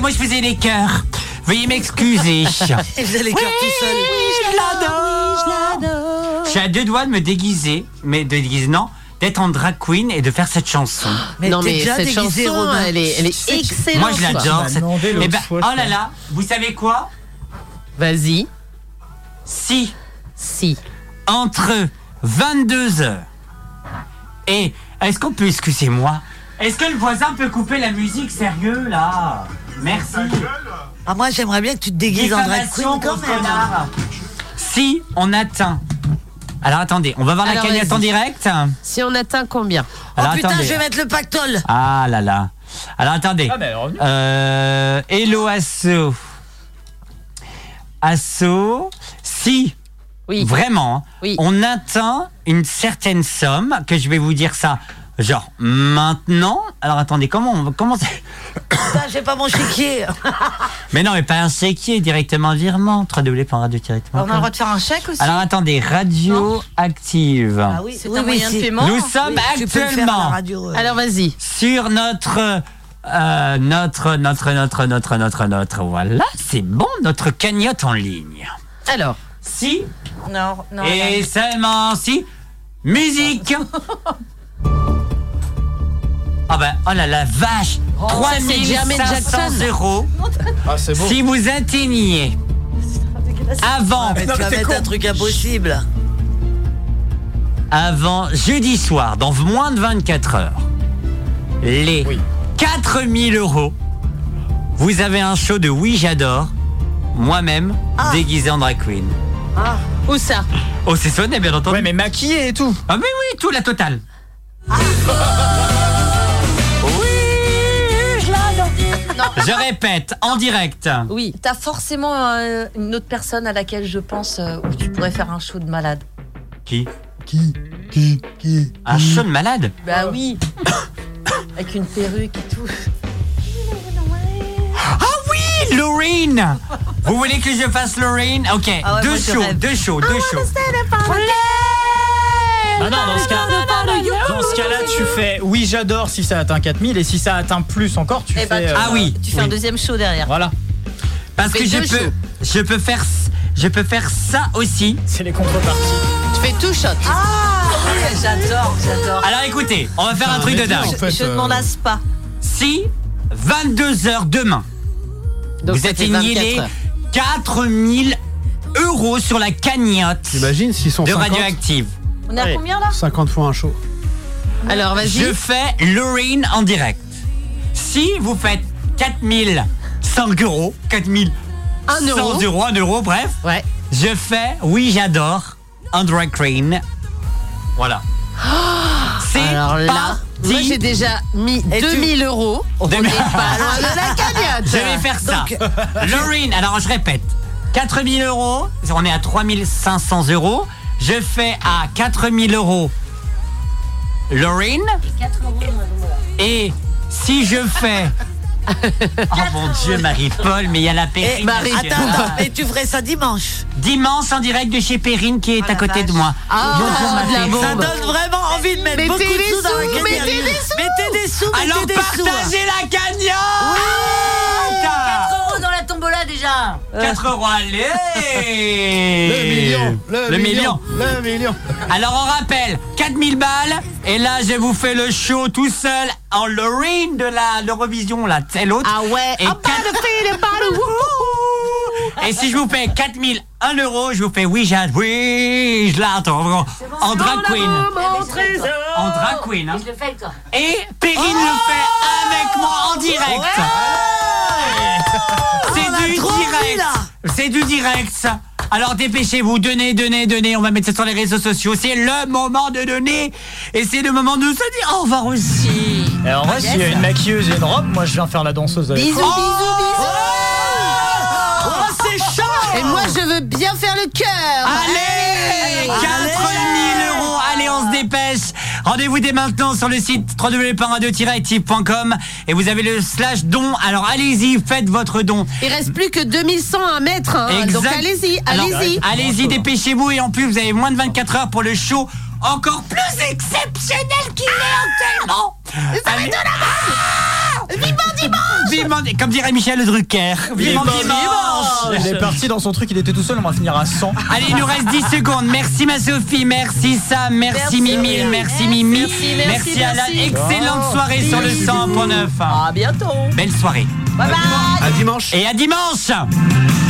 moi je faisais les cœurs. Veuillez <laughs> m'excuser. <laughs> Il faisait les cœurs tout seul. Oui, je l'adore. Je suis à deux doigts de me déguiser, mais de déguiser, non, d'être en drag queen et de faire cette chanson. non, mais cette chanson, elle est, elle est excellente. Moi je l'adore. quoi. cette- Eh ben, oh là là, vous savez quoi Vas-y. Si. Si. Entre 22h et. Est-ce qu'on peut. Excusez-moi. Est-ce que le voisin peut couper la musique sérieux là Merci. Ah, moi, j'aimerais bien que tu te déguises en drag queen Diffamation quand contre même. connard. Si on atteint. Alors attendez, on va voir la Alors, cagnotte en vas-y. direct Si on atteint combien Oh, Alors, attendez. le pactole. Ah là là. Alors attendez. Ah, mais elle est revenue. Euh, hello Asso. Asso, si vraiment hein. Oui. on atteint une certaine somme, que je vais vous dire ça, genre maintenant. Alors attendez, comment on, comment c'est- Putain, j'ai pas mon chéquier. Mais non, mais pas un chéquier, directement un virement. 3 doublés par radio On a le droit de Ah, faire un chèque aussi Alors attendez, radio active. Ah oui, c'est un moyen de paiement. Nous sommes actuellement euh. Alors vas-y. sur notre euh, notre notre notre notre notre notre voilà, c'est bon notre cagnotte en ligne. Alors, si Non, non. Et seulement si musique. Ah ben oh là la vache, Oh, ça, c'est Jermaine 3500 Jackson. <laughs> euros. beau. Si vous atteignez avant Mais tu vas mettre un truc impossible. avant jeudi soir, dans moins de 24 heures, les 4000 euros, vous avez un show de Oui J'adore, moi-même, déguisé en drag queen. Ah, Où ça Oh, c'est sonné, bien entendu. Ouais, mais maquillé et tout. Ah, mais oui, tout, la totale. Je répète, en direct. Oui. T'as forcément euh, une autre personne à laquelle je pense euh, où tu pourrais faire un show de malade. Qui Qui Qui Qui Un show de malade Bah oui. <coughs> Avec une perruque et tout. Ah oui, Lorraine Vous voulez que je fasse Lorraine Ok, Ah ouais, deux moi, je shows, rêve. deux shows, deux shows. Eh ben, Ah non, dans ce cas- dans ce cas-là, tu fais oui, j'adore si ça atteint 4000 et si ça atteint plus encore, tu Eh fais. ben, euh, tu fais- Tu fais un oui. deuxième show derrière. Voilà. Parce Tu que je fais deux peux, shows. je peux faire, s- je peux faire ça aussi. C'est les contreparties. Tu fais tout shot. Ah oui, j'adore, j'adore. Alors écoutez, on va faire un truc de dingue. Je, euh, je demande à Spa. Si 22 h demain, Donc vous ça fait atteignez 24 les heures. 4000 euros sur la cagnotte. T'imagines s'ils sont de 50 radioactive. On est à combien là 50 fois un show. Alors vas-y. Je fais Lorraine en direct. Si vous faites 4005 euros, 4000 Un euro. 100 euros, 1 euro, bref. Ouais. Je fais, oui, j'adore, un drag queen. Voilà. C'est Alors là, parti. moi j'ai déjà mis Et tu- 2000 euros. On Demi- <laughs> n'est pas loin de la cagnotte. Je euh, vais faire ça. Lorraine, alors je répète. 4000 euros, on est à 3500 euros. Je fais à 4000 euros Lorraine. Et si je fais. <laughs> Oh mon Dieu, Marie-Paul, mais il y a la Périne. monsieur. Attends, attends, mais tu ferais ça dimanche. Oh Dimanche en direct de chez Périne qui est à côté de moi. Ah, ma de la Périne. bombe. Ça donne vraiment envie de mettre Mettez beaucoup de des sous dans la sous, cagnotte. mettez des sous. Mettez des sous, mettez Alors des sous. partagez la Ah, cagnotte 4 euros dans la tombola déjà. 4 euros, allez Euh. Le million, le, million, le million. Alors on rappelle, 4000 balles, et là je vous fais le show tout seul en Lorraine de la l'Eurovision, là, c'est l'autre. Ah ouais. Et, quatre- <laughs> et si je vous fais 4001 euros, je vous fais oui, j'ai oui, je l'attends, en drag queen. En drag queen, hein. Je le fais avec toi. Et Perrine le fait avec moi en direct. Ah, On a C'est du trop envie, direct. là. C'est du direct. ça. Alors dépêchez-vous, donnez, donnez, donnez. On va mettre ça sur les réseaux sociaux. C'est le moment de donner. Et c'est le moment de se dire au revoir aussi. Et en vrai, s'il y a une maquilleuse et une robe, moi je viens faire la danseuse avec. Bisous, bisous, bisous. Oh Oh, c'est chaud Et moi je veux bien faire le cœur. Allez 4000 euros Allez, on se dépêche Rendez-vous dès maintenant sur le site www.radio-active.com et vous avez le slash don. Alors allez-y, faites votre don. Il reste plus que 2100 à mettre. hein. Exact. Donc allez-y, Alors, allez-y. Allez-y, dépêchez-vous et en plus vous avez moins de 24 heures pour le show encore plus exceptionnel qu'il est actuellement. Allez- Ça Vivement dimanche Comme dirait Michel Drucker. Vivement dimanche Il est parti dans son truc, il était tout seul, on va finir à 100. Allez, il nous reste 10 secondes. Merci ma Sophie, merci Sam, merci, Mimi, merci Mimi, merci, Alan. merci. Excellente Oh. soirée sur le 100.9. À bientôt. Belle soirée. Bye bye. À dimanche. Et à dimanche Oh.